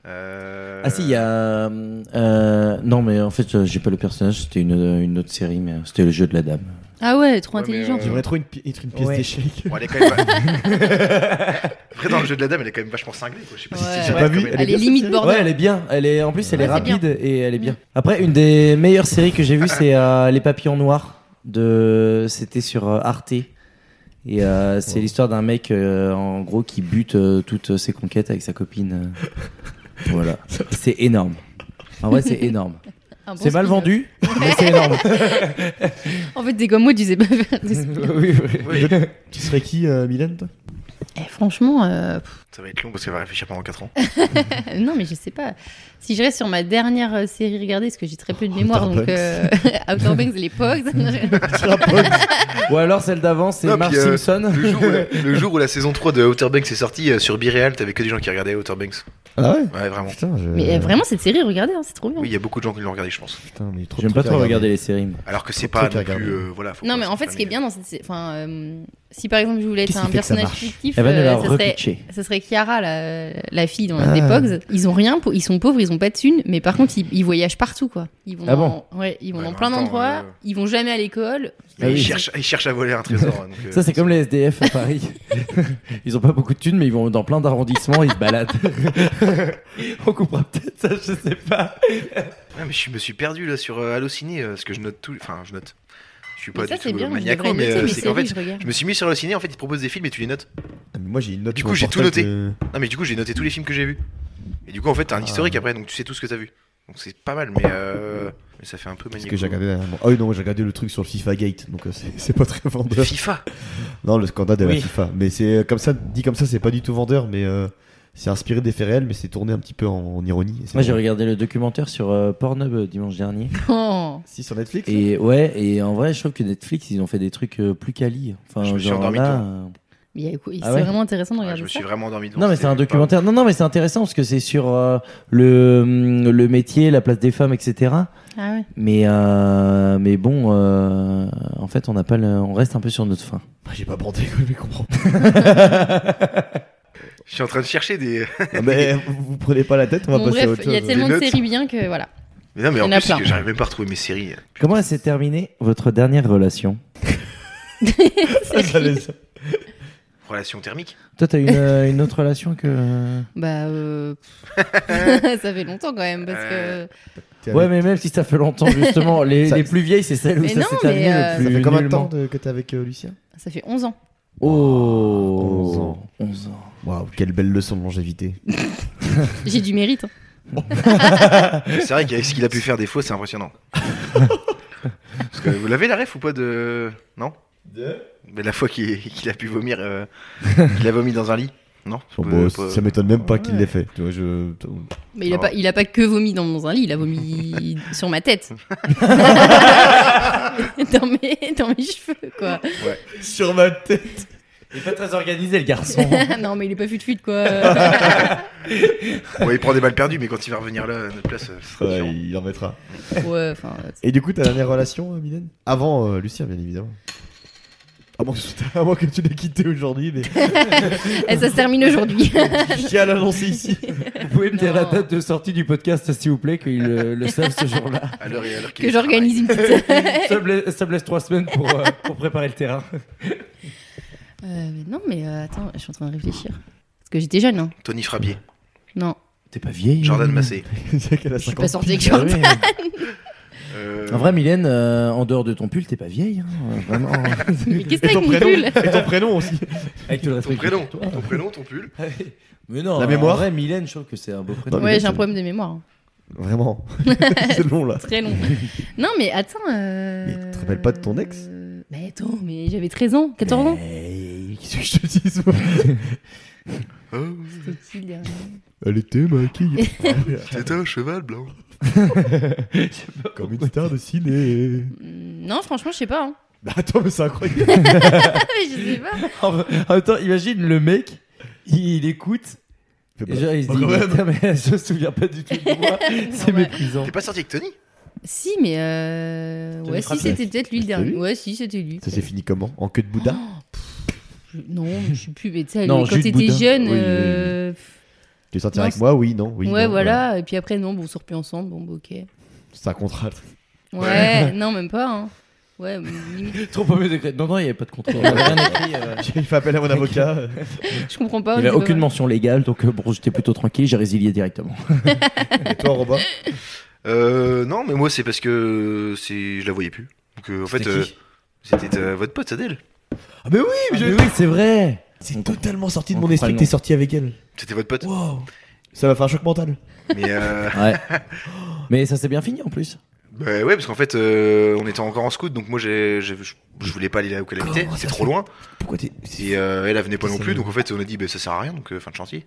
Speaker 5: Euh,
Speaker 4: Ah si, il y a... euh, euh, non, mais en fait, euh, j'ai pas le personnage, c'était une, une autre série, mais euh, c'était le jeu de la dame.
Speaker 6: Ah ouais, trop
Speaker 5: Ouais,
Speaker 6: intelligent.
Speaker 5: mais, euh,
Speaker 8: J'aimerais trop une pi- être une pièce
Speaker 4: Ouais.
Speaker 8: d'échec.
Speaker 5: Bon, elle est quand même. Après, dans le jeu de la dame, elle est quand même vachement cinglée. Quoi. Je sais pas si
Speaker 6: Ouais.
Speaker 5: c'est
Speaker 6: J'ai
Speaker 5: vrai,
Speaker 8: pas vu,
Speaker 5: quand même.
Speaker 8: elle est
Speaker 6: Elle est
Speaker 8: bien,
Speaker 6: limite
Speaker 8: cette
Speaker 4: Ouais,
Speaker 6: bordel.
Speaker 4: elle est bien. Elle est, en plus, elle est
Speaker 6: Ouais, c'est
Speaker 4: rapide et elle est bien. Après, une des meilleures séries que j'ai vues, c'est euh, Les Papillons Noirs. De... C'était sur euh, Arte. Et euh, c'est l'histoire d'un mec, euh, en gros, qui bute euh, toutes ses conquêtes avec sa copine. euh. voilà. C'est énorme. En vrai, c'est énorme.
Speaker 6: Un bon
Speaker 4: c'est mal
Speaker 6: spin-off.
Speaker 4: vendu, mais c'est énorme.
Speaker 6: En fait, t'es comme moi, tu sais pas faire de spin-off.
Speaker 4: oui, oui.
Speaker 5: Oui.
Speaker 8: Tu serais qui, euh, Mylène, toi
Speaker 6: Eh, franchement, euh,
Speaker 5: Ça va être long parce qu'elle va réfléchir pendant 4 ans.
Speaker 6: Euh, non, mais je sais pas. Si je reste sur ma dernière euh, série regardée, parce que j'ai très peu de mémoire,
Speaker 3: Outer
Speaker 6: donc
Speaker 3: Banks.
Speaker 6: euh, Outer Banks, les Pogs.
Speaker 4: Ou alors celle d'avant, c'est
Speaker 5: Non,
Speaker 4: Mark
Speaker 5: puis, euh,
Speaker 4: Simpson.
Speaker 5: Le jour, où la, le jour où la saison 3 de Outer Banks est sortie, euh, sur Biréal, t'avais que des gens qui regardaient Outer Banks.
Speaker 3: Ah ouais
Speaker 5: Ouais, vraiment.
Speaker 3: Putain, je.
Speaker 6: mais euh, vraiment, cette série, regardez, hein, c'est trop bien.
Speaker 5: Oui, il y a beaucoup de gens qui l'ont regardé, je pense.
Speaker 3: Putain, mais trop de
Speaker 4: J'aime pas
Speaker 3: trucs à
Speaker 4: trop regarder les séries. moi.
Speaker 5: Alors que c'est
Speaker 3: Faut
Speaker 5: pas
Speaker 3: tout
Speaker 5: non
Speaker 3: regarder.
Speaker 5: plus. euh, voilà, faut
Speaker 6: non,
Speaker 5: pas
Speaker 6: mais
Speaker 5: se
Speaker 6: en fait, ce qui est bien
Speaker 5: familier.
Speaker 6: dans cette série. Enfin, euh, si par exemple, je voulais être
Speaker 3: Qu'est-ce
Speaker 6: un
Speaker 3: qui fait que ça
Speaker 6: personnage
Speaker 3: marche
Speaker 6: fictif,
Speaker 4: Evan, Eh ben, elle
Speaker 6: euh,
Speaker 4: a
Speaker 6: ça, serait,
Speaker 4: repitché.
Speaker 6: ça serait Kiara, la, la fille dans
Speaker 3: Ah.
Speaker 6: les Pogs. Ils ont rien, ils sont pauvres, ils ont pas de thunes, mais par contre, ils, ils voyagent partout, quoi. Ils vont
Speaker 4: Ah bon
Speaker 6: en- ouais, ils vont
Speaker 5: Ouais,
Speaker 6: dans
Speaker 5: mais en
Speaker 6: plein
Speaker 5: même temps,
Speaker 6: d'endroits,
Speaker 5: euh,
Speaker 6: ils vont jamais à l'école.
Speaker 5: Mais
Speaker 4: Ah
Speaker 5: ils,
Speaker 4: oui.
Speaker 5: cherchent, ils cherchent à voler un trésor. hein, donc, euh,
Speaker 4: Ça, c'est comme les SDF à Paris. ils ont pas beaucoup de thunes, mais ils vont dans plein d'arrondissements, ils se baladent. On coupera peut-être ça, je sais pas.
Speaker 5: Ouais, mais je me suis perdu là sur euh, Allociné, euh, parce que je note tout. Enfin, je note. Je suis pas
Speaker 6: Mais ça,
Speaker 5: du tout
Speaker 6: c'est bien.
Speaker 5: euh,
Speaker 6: je
Speaker 5: maniaco,
Speaker 6: devrais
Speaker 5: mais
Speaker 6: noter
Speaker 5: euh,
Speaker 6: mes
Speaker 5: c'est qu'en
Speaker 6: séries,
Speaker 5: fait,
Speaker 6: je regarde.
Speaker 5: je me suis mis sur Allociné. En fait, ils te proposent des films et tu les notes.
Speaker 3: Ah, mais moi j'ai une note.
Speaker 5: Du
Speaker 3: sur
Speaker 5: coup,
Speaker 3: mon
Speaker 5: j'ai tout
Speaker 3: portable
Speaker 5: noté.
Speaker 3: de-
Speaker 5: Non, mais du coup, j'ai noté tous les films que j'ai vus. Et du coup, en fait, t'as un historique après, donc tu sais tout ce que t'as vu. Donc c'est pas mal, mais, euh, mais ça fait un peu
Speaker 3: Parce
Speaker 5: maniaco.
Speaker 3: que j'ai regardé dernièrement. Ah oui, non, j'ai regardé le truc sur le FIFA Gate, donc euh, c'est c'est pas très vendeur.
Speaker 5: FIFA
Speaker 3: Non, le scandale de la
Speaker 4: Oui.
Speaker 3: FIFA. Mais c'est euh, comme ça, dit comme ça, c'est pas du tout vendeur, mais euh, c'est inspiré des faits réels, mais c'est tourné un petit peu en, en ironie. et c'est
Speaker 4: Moi, j'ai
Speaker 3: bon.
Speaker 4: regardé le documentaire sur euh, Pornhub euh, dimanche dernier.
Speaker 6: Oh.
Speaker 3: Si sur Netflix.
Speaker 4: Et ouais, et en vrai, je trouve que Netflix, ils ont fait des trucs euh, plus quali. Enfin,
Speaker 5: Je me suis
Speaker 4: genre
Speaker 5: endormi,
Speaker 4: là,
Speaker 5: toi.
Speaker 4: euh,
Speaker 6: Mais il y a- C'est
Speaker 4: Ah ouais
Speaker 6: vraiment intéressant de
Speaker 5: Ouais,
Speaker 6: regarder
Speaker 5: Je me
Speaker 6: ça.
Speaker 5: suis vraiment endormi devant.
Speaker 4: Non, mais
Speaker 5: c'était
Speaker 4: c'est un
Speaker 5: pas-
Speaker 4: documentaire. Non, non, mais c'est intéressant parce que c'est sur euh, le, hum, le métier, la place des femmes, etc.
Speaker 6: Ah ouais.
Speaker 4: Mais, euh, mais bon, euh, en fait, on, n'a pas le- on reste un peu sur notre fin.
Speaker 3: Ah, j'ai pas bandé, mais comprends.
Speaker 5: Je suis en train de chercher des.
Speaker 3: Ah, mais vous, vous prenez pas la tête, on va
Speaker 6: Bon,
Speaker 3: passer
Speaker 6: bref,
Speaker 3: à autre
Speaker 6: il
Speaker 3: chose.
Speaker 6: y a tellement de
Speaker 5: notes.
Speaker 6: séries bien que voilà.
Speaker 5: Mais non, mais
Speaker 6: Il y
Speaker 5: en
Speaker 6: en a
Speaker 5: plus, c'est
Speaker 6: plein.
Speaker 5: que j'arrive même pas à retrouver mes séries. euh,
Speaker 4: Comment s'est terminée votre dernière relation
Speaker 3: Ah,
Speaker 6: Séries.
Speaker 5: Relation thermique
Speaker 4: Toi, t'as eu une, euh, une autre relation que.
Speaker 6: bah, euh, ça fait longtemps quand même parce que.
Speaker 5: Euh,
Speaker 3: T'es
Speaker 4: Ouais,
Speaker 3: avec-
Speaker 4: mais même si ça fait longtemps, justement, les,
Speaker 3: Ça-
Speaker 4: les plus vieilles, c'est celles où
Speaker 6: Mais
Speaker 4: ça
Speaker 6: non,
Speaker 4: s'est terminé
Speaker 6: mais,
Speaker 4: le
Speaker 6: euh,
Speaker 4: plus
Speaker 3: Ça fait combien de
Speaker 4: nullement.
Speaker 3: temps de- que t'es avec euh, Lucien
Speaker 6: Ça fait 11 ans.
Speaker 4: Oh
Speaker 3: 11 ans.
Speaker 4: 11 ans.
Speaker 3: Waouh, quelle belle leçon de longévité.
Speaker 6: J'ai du mérite. hein.
Speaker 5: C'est vrai qu'avec ce qu'il a pu faire des fois, c'est impressionnant. Parce que vous l'avez la ref ou pas de. Non mais La fois qu'il qu'il a pu vomir, euh, qu'il a vomi dans un lit Non
Speaker 3: Bon,
Speaker 5: Pas-
Speaker 3: bon,
Speaker 5: pas-
Speaker 3: Oh, bah, Ça m'étonne même pas qu'il
Speaker 6: Ouais.
Speaker 3: l'ait fait. Tu vois, je.
Speaker 6: Mais il a,
Speaker 5: Ah
Speaker 6: pas, il a pas que vomi dans mon lit, il a vomi sur ma tête. dans, mes, dans mes cheveux, quoi.
Speaker 3: Sur ma tête.
Speaker 4: Il est pas très organisé, le garçon.
Speaker 6: non, mais il est pas fut-fut, quoi.
Speaker 5: Ouais, il prend des balles perdues, mais quand il va revenir là, à notre place, euh, ce sera différent.
Speaker 3: il en mettra.
Speaker 6: ouais, enfin.
Speaker 3: Et du coup, ta dernière relation, euh, Mylène Avant euh, Lucien, bien évidemment. À moins que, à moins que tu l'aies quitté aujourd'hui, mais
Speaker 6: eh, ça se termine aujourd'hui.
Speaker 3: je tiens à l'annoncer ici.
Speaker 4: Vous pouvez me dire
Speaker 6: Non.
Speaker 4: la date de sortie du podcast, s'il vous plaît, qu'ils le, le savent ce jour-là.
Speaker 5: À l'heure et à l'heure qu'il
Speaker 6: que
Speaker 5: est
Speaker 6: j'organise une petite.
Speaker 4: ça, me laisse, ça me laisse trois semaines pour, euh, pour préparer le terrain.
Speaker 6: Euh, non, mais euh, attends, je suis en train de réfléchir. Parce que j'étais jeune, hein.
Speaker 5: travail. Tony Frabier,
Speaker 6: Non,
Speaker 4: T'es pas vieille. hein.
Speaker 5: Jordan Massé.
Speaker 3: C'est qu'elle a
Speaker 6: je suis
Speaker 3: 50
Speaker 6: pas sortie avec
Speaker 4: Ah
Speaker 3: bah
Speaker 6: Jordan.
Speaker 4: ouais.
Speaker 5: Euh,
Speaker 4: En vrai, Mylène, euh, en dehors de ton pull, t'es pas vieille. hein, euh, Vraiment.
Speaker 6: Mais qu'est-ce que
Speaker 3: Et
Speaker 6: c'est
Speaker 3: ton
Speaker 6: avec mon
Speaker 3: prénom
Speaker 6: pull
Speaker 3: Et ton prénom aussi.
Speaker 4: Avec tout le
Speaker 5: ton
Speaker 4: respect que j'ai
Speaker 5: prénom,
Speaker 4: pour toi.
Speaker 5: ton prénom, ton pull.
Speaker 4: Ah Mais non,
Speaker 3: La
Speaker 4: en
Speaker 3: mémoire
Speaker 4: vrai, Mylène, je trouve que c'est un beau prénom.
Speaker 3: Non, mais
Speaker 6: Ouais, j'ai un
Speaker 3: c'est-
Speaker 6: problème de mémoire. hein.
Speaker 3: Vraiment. C'est long là.
Speaker 6: Très long. non, mais attends. euh,
Speaker 3: Mais tu te rappelles pas de ton ex
Speaker 6: Mais attends, mais j'avais 13 ans, 14 ans.
Speaker 3: Mais Qu'est-ce que je te dis moi
Speaker 8: Ah,
Speaker 5: Oh,
Speaker 6: C'était qui le dernier
Speaker 3: Elle était maquillée
Speaker 5: C'est un cheval blanc.
Speaker 3: comme une star de ciné.
Speaker 6: Mm, Non, franchement, je sais pas. hein.
Speaker 3: Mais Bah, Attends, mais c'est incroyable.
Speaker 6: je sais pas.
Speaker 4: En même temps, imagine le mec, il, il écoute.
Speaker 3: Fais pas-
Speaker 4: Et genre, il se
Speaker 3: Bah,
Speaker 4: dit,
Speaker 3: quand même.
Speaker 4: Putain, mais je me souviens pas du tout de moi. c'est
Speaker 6: Ouais.
Speaker 4: méprisant.
Speaker 5: T'es pas sorti avec Tony
Speaker 6: Si, mais euh...
Speaker 4: Tony
Speaker 6: ouais, si
Speaker 4: Frappé.
Speaker 6: c'était peut-être lui le
Speaker 3: C'était
Speaker 6: dernier.
Speaker 3: lui
Speaker 6: Ouais, si c'était lui.
Speaker 3: Ça s'est fini comment En queue de Bouddha
Speaker 6: Oh Je- Non, mais je suis plus. Mais tu sais,
Speaker 4: Non,
Speaker 6: quand
Speaker 4: Jude
Speaker 6: t'étais
Speaker 4: Boudin.
Speaker 6: jeune,
Speaker 4: Oui, oui, oui.
Speaker 6: euh,
Speaker 3: Tu es sorti
Speaker 6: Non,
Speaker 3: avec
Speaker 6: c'est-
Speaker 3: moi Oui, non, oui.
Speaker 6: ouais,
Speaker 3: non,
Speaker 6: voilà. Et puis après, non, bon, on sort plus ensemble. Bon, bah, ok. Ouais,
Speaker 3: C'est un contrat.
Speaker 6: non, même pas. Hein. Ouais, limite,
Speaker 4: Trop pas mieux de Non, non, il n'y avait pas de contrôle. Il y avait rien écrit, euh,
Speaker 3: J'ai fait appel à mon avocat.
Speaker 6: je comprends pas.
Speaker 4: Il n'y
Speaker 6: Oh, c'est
Speaker 4: avait
Speaker 6: pas
Speaker 4: aucune
Speaker 6: mal.
Speaker 4: mention légale, donc euh, bon, j'étais plutôt tranquille, j'ai résilié directement.
Speaker 3: Et toi, Robin
Speaker 5: Euh, non, mais moi c'est parce que c'est, je la voyais plus. Donc euh, en fait, euh, c'était euh, votre pote Adèle.
Speaker 3: Ah, mais oui
Speaker 4: Ah, mais oui, c'est vrai
Speaker 3: C'est
Speaker 4: On
Speaker 3: totalement sorti de
Speaker 4: on
Speaker 3: mon
Speaker 4: comprend
Speaker 3: esprit
Speaker 4: le
Speaker 3: que t'es
Speaker 4: nom.
Speaker 3: sorti avec elle.
Speaker 5: C'était votre pote.
Speaker 3: Wow Ça m'a fait un choc mental.
Speaker 5: Mais euh,
Speaker 4: Ouais. Mais ça s'est bien fini en plus.
Speaker 5: Bah ouais, parce qu'en fait, euh, on était encore en scout, donc moi, j'ai, j'ai- je je voulais pas aller là où elle habitait,
Speaker 8: Comment
Speaker 5: c'est
Speaker 8: ça
Speaker 5: trop
Speaker 8: se-
Speaker 5: loin.
Speaker 8: Pourquoi t'es.
Speaker 5: Et euh, elle, elle venait pas non
Speaker 8: Ça-
Speaker 5: plus, donc en fait, on a dit, bah ça sert à rien, donc euh, fin de chantier.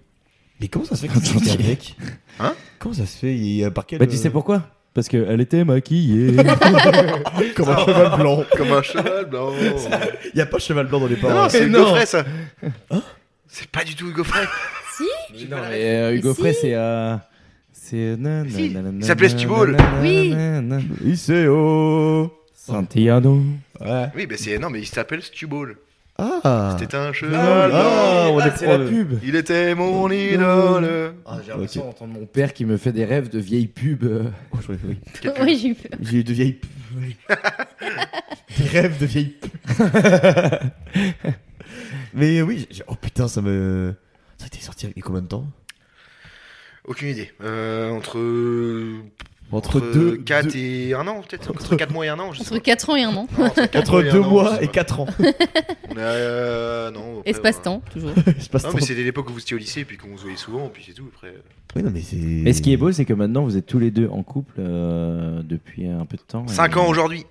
Speaker 8: Mais comment ça se fait que tu sorti avec
Speaker 5: Hein
Speaker 8: Comment ça se fait Il y a par quel.
Speaker 4: Bah, tu sais
Speaker 8: euh,
Speaker 4: pourquoi Parce qu'elle était maquillée.
Speaker 8: Comme un cheval blanc.
Speaker 5: Comme un cheval blanc.
Speaker 8: Il y a pas Hein cheval blanc dans les
Speaker 5: Non,
Speaker 8: paroles.
Speaker 5: c'est
Speaker 8: Mais
Speaker 5: Hugo Frey, ça. C'est pas du tout Hugo Frey.
Speaker 6: Si
Speaker 4: non, mais euh, Hugo
Speaker 6: Si.
Speaker 4: Frey, c'est. euh, C'est.
Speaker 5: Si. Il s'appelait Stiball.
Speaker 6: Oui.
Speaker 8: ICO
Speaker 4: Santiago.
Speaker 8: Ouais.
Speaker 5: Oui, bah c'est. Non, mais il s'appelle Stuball.
Speaker 8: Ah
Speaker 5: C'était un cheval blanc.
Speaker 8: on est
Speaker 4: la pub.
Speaker 5: Il était mon idole.
Speaker 4: j'ai l'impression d'entendre mon père qui me fait des rêves de vieilles pubs. euh.
Speaker 8: Oh, je croyais que-
Speaker 6: Ouais, j'ai eu peur.
Speaker 8: J'ai eu de vieilles. Des rêves de vieilles. Mais oui, j'ai- oh putain, ça me. Ça a été sorti il y a combien de temps
Speaker 5: Aucune idée. Euh, entre.
Speaker 8: Entre deux-
Speaker 5: 4
Speaker 8: deux-
Speaker 5: et 1 an, peut-être. Entre
Speaker 8: Entre-
Speaker 5: 4 mois et 1 an, je sais
Speaker 6: Entre 4 ans et 1 an.
Speaker 5: pas. Non,
Speaker 8: Entre
Speaker 5: quatre
Speaker 8: deux
Speaker 5: un an, je
Speaker 8: mois
Speaker 5: sais
Speaker 8: et
Speaker 5: pas.
Speaker 8: 4 ans.
Speaker 5: On est, euh, non, après,
Speaker 6: Espace-temps, toujours.
Speaker 8: Je passe
Speaker 5: voilà. Non, mais c'était l'époque où vous étiez au lycée, puis qu'on se voyait souvent, puis c'est tout. Après.
Speaker 8: Oui, non, mais c'est.
Speaker 4: Mais ce qui est beau, c'est que maintenant, vous êtes tous les deux en couple euh, depuis un peu de temps.
Speaker 5: 5
Speaker 4: Et-
Speaker 5: ans aujourd'hui.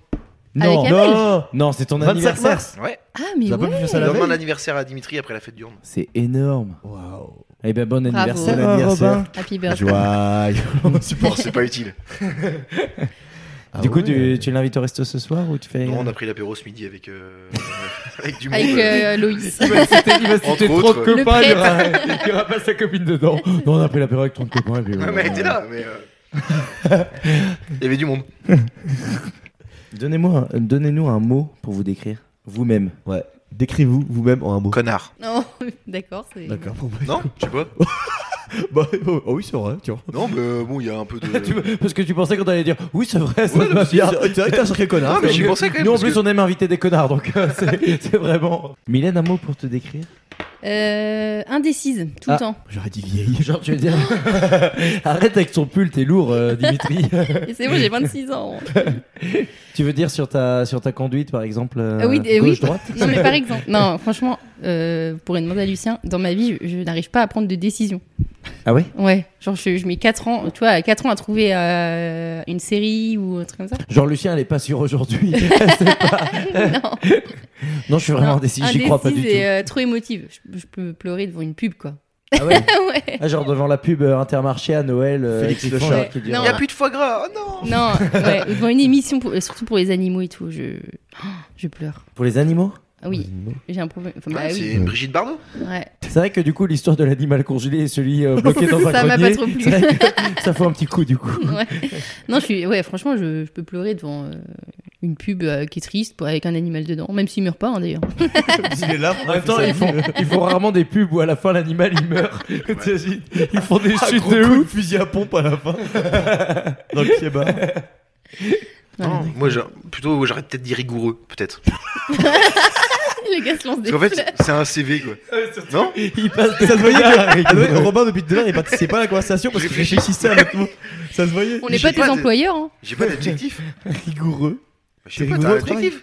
Speaker 4: Non,
Speaker 6: Avec
Speaker 8: Non
Speaker 4: non c'est ton
Speaker 8: 25
Speaker 4: anniversaire.
Speaker 8: mars
Speaker 5: Ouais.
Speaker 6: Ah, mais
Speaker 8: T'as pas
Speaker 6: ouais.
Speaker 8: pu faire ça la
Speaker 5: Le lendemain de
Speaker 8: veille
Speaker 5: l'anniversaire à Dimitri après la fête d'urne.
Speaker 4: C'est énorme.
Speaker 8: Waouh
Speaker 4: Eh ben, bon
Speaker 6: Bravo.
Speaker 4: anniversaire, Ah,
Speaker 8: Bon anniversaire.
Speaker 4: Robin.
Speaker 6: Happy birthday.
Speaker 8: Joyeux
Speaker 5: Bon, Oh, c'est pas utile.
Speaker 8: Ah
Speaker 4: du coup,
Speaker 8: ouais.
Speaker 4: tu, tu l'invites au resto ce soir ou tu fais.
Speaker 8: euh,
Speaker 5: Non, on a pris l'apéro ce midi avec, euh, avec du monde.
Speaker 6: Avec euh, Loïs.
Speaker 4: Il va citer- il va citer
Speaker 5: Entre
Speaker 4: trop
Speaker 5: autres.
Speaker 4: de copains,
Speaker 6: Le
Speaker 4: il y aura- il y aura pas sa copine dedans. Non, on a pris l'apéro avec ton copain. Et puis,
Speaker 5: Ouais,
Speaker 4: voilà.
Speaker 5: mais elle était là, mais. euh, Il y avait du monde.
Speaker 4: Donnez-moi, un- donnez-nous un mot pour vous décrire vous-même.
Speaker 8: Ouais. Décris-vous vous-même en un mot.
Speaker 5: Connard.
Speaker 6: Non, d'accord. c'est-
Speaker 8: D'accord. bon, bah,
Speaker 5: Non, tu vois
Speaker 8: bah, bah, oh oui, c'est vrai, tiens.
Speaker 5: Non, mais euh, bon, il y a un peu de.
Speaker 4: Tu- Parce que tu pensais qu'on allait dire oui, c'est vrai, ça
Speaker 8: Ouais,
Speaker 4: va bien.
Speaker 8: T'as été un sacré
Speaker 5: Ah,
Speaker 8: connard.
Speaker 5: mais j'y pensais quand même.
Speaker 4: Nous en
Speaker 5: parce
Speaker 4: plus,
Speaker 5: que-
Speaker 4: on aime inviter des connards, donc euh, c'est c'est vraiment. Mylène, un mot pour te décrire
Speaker 6: Euh, indécise, tout
Speaker 4: Ah.
Speaker 6: le temps.
Speaker 8: J'aurais dit vieille.
Speaker 4: Genre, tu veux dire. Arrête avec ton pull, t'es lourd, euh, Dimitri.
Speaker 6: Et c'est bon, j'ai 26 ans.
Speaker 4: tu veux dire sur ta, sur ta conduite, par exemple euh,
Speaker 6: Ah oui, et oui.
Speaker 4: Gauche-droite
Speaker 6: Non, mais par exemple, non, franchement, euh, vous pourrez demander à Lucien, dans ma vie, je, je n'arrive pas à prendre de décision.
Speaker 4: Ah ouais
Speaker 6: Ouais, genre, je, je mets 4 ans, tu vois, 4 ans à trouver euh, une série ou un truc comme ça.
Speaker 4: Genre, Lucien, elle est pas sûre aujourd'hui.
Speaker 6: non,
Speaker 4: non, je suis vraiment indécis, j'y crois pas du
Speaker 6: indécise et,
Speaker 4: tout.
Speaker 6: euh, trop émotive. Je, je peux pleurer devant une pub, quoi.
Speaker 4: Ah ouais
Speaker 6: ouais.
Speaker 4: Ah, genre devant la pub euh, Intermarché à Noël. euh,
Speaker 8: Félix
Speaker 4: qui
Speaker 8: le
Speaker 4: font,
Speaker 8: chat.
Speaker 4: là, qui dit,
Speaker 6: Non.
Speaker 5: Il y a plus de foie gras. Oh non
Speaker 6: Non, ouais, ou devant une émission, pour- surtout pour les animaux et tout, je, oh, je pleure.
Speaker 4: Pour les animaux Ah,
Speaker 6: Ah oui, j'ai un problème. Enfin, bah
Speaker 5: Ouais,
Speaker 6: oui,
Speaker 5: C'est Brigitte Bardot.
Speaker 6: ouais.
Speaker 4: C'est vrai que du coup, l'histoire de l'animal congelé et celui euh, bloqué dans un
Speaker 6: Ça m'a
Speaker 4: grenier,
Speaker 6: pas trop plu.
Speaker 4: c'est vrai que ça fait un petit coup du coup.
Speaker 6: Ouais. Non, je suis, ouais, franchement, je, je peux pleurer devant euh, une pub euh, qui est triste pour- avec un animal dedans, même s'il meurt pas hein, d'ailleurs.
Speaker 8: Il est là.
Speaker 4: En même temps, ils font, ils font rarement des pubs où à la fin l'animal il meurt. Ils font des
Speaker 8: Un
Speaker 4: chutes
Speaker 8: gros
Speaker 4: de
Speaker 8: coup de
Speaker 4: ouf.
Speaker 8: fusil à pompe à la fin. Dans le kebab.
Speaker 5: Non, moi, j'ai- plutôt, j'arrête peut-être dire rigoureux, peut-être.
Speaker 6: Le gars se lance des
Speaker 5: Parce qu'en fait, c'est un CV, quoi.
Speaker 6: Ah
Speaker 5: Non
Speaker 4: Ils passent
Speaker 8: Ça se voyait que
Speaker 4: Ah ouais,
Speaker 8: Robin, depuis tout à l'heure, il participait pas à la conversation parce qu'il réfléchissait avec moi. Ça se voyait.
Speaker 6: On n'est
Speaker 5: j'ai
Speaker 6: pas tes
Speaker 5: pas de-
Speaker 6: employeurs. hein.
Speaker 5: J'ai pas d'adjectif. Bah,
Speaker 8: rigoureux.
Speaker 5: Je sais
Speaker 8: T'es
Speaker 5: pas, t'as un
Speaker 8: rigoureux au travail
Speaker 5: adjectif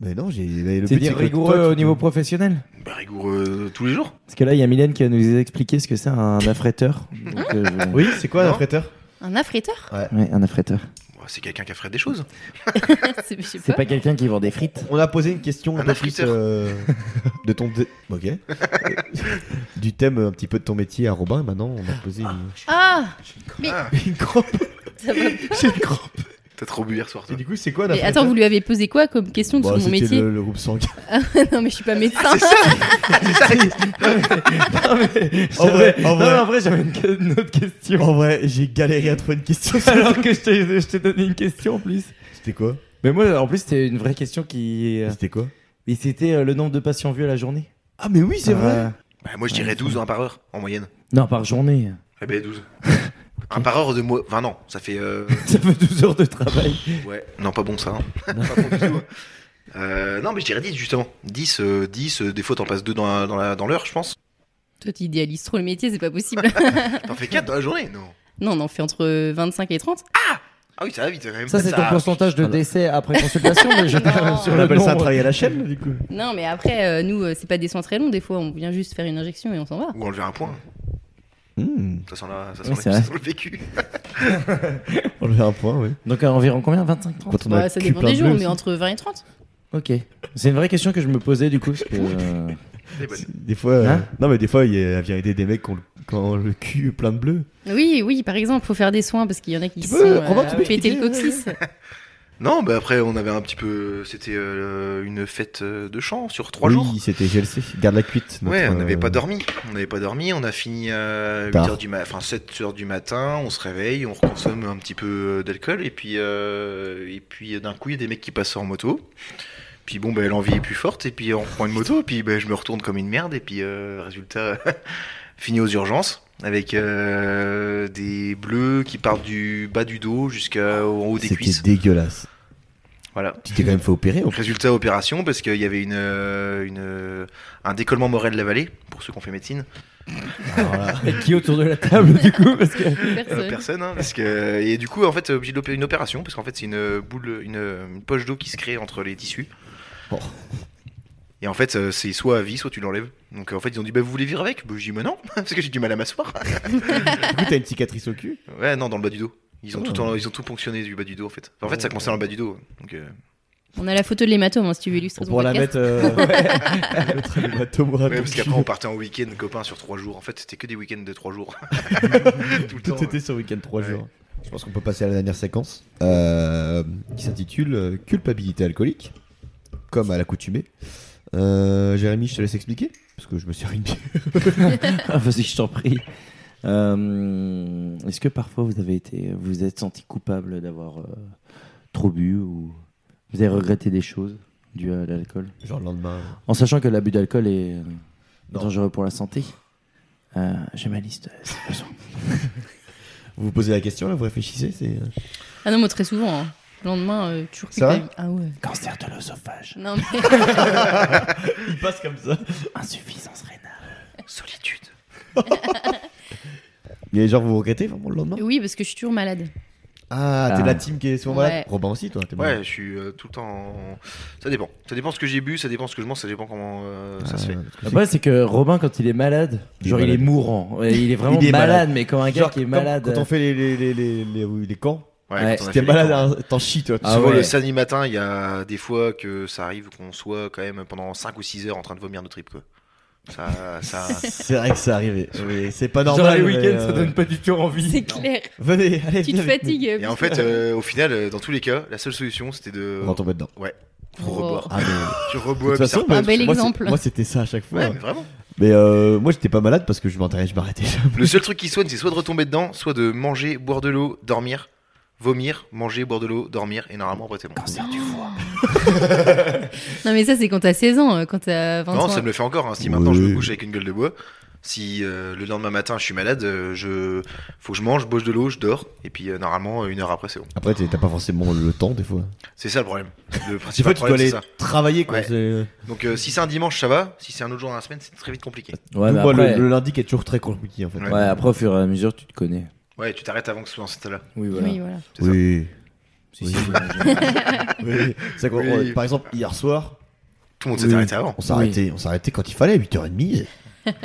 Speaker 8: Mais non, j'ai. mais le
Speaker 4: C'est
Speaker 8: but,
Speaker 4: dire
Speaker 8: que
Speaker 4: rigoureux
Speaker 8: toi, tu
Speaker 4: au
Speaker 8: te-
Speaker 4: niveau professionnel.
Speaker 5: Bah, rigoureux euh, tous les jours.
Speaker 4: Parce que là, il y a Mylène qui va nous expliquer ce que c'est un affréteur. Donc, euh, je-
Speaker 8: Oui, c'est quoi
Speaker 5: Non.
Speaker 8: un fretteur
Speaker 6: Un affréteur
Speaker 4: Ouais, un affréteur.
Speaker 5: Bon, Bah, C'est quelqu'un qui a fait des choses.
Speaker 6: C'est je sais
Speaker 4: C'est
Speaker 6: pas.
Speaker 4: pas quelqu'un qui vend des frites.
Speaker 8: On a posé une question un,
Speaker 5: Un
Speaker 8: peu plus
Speaker 5: affriteur.
Speaker 8: euh, de ton. dé- Ok. du thème euh, un petit peu de ton métier à Robin. et Maintenant, on a posé une.
Speaker 6: Ah
Speaker 8: Une crampe.
Speaker 6: ça va.
Speaker 8: J'ai une crampe.
Speaker 5: T'as trop bu hier soir,
Speaker 8: Et
Speaker 5: toi.
Speaker 8: du coup, c'est quoi un
Speaker 6: Mais attends, vous lui avez posé quoi comme question
Speaker 8: Bah,
Speaker 6: sur mon
Speaker 8: c'était
Speaker 6: métier
Speaker 8: le, le groupe sanguin.
Speaker 6: Non, mais je suis pas médecin.
Speaker 8: En vrai, en
Speaker 4: Non,
Speaker 8: vrai.
Speaker 4: mais en vrai, j'avais une, que- une autre question.
Speaker 8: En vrai, j'ai galéré à trouver une question.
Speaker 4: Alors que je t'ai, je t'ai donné une question en plus.
Speaker 8: C'était quoi
Speaker 4: Mais moi, en plus, c'était une vraie question qui. euh,
Speaker 8: C'était quoi
Speaker 4: Et c'était euh, le nombre de patients vus à la journée.
Speaker 8: Ah, mais oui, c'est vrai.
Speaker 4: Euh,
Speaker 5: Bah, moi, je dirais 12 un par heure, en moyenne.
Speaker 4: Non, par journée.
Speaker 5: Eh ben, 12. Un par heure de mois. Enfin, non, ça fait. euh,
Speaker 4: Ça fait 12 heures de travail.
Speaker 5: Ouais, non, pas bon ça. hein. Pas bon du tout, hein. Euh, non, mais je dirais 10 justement. 10, euh, 10 euh, des fois t'en passes 2 dans la- dans la- dans l'heure, je pense.
Speaker 6: Toi, tu idéalises trop le métier, c'est pas possible.
Speaker 5: T'en fais 4 dans la journée, non
Speaker 6: non, on en fait entre 25 et 30.
Speaker 5: Ah oui, ça va vite quand même.
Speaker 4: Ça, c'est ton pourcentage de décès après consultation déjà.
Speaker 6: Non.
Speaker 4: sur
Speaker 8: On
Speaker 4: le
Speaker 8: appelle ça
Speaker 4: nombre.
Speaker 8: travailler à la chaîne, du coup.
Speaker 6: Non, mais après, euh, nous, euh, c'est pas des soins très longs. Des fois, on vient juste faire une injection et on s'en va.
Speaker 5: Ou enlever un point.
Speaker 11: Hmm.
Speaker 5: Ça sent, la- ça sent
Speaker 4: Oui,
Speaker 5: la-
Speaker 4: c'est
Speaker 5: ça
Speaker 4: vrai.
Speaker 5: sent le vécu.
Speaker 3: On lui fait un point, oui.
Speaker 4: Donc à environ combien 25 30
Speaker 3: Quand on a
Speaker 6: Bah,
Speaker 3: le
Speaker 6: ça
Speaker 3: cul
Speaker 6: dépend
Speaker 3: plein
Speaker 6: des
Speaker 3: de
Speaker 6: jours,
Speaker 3: bleu
Speaker 6: mais
Speaker 3: aussi.
Speaker 6: entre 20 et 30.
Speaker 4: Ok. C'est une vraie question que je me posais du coup. parce que, euh,
Speaker 5: Elle est bonne.
Speaker 3: Des fois, euh,
Speaker 4: Hein
Speaker 3: non mais des fois, il y a- elle vient aider des mecs qui ont le, qui ont le cul plein de bleu.
Speaker 6: Oui, oui, par exemple, faut faire des soins parce qu'il y en a qui
Speaker 3: Tu
Speaker 6: se
Speaker 3: peux,
Speaker 6: sont
Speaker 3: Robin, tu peux
Speaker 6: pété le
Speaker 3: expliquer,
Speaker 6: coccyx.
Speaker 5: Non, bah après, on avait un petit peu. C'était euh, une fête euh, de chant sur trois
Speaker 3: oui,
Speaker 5: jours.
Speaker 3: c'était GLC. Garde la cuite. notre,
Speaker 5: Ouais, on n'avait
Speaker 3: euh,
Speaker 5: pas dormi. On n'avait pas dormi. On a fini à 8
Speaker 3: Tard.
Speaker 5: heures du ma- enfin 7 heures du matin. On se réveille, on reconsomme un petit peu euh, d'alcool. Et puis, euh, et puis euh, d'un coup, il y a des mecs qui passent en moto. Puis bon, ben l'envie est plus forte. Et puis, on prend une moto. Puis, ben, je me retourne comme une merde. Et puis, euh, résultat, fini aux urgences. Avec euh, des bleus qui partent du bas du dos jusqu'au haut des
Speaker 3: C'était
Speaker 5: cuisses.
Speaker 3: dégueulasse.
Speaker 5: Voilà.
Speaker 3: Tu t'es quand même fait opérer. en
Speaker 5: Donc, résultat opération, parce qu'il y avait une, euh, une, euh, un décollement moral de la vallée, pour ceux qui ont fait médecine.
Speaker 4: Et qui autour de la table du coup parce que...
Speaker 5: Euh,
Speaker 6: Personne.
Speaker 5: personne, hein, parce que et du coup en fait obligé d'opérer une opération parce qu'en fait c'est une euh, boule, une, une poche d'eau qui se crée entre les tissus.
Speaker 3: Oh.
Speaker 5: Et en fait euh, c'est soit à vie, soit tu l'enlèves. Donc en fait ils ont dit bah vous voulez vivre avec Bah, Je dis mais non parce que j'ai du mal à m'asseoir.
Speaker 3: Du coup, t'as une cicatrice au cul.
Speaker 5: ouais non dans le bas du dos. Ils ont
Speaker 3: Oh.
Speaker 5: tout en- ils ont tout ponctionné du bas du dos en fait. Enfin, en fait ça commençait dans le bas du dos. Donc euh,
Speaker 6: On a la photo de l'hématome hein, si tu veux illustrer
Speaker 3: On
Speaker 6: ton
Speaker 3: pourra la
Speaker 6: podcast.
Speaker 3: mettre. Euh... L'autre, elle va tomber à ton
Speaker 5: ouais, parce
Speaker 3: cul.
Speaker 5: qu'après on partait en week-end copain sur trois jours. En fait c'était que des week-ends de trois jours. tout le temps. euh,
Speaker 3: Tout était sur week-end 3
Speaker 5: Ouais.
Speaker 3: jours. Je pense qu'on peut passer à la dernière séquence euh, qui s'intitule euh, Culpabilité alcoolique, comme à l'accoutumée. Euh, Jérémy, je te laisse expliquer parce que je me suis rien dit.
Speaker 4: Ah, Vas-y, je t'en prie. Euh, Est-ce que parfois vous avez été, vous vous êtes senti coupable d'avoir euh, trop bu ou vous avez regretté des choses dues à l'alcool
Speaker 3: Genre le lendemain.
Speaker 4: En sachant que l'abus d'alcool est euh,
Speaker 3: Non.
Speaker 4: dangereux pour la santé. Euh, J'ai ma liste. euh, c'est pas ça.
Speaker 3: Vous vous posez la question là, vous réfléchissez. C'est euh,
Speaker 6: Ah non, moi très souvent. hein. Le lendemain, euh, toujours
Speaker 3: Ça
Speaker 6: culpable. Ah ouais.
Speaker 4: Cancer de l'œsophage,
Speaker 6: Non, mais...
Speaker 3: il passe comme ça.
Speaker 4: insuffisance rénale.
Speaker 5: Solitude.
Speaker 3: Mais genre vous regrettez vraiment le lendemain
Speaker 6: oui, parce que je suis toujours malade.
Speaker 3: Ah, t'es
Speaker 4: Ah.
Speaker 3: de la team qui est souvent
Speaker 6: Ouais.
Speaker 3: malade. Robin aussi, toi. T'es malade.
Speaker 5: Ouais, je suis euh, tout le temps. Ça dépend. Ça dépend ce que j'ai bu, ça dépend ce que je mange, ça dépend comment euh, ça se fait.
Speaker 3: Euh, parce que
Speaker 4: Le problème, c'est que Robin, quand il est malade,
Speaker 3: Il est
Speaker 4: genre il est
Speaker 3: malade.
Speaker 4: mourant. Ouais, Il est vraiment
Speaker 3: Il est
Speaker 4: malade,
Speaker 3: malade.
Speaker 4: mais comme un
Speaker 3: c'est-
Speaker 4: gars
Speaker 3: Genre,
Speaker 4: qui est
Speaker 3: quand-
Speaker 4: malade. euh,
Speaker 3: Quand on fait les, les, les, les, les- oui, les camps,
Speaker 4: Ouais,
Speaker 5: quand on a
Speaker 3: si t'es
Speaker 5: fait les
Speaker 3: malade,
Speaker 5: camps.
Speaker 3: hein, t'en chies, toi.
Speaker 4: Ah
Speaker 5: Souvent,
Speaker 4: ouais.
Speaker 5: le euh, samedi matin, il y a des fois que ça arrive qu'on soit quand même pendant 5 ou 6 heures en train de vomir nos tripes. Quoi. Ça, ça...
Speaker 3: C'est vrai que c'est arrivé. Oui, c'est pas
Speaker 4: Genre
Speaker 3: normal.
Speaker 4: les
Speaker 3: mais,
Speaker 4: week-ends,
Speaker 3: euh,
Speaker 4: ça donne pas du tout
Speaker 6: C'est
Speaker 4: envie.
Speaker 6: clair.
Speaker 3: Venez, allez, venez
Speaker 6: Tu
Speaker 3: avec
Speaker 6: te
Speaker 3: nous.
Speaker 6: fatigues.
Speaker 5: Et en fait, euh, au final, euh, dans tous les cas, la seule solution c'était de.
Speaker 3: On va tomber dedans.
Speaker 5: faut
Speaker 6: Oh.
Speaker 5: reboire.
Speaker 3: Ah, mais...
Speaker 5: Tu
Speaker 3: De toute
Speaker 5: rebois, puis ça
Speaker 3: façon,
Speaker 5: repart.
Speaker 3: moi,
Speaker 6: un bel
Speaker 3: moi, c'est-
Speaker 6: exemple.
Speaker 3: Moi, c'était ça à chaque fois.
Speaker 5: Ouais, mais vraiment.
Speaker 3: Mais euh, moi, j'étais pas malade parce que je m'enterrais, je m'arrêtais jamais.
Speaker 5: Le seul truc qui soigne, c'est soit de retomber dedans, soit de manger, boire de l'eau, dormir, vomir, manger, boire de l'eau, dormir, et normalement, après, c'est bon.
Speaker 6: Non, mais ça, c'est quand t'as 16 ans. euh, Quand t'as 20
Speaker 5: Non,
Speaker 6: ans.
Speaker 5: ça me le fait encore. hein. Si maintenant je me
Speaker 3: Oui.
Speaker 5: couche avec une gueule de bois, si euh, le lendemain matin je suis malade, euh, je faut que je mange, je bois de l'eau, je dors, et puis euh, normalement euh, une heure après c'est bon.
Speaker 3: Après, t'es- t'as pas forcément le temps, des fois.
Speaker 5: C'est ça le problème. Le
Speaker 3: Des
Speaker 5: principal
Speaker 3: fois, tu dois
Speaker 5: problème c'est
Speaker 3: aller
Speaker 5: ça.
Speaker 3: travailler, quoi.
Speaker 5: Ouais.
Speaker 3: c'est-
Speaker 5: Donc euh, si c'est un dimanche ça va, si c'est un autre jour dans la semaine c'est très vite compliqué.
Speaker 8: bah
Speaker 4: Ouais, mais
Speaker 3: Moi, le-
Speaker 4: après,
Speaker 3: le, lundi qui est toujours très compliqué, en fait.
Speaker 5: Ouais.
Speaker 4: ouais, après, au fur et à mesure, tu te connais.
Speaker 5: Ouais, tu t'arrêtes avant que ce soit dans cet état-là.
Speaker 4: Oui, voilà.
Speaker 6: Oui, voilà.
Speaker 5: C'est ça.
Speaker 3: Oui.
Speaker 4: Si, si,
Speaker 3: Oui.
Speaker 4: j'imagine.
Speaker 3: Oui. C'est quoi,
Speaker 5: Oui.
Speaker 3: on- Par exemple, hier soir,
Speaker 5: Tout le monde s'est
Speaker 4: Oui.
Speaker 5: arrêté avant.
Speaker 3: on s'arrêtait, on s'arrêtait quand il fallait, 8h30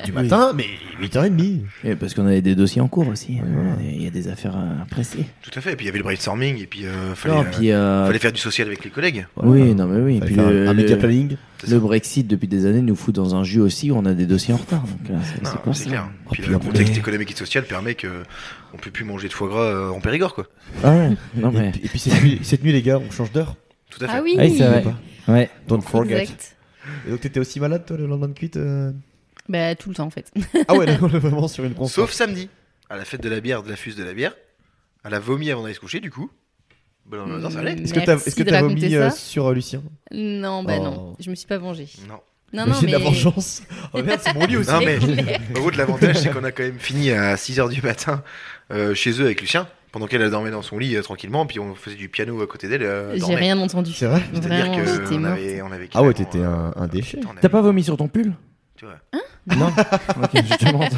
Speaker 3: du matin, mais 8h30.
Speaker 4: Et parce qu'on avait des dossiers en cours aussi. hein. Il y a des affaires à presser.
Speaker 5: Tout à fait. Et puis il y avait le brainstorming, et puis euh, fallait,
Speaker 4: Non,
Speaker 5: euh,
Speaker 4: puis, euh,
Speaker 5: fallait faire du social avec les collègues.
Speaker 4: Oui, non, mais oui.
Speaker 3: Fallait
Speaker 4: puis
Speaker 3: faire un-
Speaker 4: le,
Speaker 3: un média
Speaker 4: le,
Speaker 3: planning.
Speaker 4: le Brexit, depuis des années, nous fout dans un jus aussi où on a des dossiers en retard. Donc, là, c'est-
Speaker 5: Non,
Speaker 4: c'est pour
Speaker 5: c'est
Speaker 4: ça.
Speaker 5: clair. hein.
Speaker 4: Oh,
Speaker 5: Puis
Speaker 4: putain,
Speaker 5: le contexte
Speaker 4: mais-
Speaker 5: économique et social permet que euh, on peut plus manger de foie gras euh, en Périgord quoi.
Speaker 4: Ah ouais, non,
Speaker 3: Et,
Speaker 4: mais.
Speaker 3: puis- et puis cette nuit, cette nuit, les gars, on change d'heure.
Speaker 5: Tout à fait.
Speaker 6: Ah oui.
Speaker 4: Ah oui, c'est vrai. Ouais.
Speaker 3: Don't forget.
Speaker 6: Exact.
Speaker 3: Et donc, t'étais aussi malade, toi, le lendemain de cuite euh
Speaker 6: Bah, tout le temps, en fait.
Speaker 3: Ah ouais, d'accord, vraiment sur une constante.
Speaker 5: Sauf samedi, à la fête de la bière, de la fuse de la bière. Elle a vomi avant d'aller se coucher, du coup. Bah, non, non, ça allait.
Speaker 3: Est-ce que t'as
Speaker 6: Mm, Merci
Speaker 3: est-ce que
Speaker 6: de
Speaker 3: t'as
Speaker 6: raconter
Speaker 3: vomi
Speaker 6: ça.
Speaker 3: euh, sur euh, Lucien
Speaker 6: Non, bah
Speaker 3: Oh.
Speaker 6: non. Je me suis pas vengée.
Speaker 4: Mm.
Speaker 5: Non.
Speaker 6: Non, non,
Speaker 3: J'ai
Speaker 6: mais.
Speaker 3: de la vengeance. Oh merde, c'est mon lit aussi.
Speaker 5: Non, mais en gros, de l'avantage, c'est qu'on a quand même fini à 6h du matin euh, chez eux avec Lucien, pendant qu'elle dormait dans son lit euh, tranquillement, puis on faisait du piano à côté d'elle. euh,
Speaker 6: J'ai
Speaker 5: dormait.
Speaker 6: rien entendu.
Speaker 3: C'est vrai
Speaker 5: C'est-à-dire
Speaker 6: Vraiment,
Speaker 5: que
Speaker 6: j'étais
Speaker 5: on
Speaker 6: morte.
Speaker 5: avait, on avait euh,
Speaker 3: Ah ouais,
Speaker 5: carrément,
Speaker 3: t'étais un- un déchet.
Speaker 5: putain, on avait-
Speaker 4: T'as pas vomi sur ton pull Hein
Speaker 5: tu vois.
Speaker 4: Non. ok, je te demande.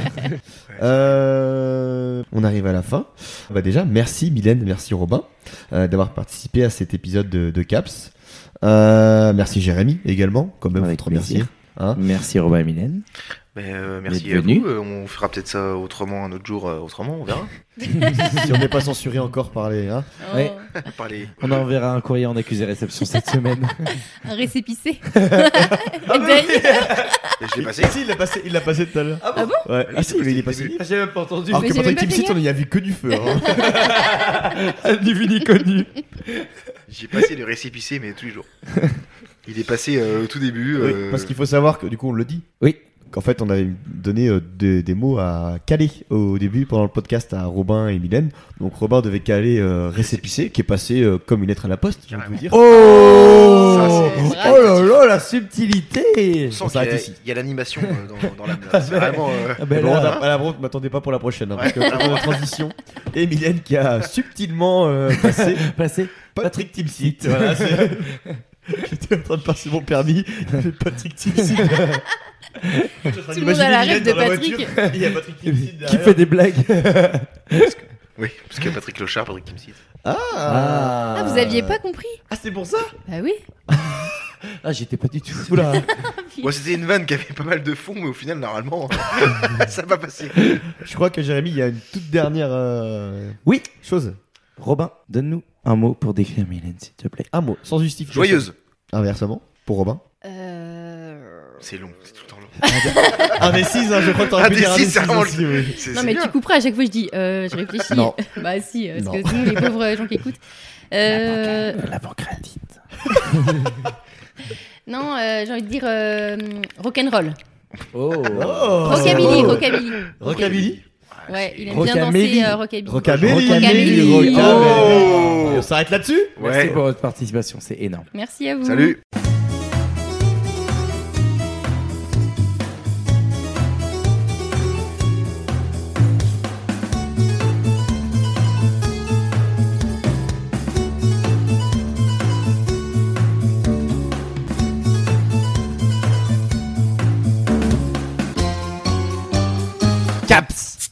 Speaker 3: Euh, on arrive à la fin. Bah déjà, merci Mylène, merci Robin euh, d'avoir participé à cet épisode de, de Caps. Euh, merci Jérémy également, quand même,
Speaker 4: Avec
Speaker 3: faut te remercier.
Speaker 4: plaisir.
Speaker 8: Hein
Speaker 4: Merci Robin et Mylène.
Speaker 5: Mais, euh, merci à
Speaker 4: Bienvenue.
Speaker 5: vous. Euh, On fera peut-être ça autrement un autre jour, euh, autrement, on verra.
Speaker 8: si on n'est pas censuré encore par les. hein.
Speaker 6: Oh,
Speaker 4: Ouais.
Speaker 5: Parler.
Speaker 4: On enverra un courrier en accusé réception cette semaine.
Speaker 6: Un récépissé.
Speaker 8: Ah,
Speaker 6: D'ailleurs,
Speaker 5: Je l'ai passé.
Speaker 8: Si, il l'a passé, il l'a passé tout à l'heure.
Speaker 6: Ah bon
Speaker 8: Ouais.
Speaker 5: Oui,
Speaker 8: Ah
Speaker 5: c'est
Speaker 8: si,
Speaker 5: passé
Speaker 8: mais il
Speaker 5: au
Speaker 8: est passé.
Speaker 5: début.
Speaker 4: J'ai même pas entendu.
Speaker 8: Alors
Speaker 6: Mais
Speaker 8: que
Speaker 6: j'ai
Speaker 8: pendant
Speaker 6: même
Speaker 8: Team
Speaker 6: pas
Speaker 8: Six, on
Speaker 6: payé.
Speaker 8: n'y a vu que du feu. hein.
Speaker 4: ni vu ni connu.
Speaker 5: J'ai passé le récépissé, mais tous les jours. Il est passé euh, au tout début.
Speaker 8: Oui,
Speaker 5: euh,
Speaker 8: parce qu'il faut savoir que du coup on le dit.
Speaker 4: Oui.
Speaker 8: Qu'en fait on avait donné euh, des, des mots à caler au début pendant le podcast à Robin et Mylène. Donc Robin devait caler euh, récépissé qui est passé euh, comme une lettre à la poste, j'ai envie de vous dire.
Speaker 4: Oh
Speaker 5: Ça, c'est
Speaker 4: Oh
Speaker 5: brave.
Speaker 4: là là, la subtilité
Speaker 5: on sent
Speaker 8: on
Speaker 5: qu'il y a-
Speaker 8: s'arrête ici.
Speaker 5: Il y a l'animation euh, dans, dans la menace. C'est vraiment. euh,
Speaker 4: Ah
Speaker 8: Mais
Speaker 4: ben
Speaker 8: bon,
Speaker 4: là,
Speaker 8: on a- à la bronze, m'attendez pas pour la prochaine, hein, parce
Speaker 5: Ouais.
Speaker 8: que la transition. Et Mylène qui a subtilement euh, passé
Speaker 4: passé.
Speaker 8: Patrick Timsit. Voilà, c'est- J'étais en train de passer mon permis, il y avait Patrick Timsit.
Speaker 6: Tout le monde a la rêve de Patrick.
Speaker 8: Il y a Patrick Timsit
Speaker 4: Qui
Speaker 8: derrière.
Speaker 4: fait des blagues
Speaker 5: Oui, parce qu'il y a Patrick Lochard, Patrick Timsit.
Speaker 6: Ah, vous aviez pas compris
Speaker 8: Ah, c'est pour ça
Speaker 6: Bah oui.
Speaker 4: Ah, j'étais pas du tout.
Speaker 8: Oula
Speaker 5: Bon, c'était une vanne qui avait pas mal de fond, mais au final, normalement, ça va passer.
Speaker 8: Je crois que Jérémy, il y a une toute dernière euh,
Speaker 4: Oui.
Speaker 8: chose.
Speaker 4: Robin, donne-nous un mot pour décrire Mylène, s'il te plaît.
Speaker 8: Un mot, sans justification.
Speaker 5: Joyeuse.
Speaker 8: Inversement, pour Robin.
Speaker 6: Euh,
Speaker 5: C'est long, c'est tout le temps long.
Speaker 8: Indécise, hein, je crois que t'aurais pu dire
Speaker 5: Indécis, c'est vraiment
Speaker 8: indécise aussi, oui.
Speaker 5: C'est-
Speaker 6: Non
Speaker 5: c'est
Speaker 6: mais
Speaker 5: bien.
Speaker 6: tu couperas à chaque fois je dis euh, je réfléchis.
Speaker 8: Non.
Speaker 6: Bah si parce
Speaker 8: Non.
Speaker 6: que sinon les pauvres gens qui écoutent. Euh,
Speaker 4: L'avant-crédite.
Speaker 6: non euh, j'ai envie de dire euh, rock'n'roll.
Speaker 4: Oh
Speaker 8: Oh.
Speaker 6: Rockabilly,
Speaker 8: Oh.
Speaker 6: rockabilly.
Speaker 8: Rockabilly
Speaker 6: Ouais, il aime
Speaker 4: Rockabilly.
Speaker 6: bien danser euh, rockabilly.
Speaker 8: Rockabilly
Speaker 6: Rockabilly.
Speaker 5: Oh.
Speaker 8: Et On s'arrête là-dessus
Speaker 5: Ouais.
Speaker 4: Merci pour votre participation, c'est énorme.
Speaker 6: Merci à vous.
Speaker 5: Salut.
Speaker 1: Caps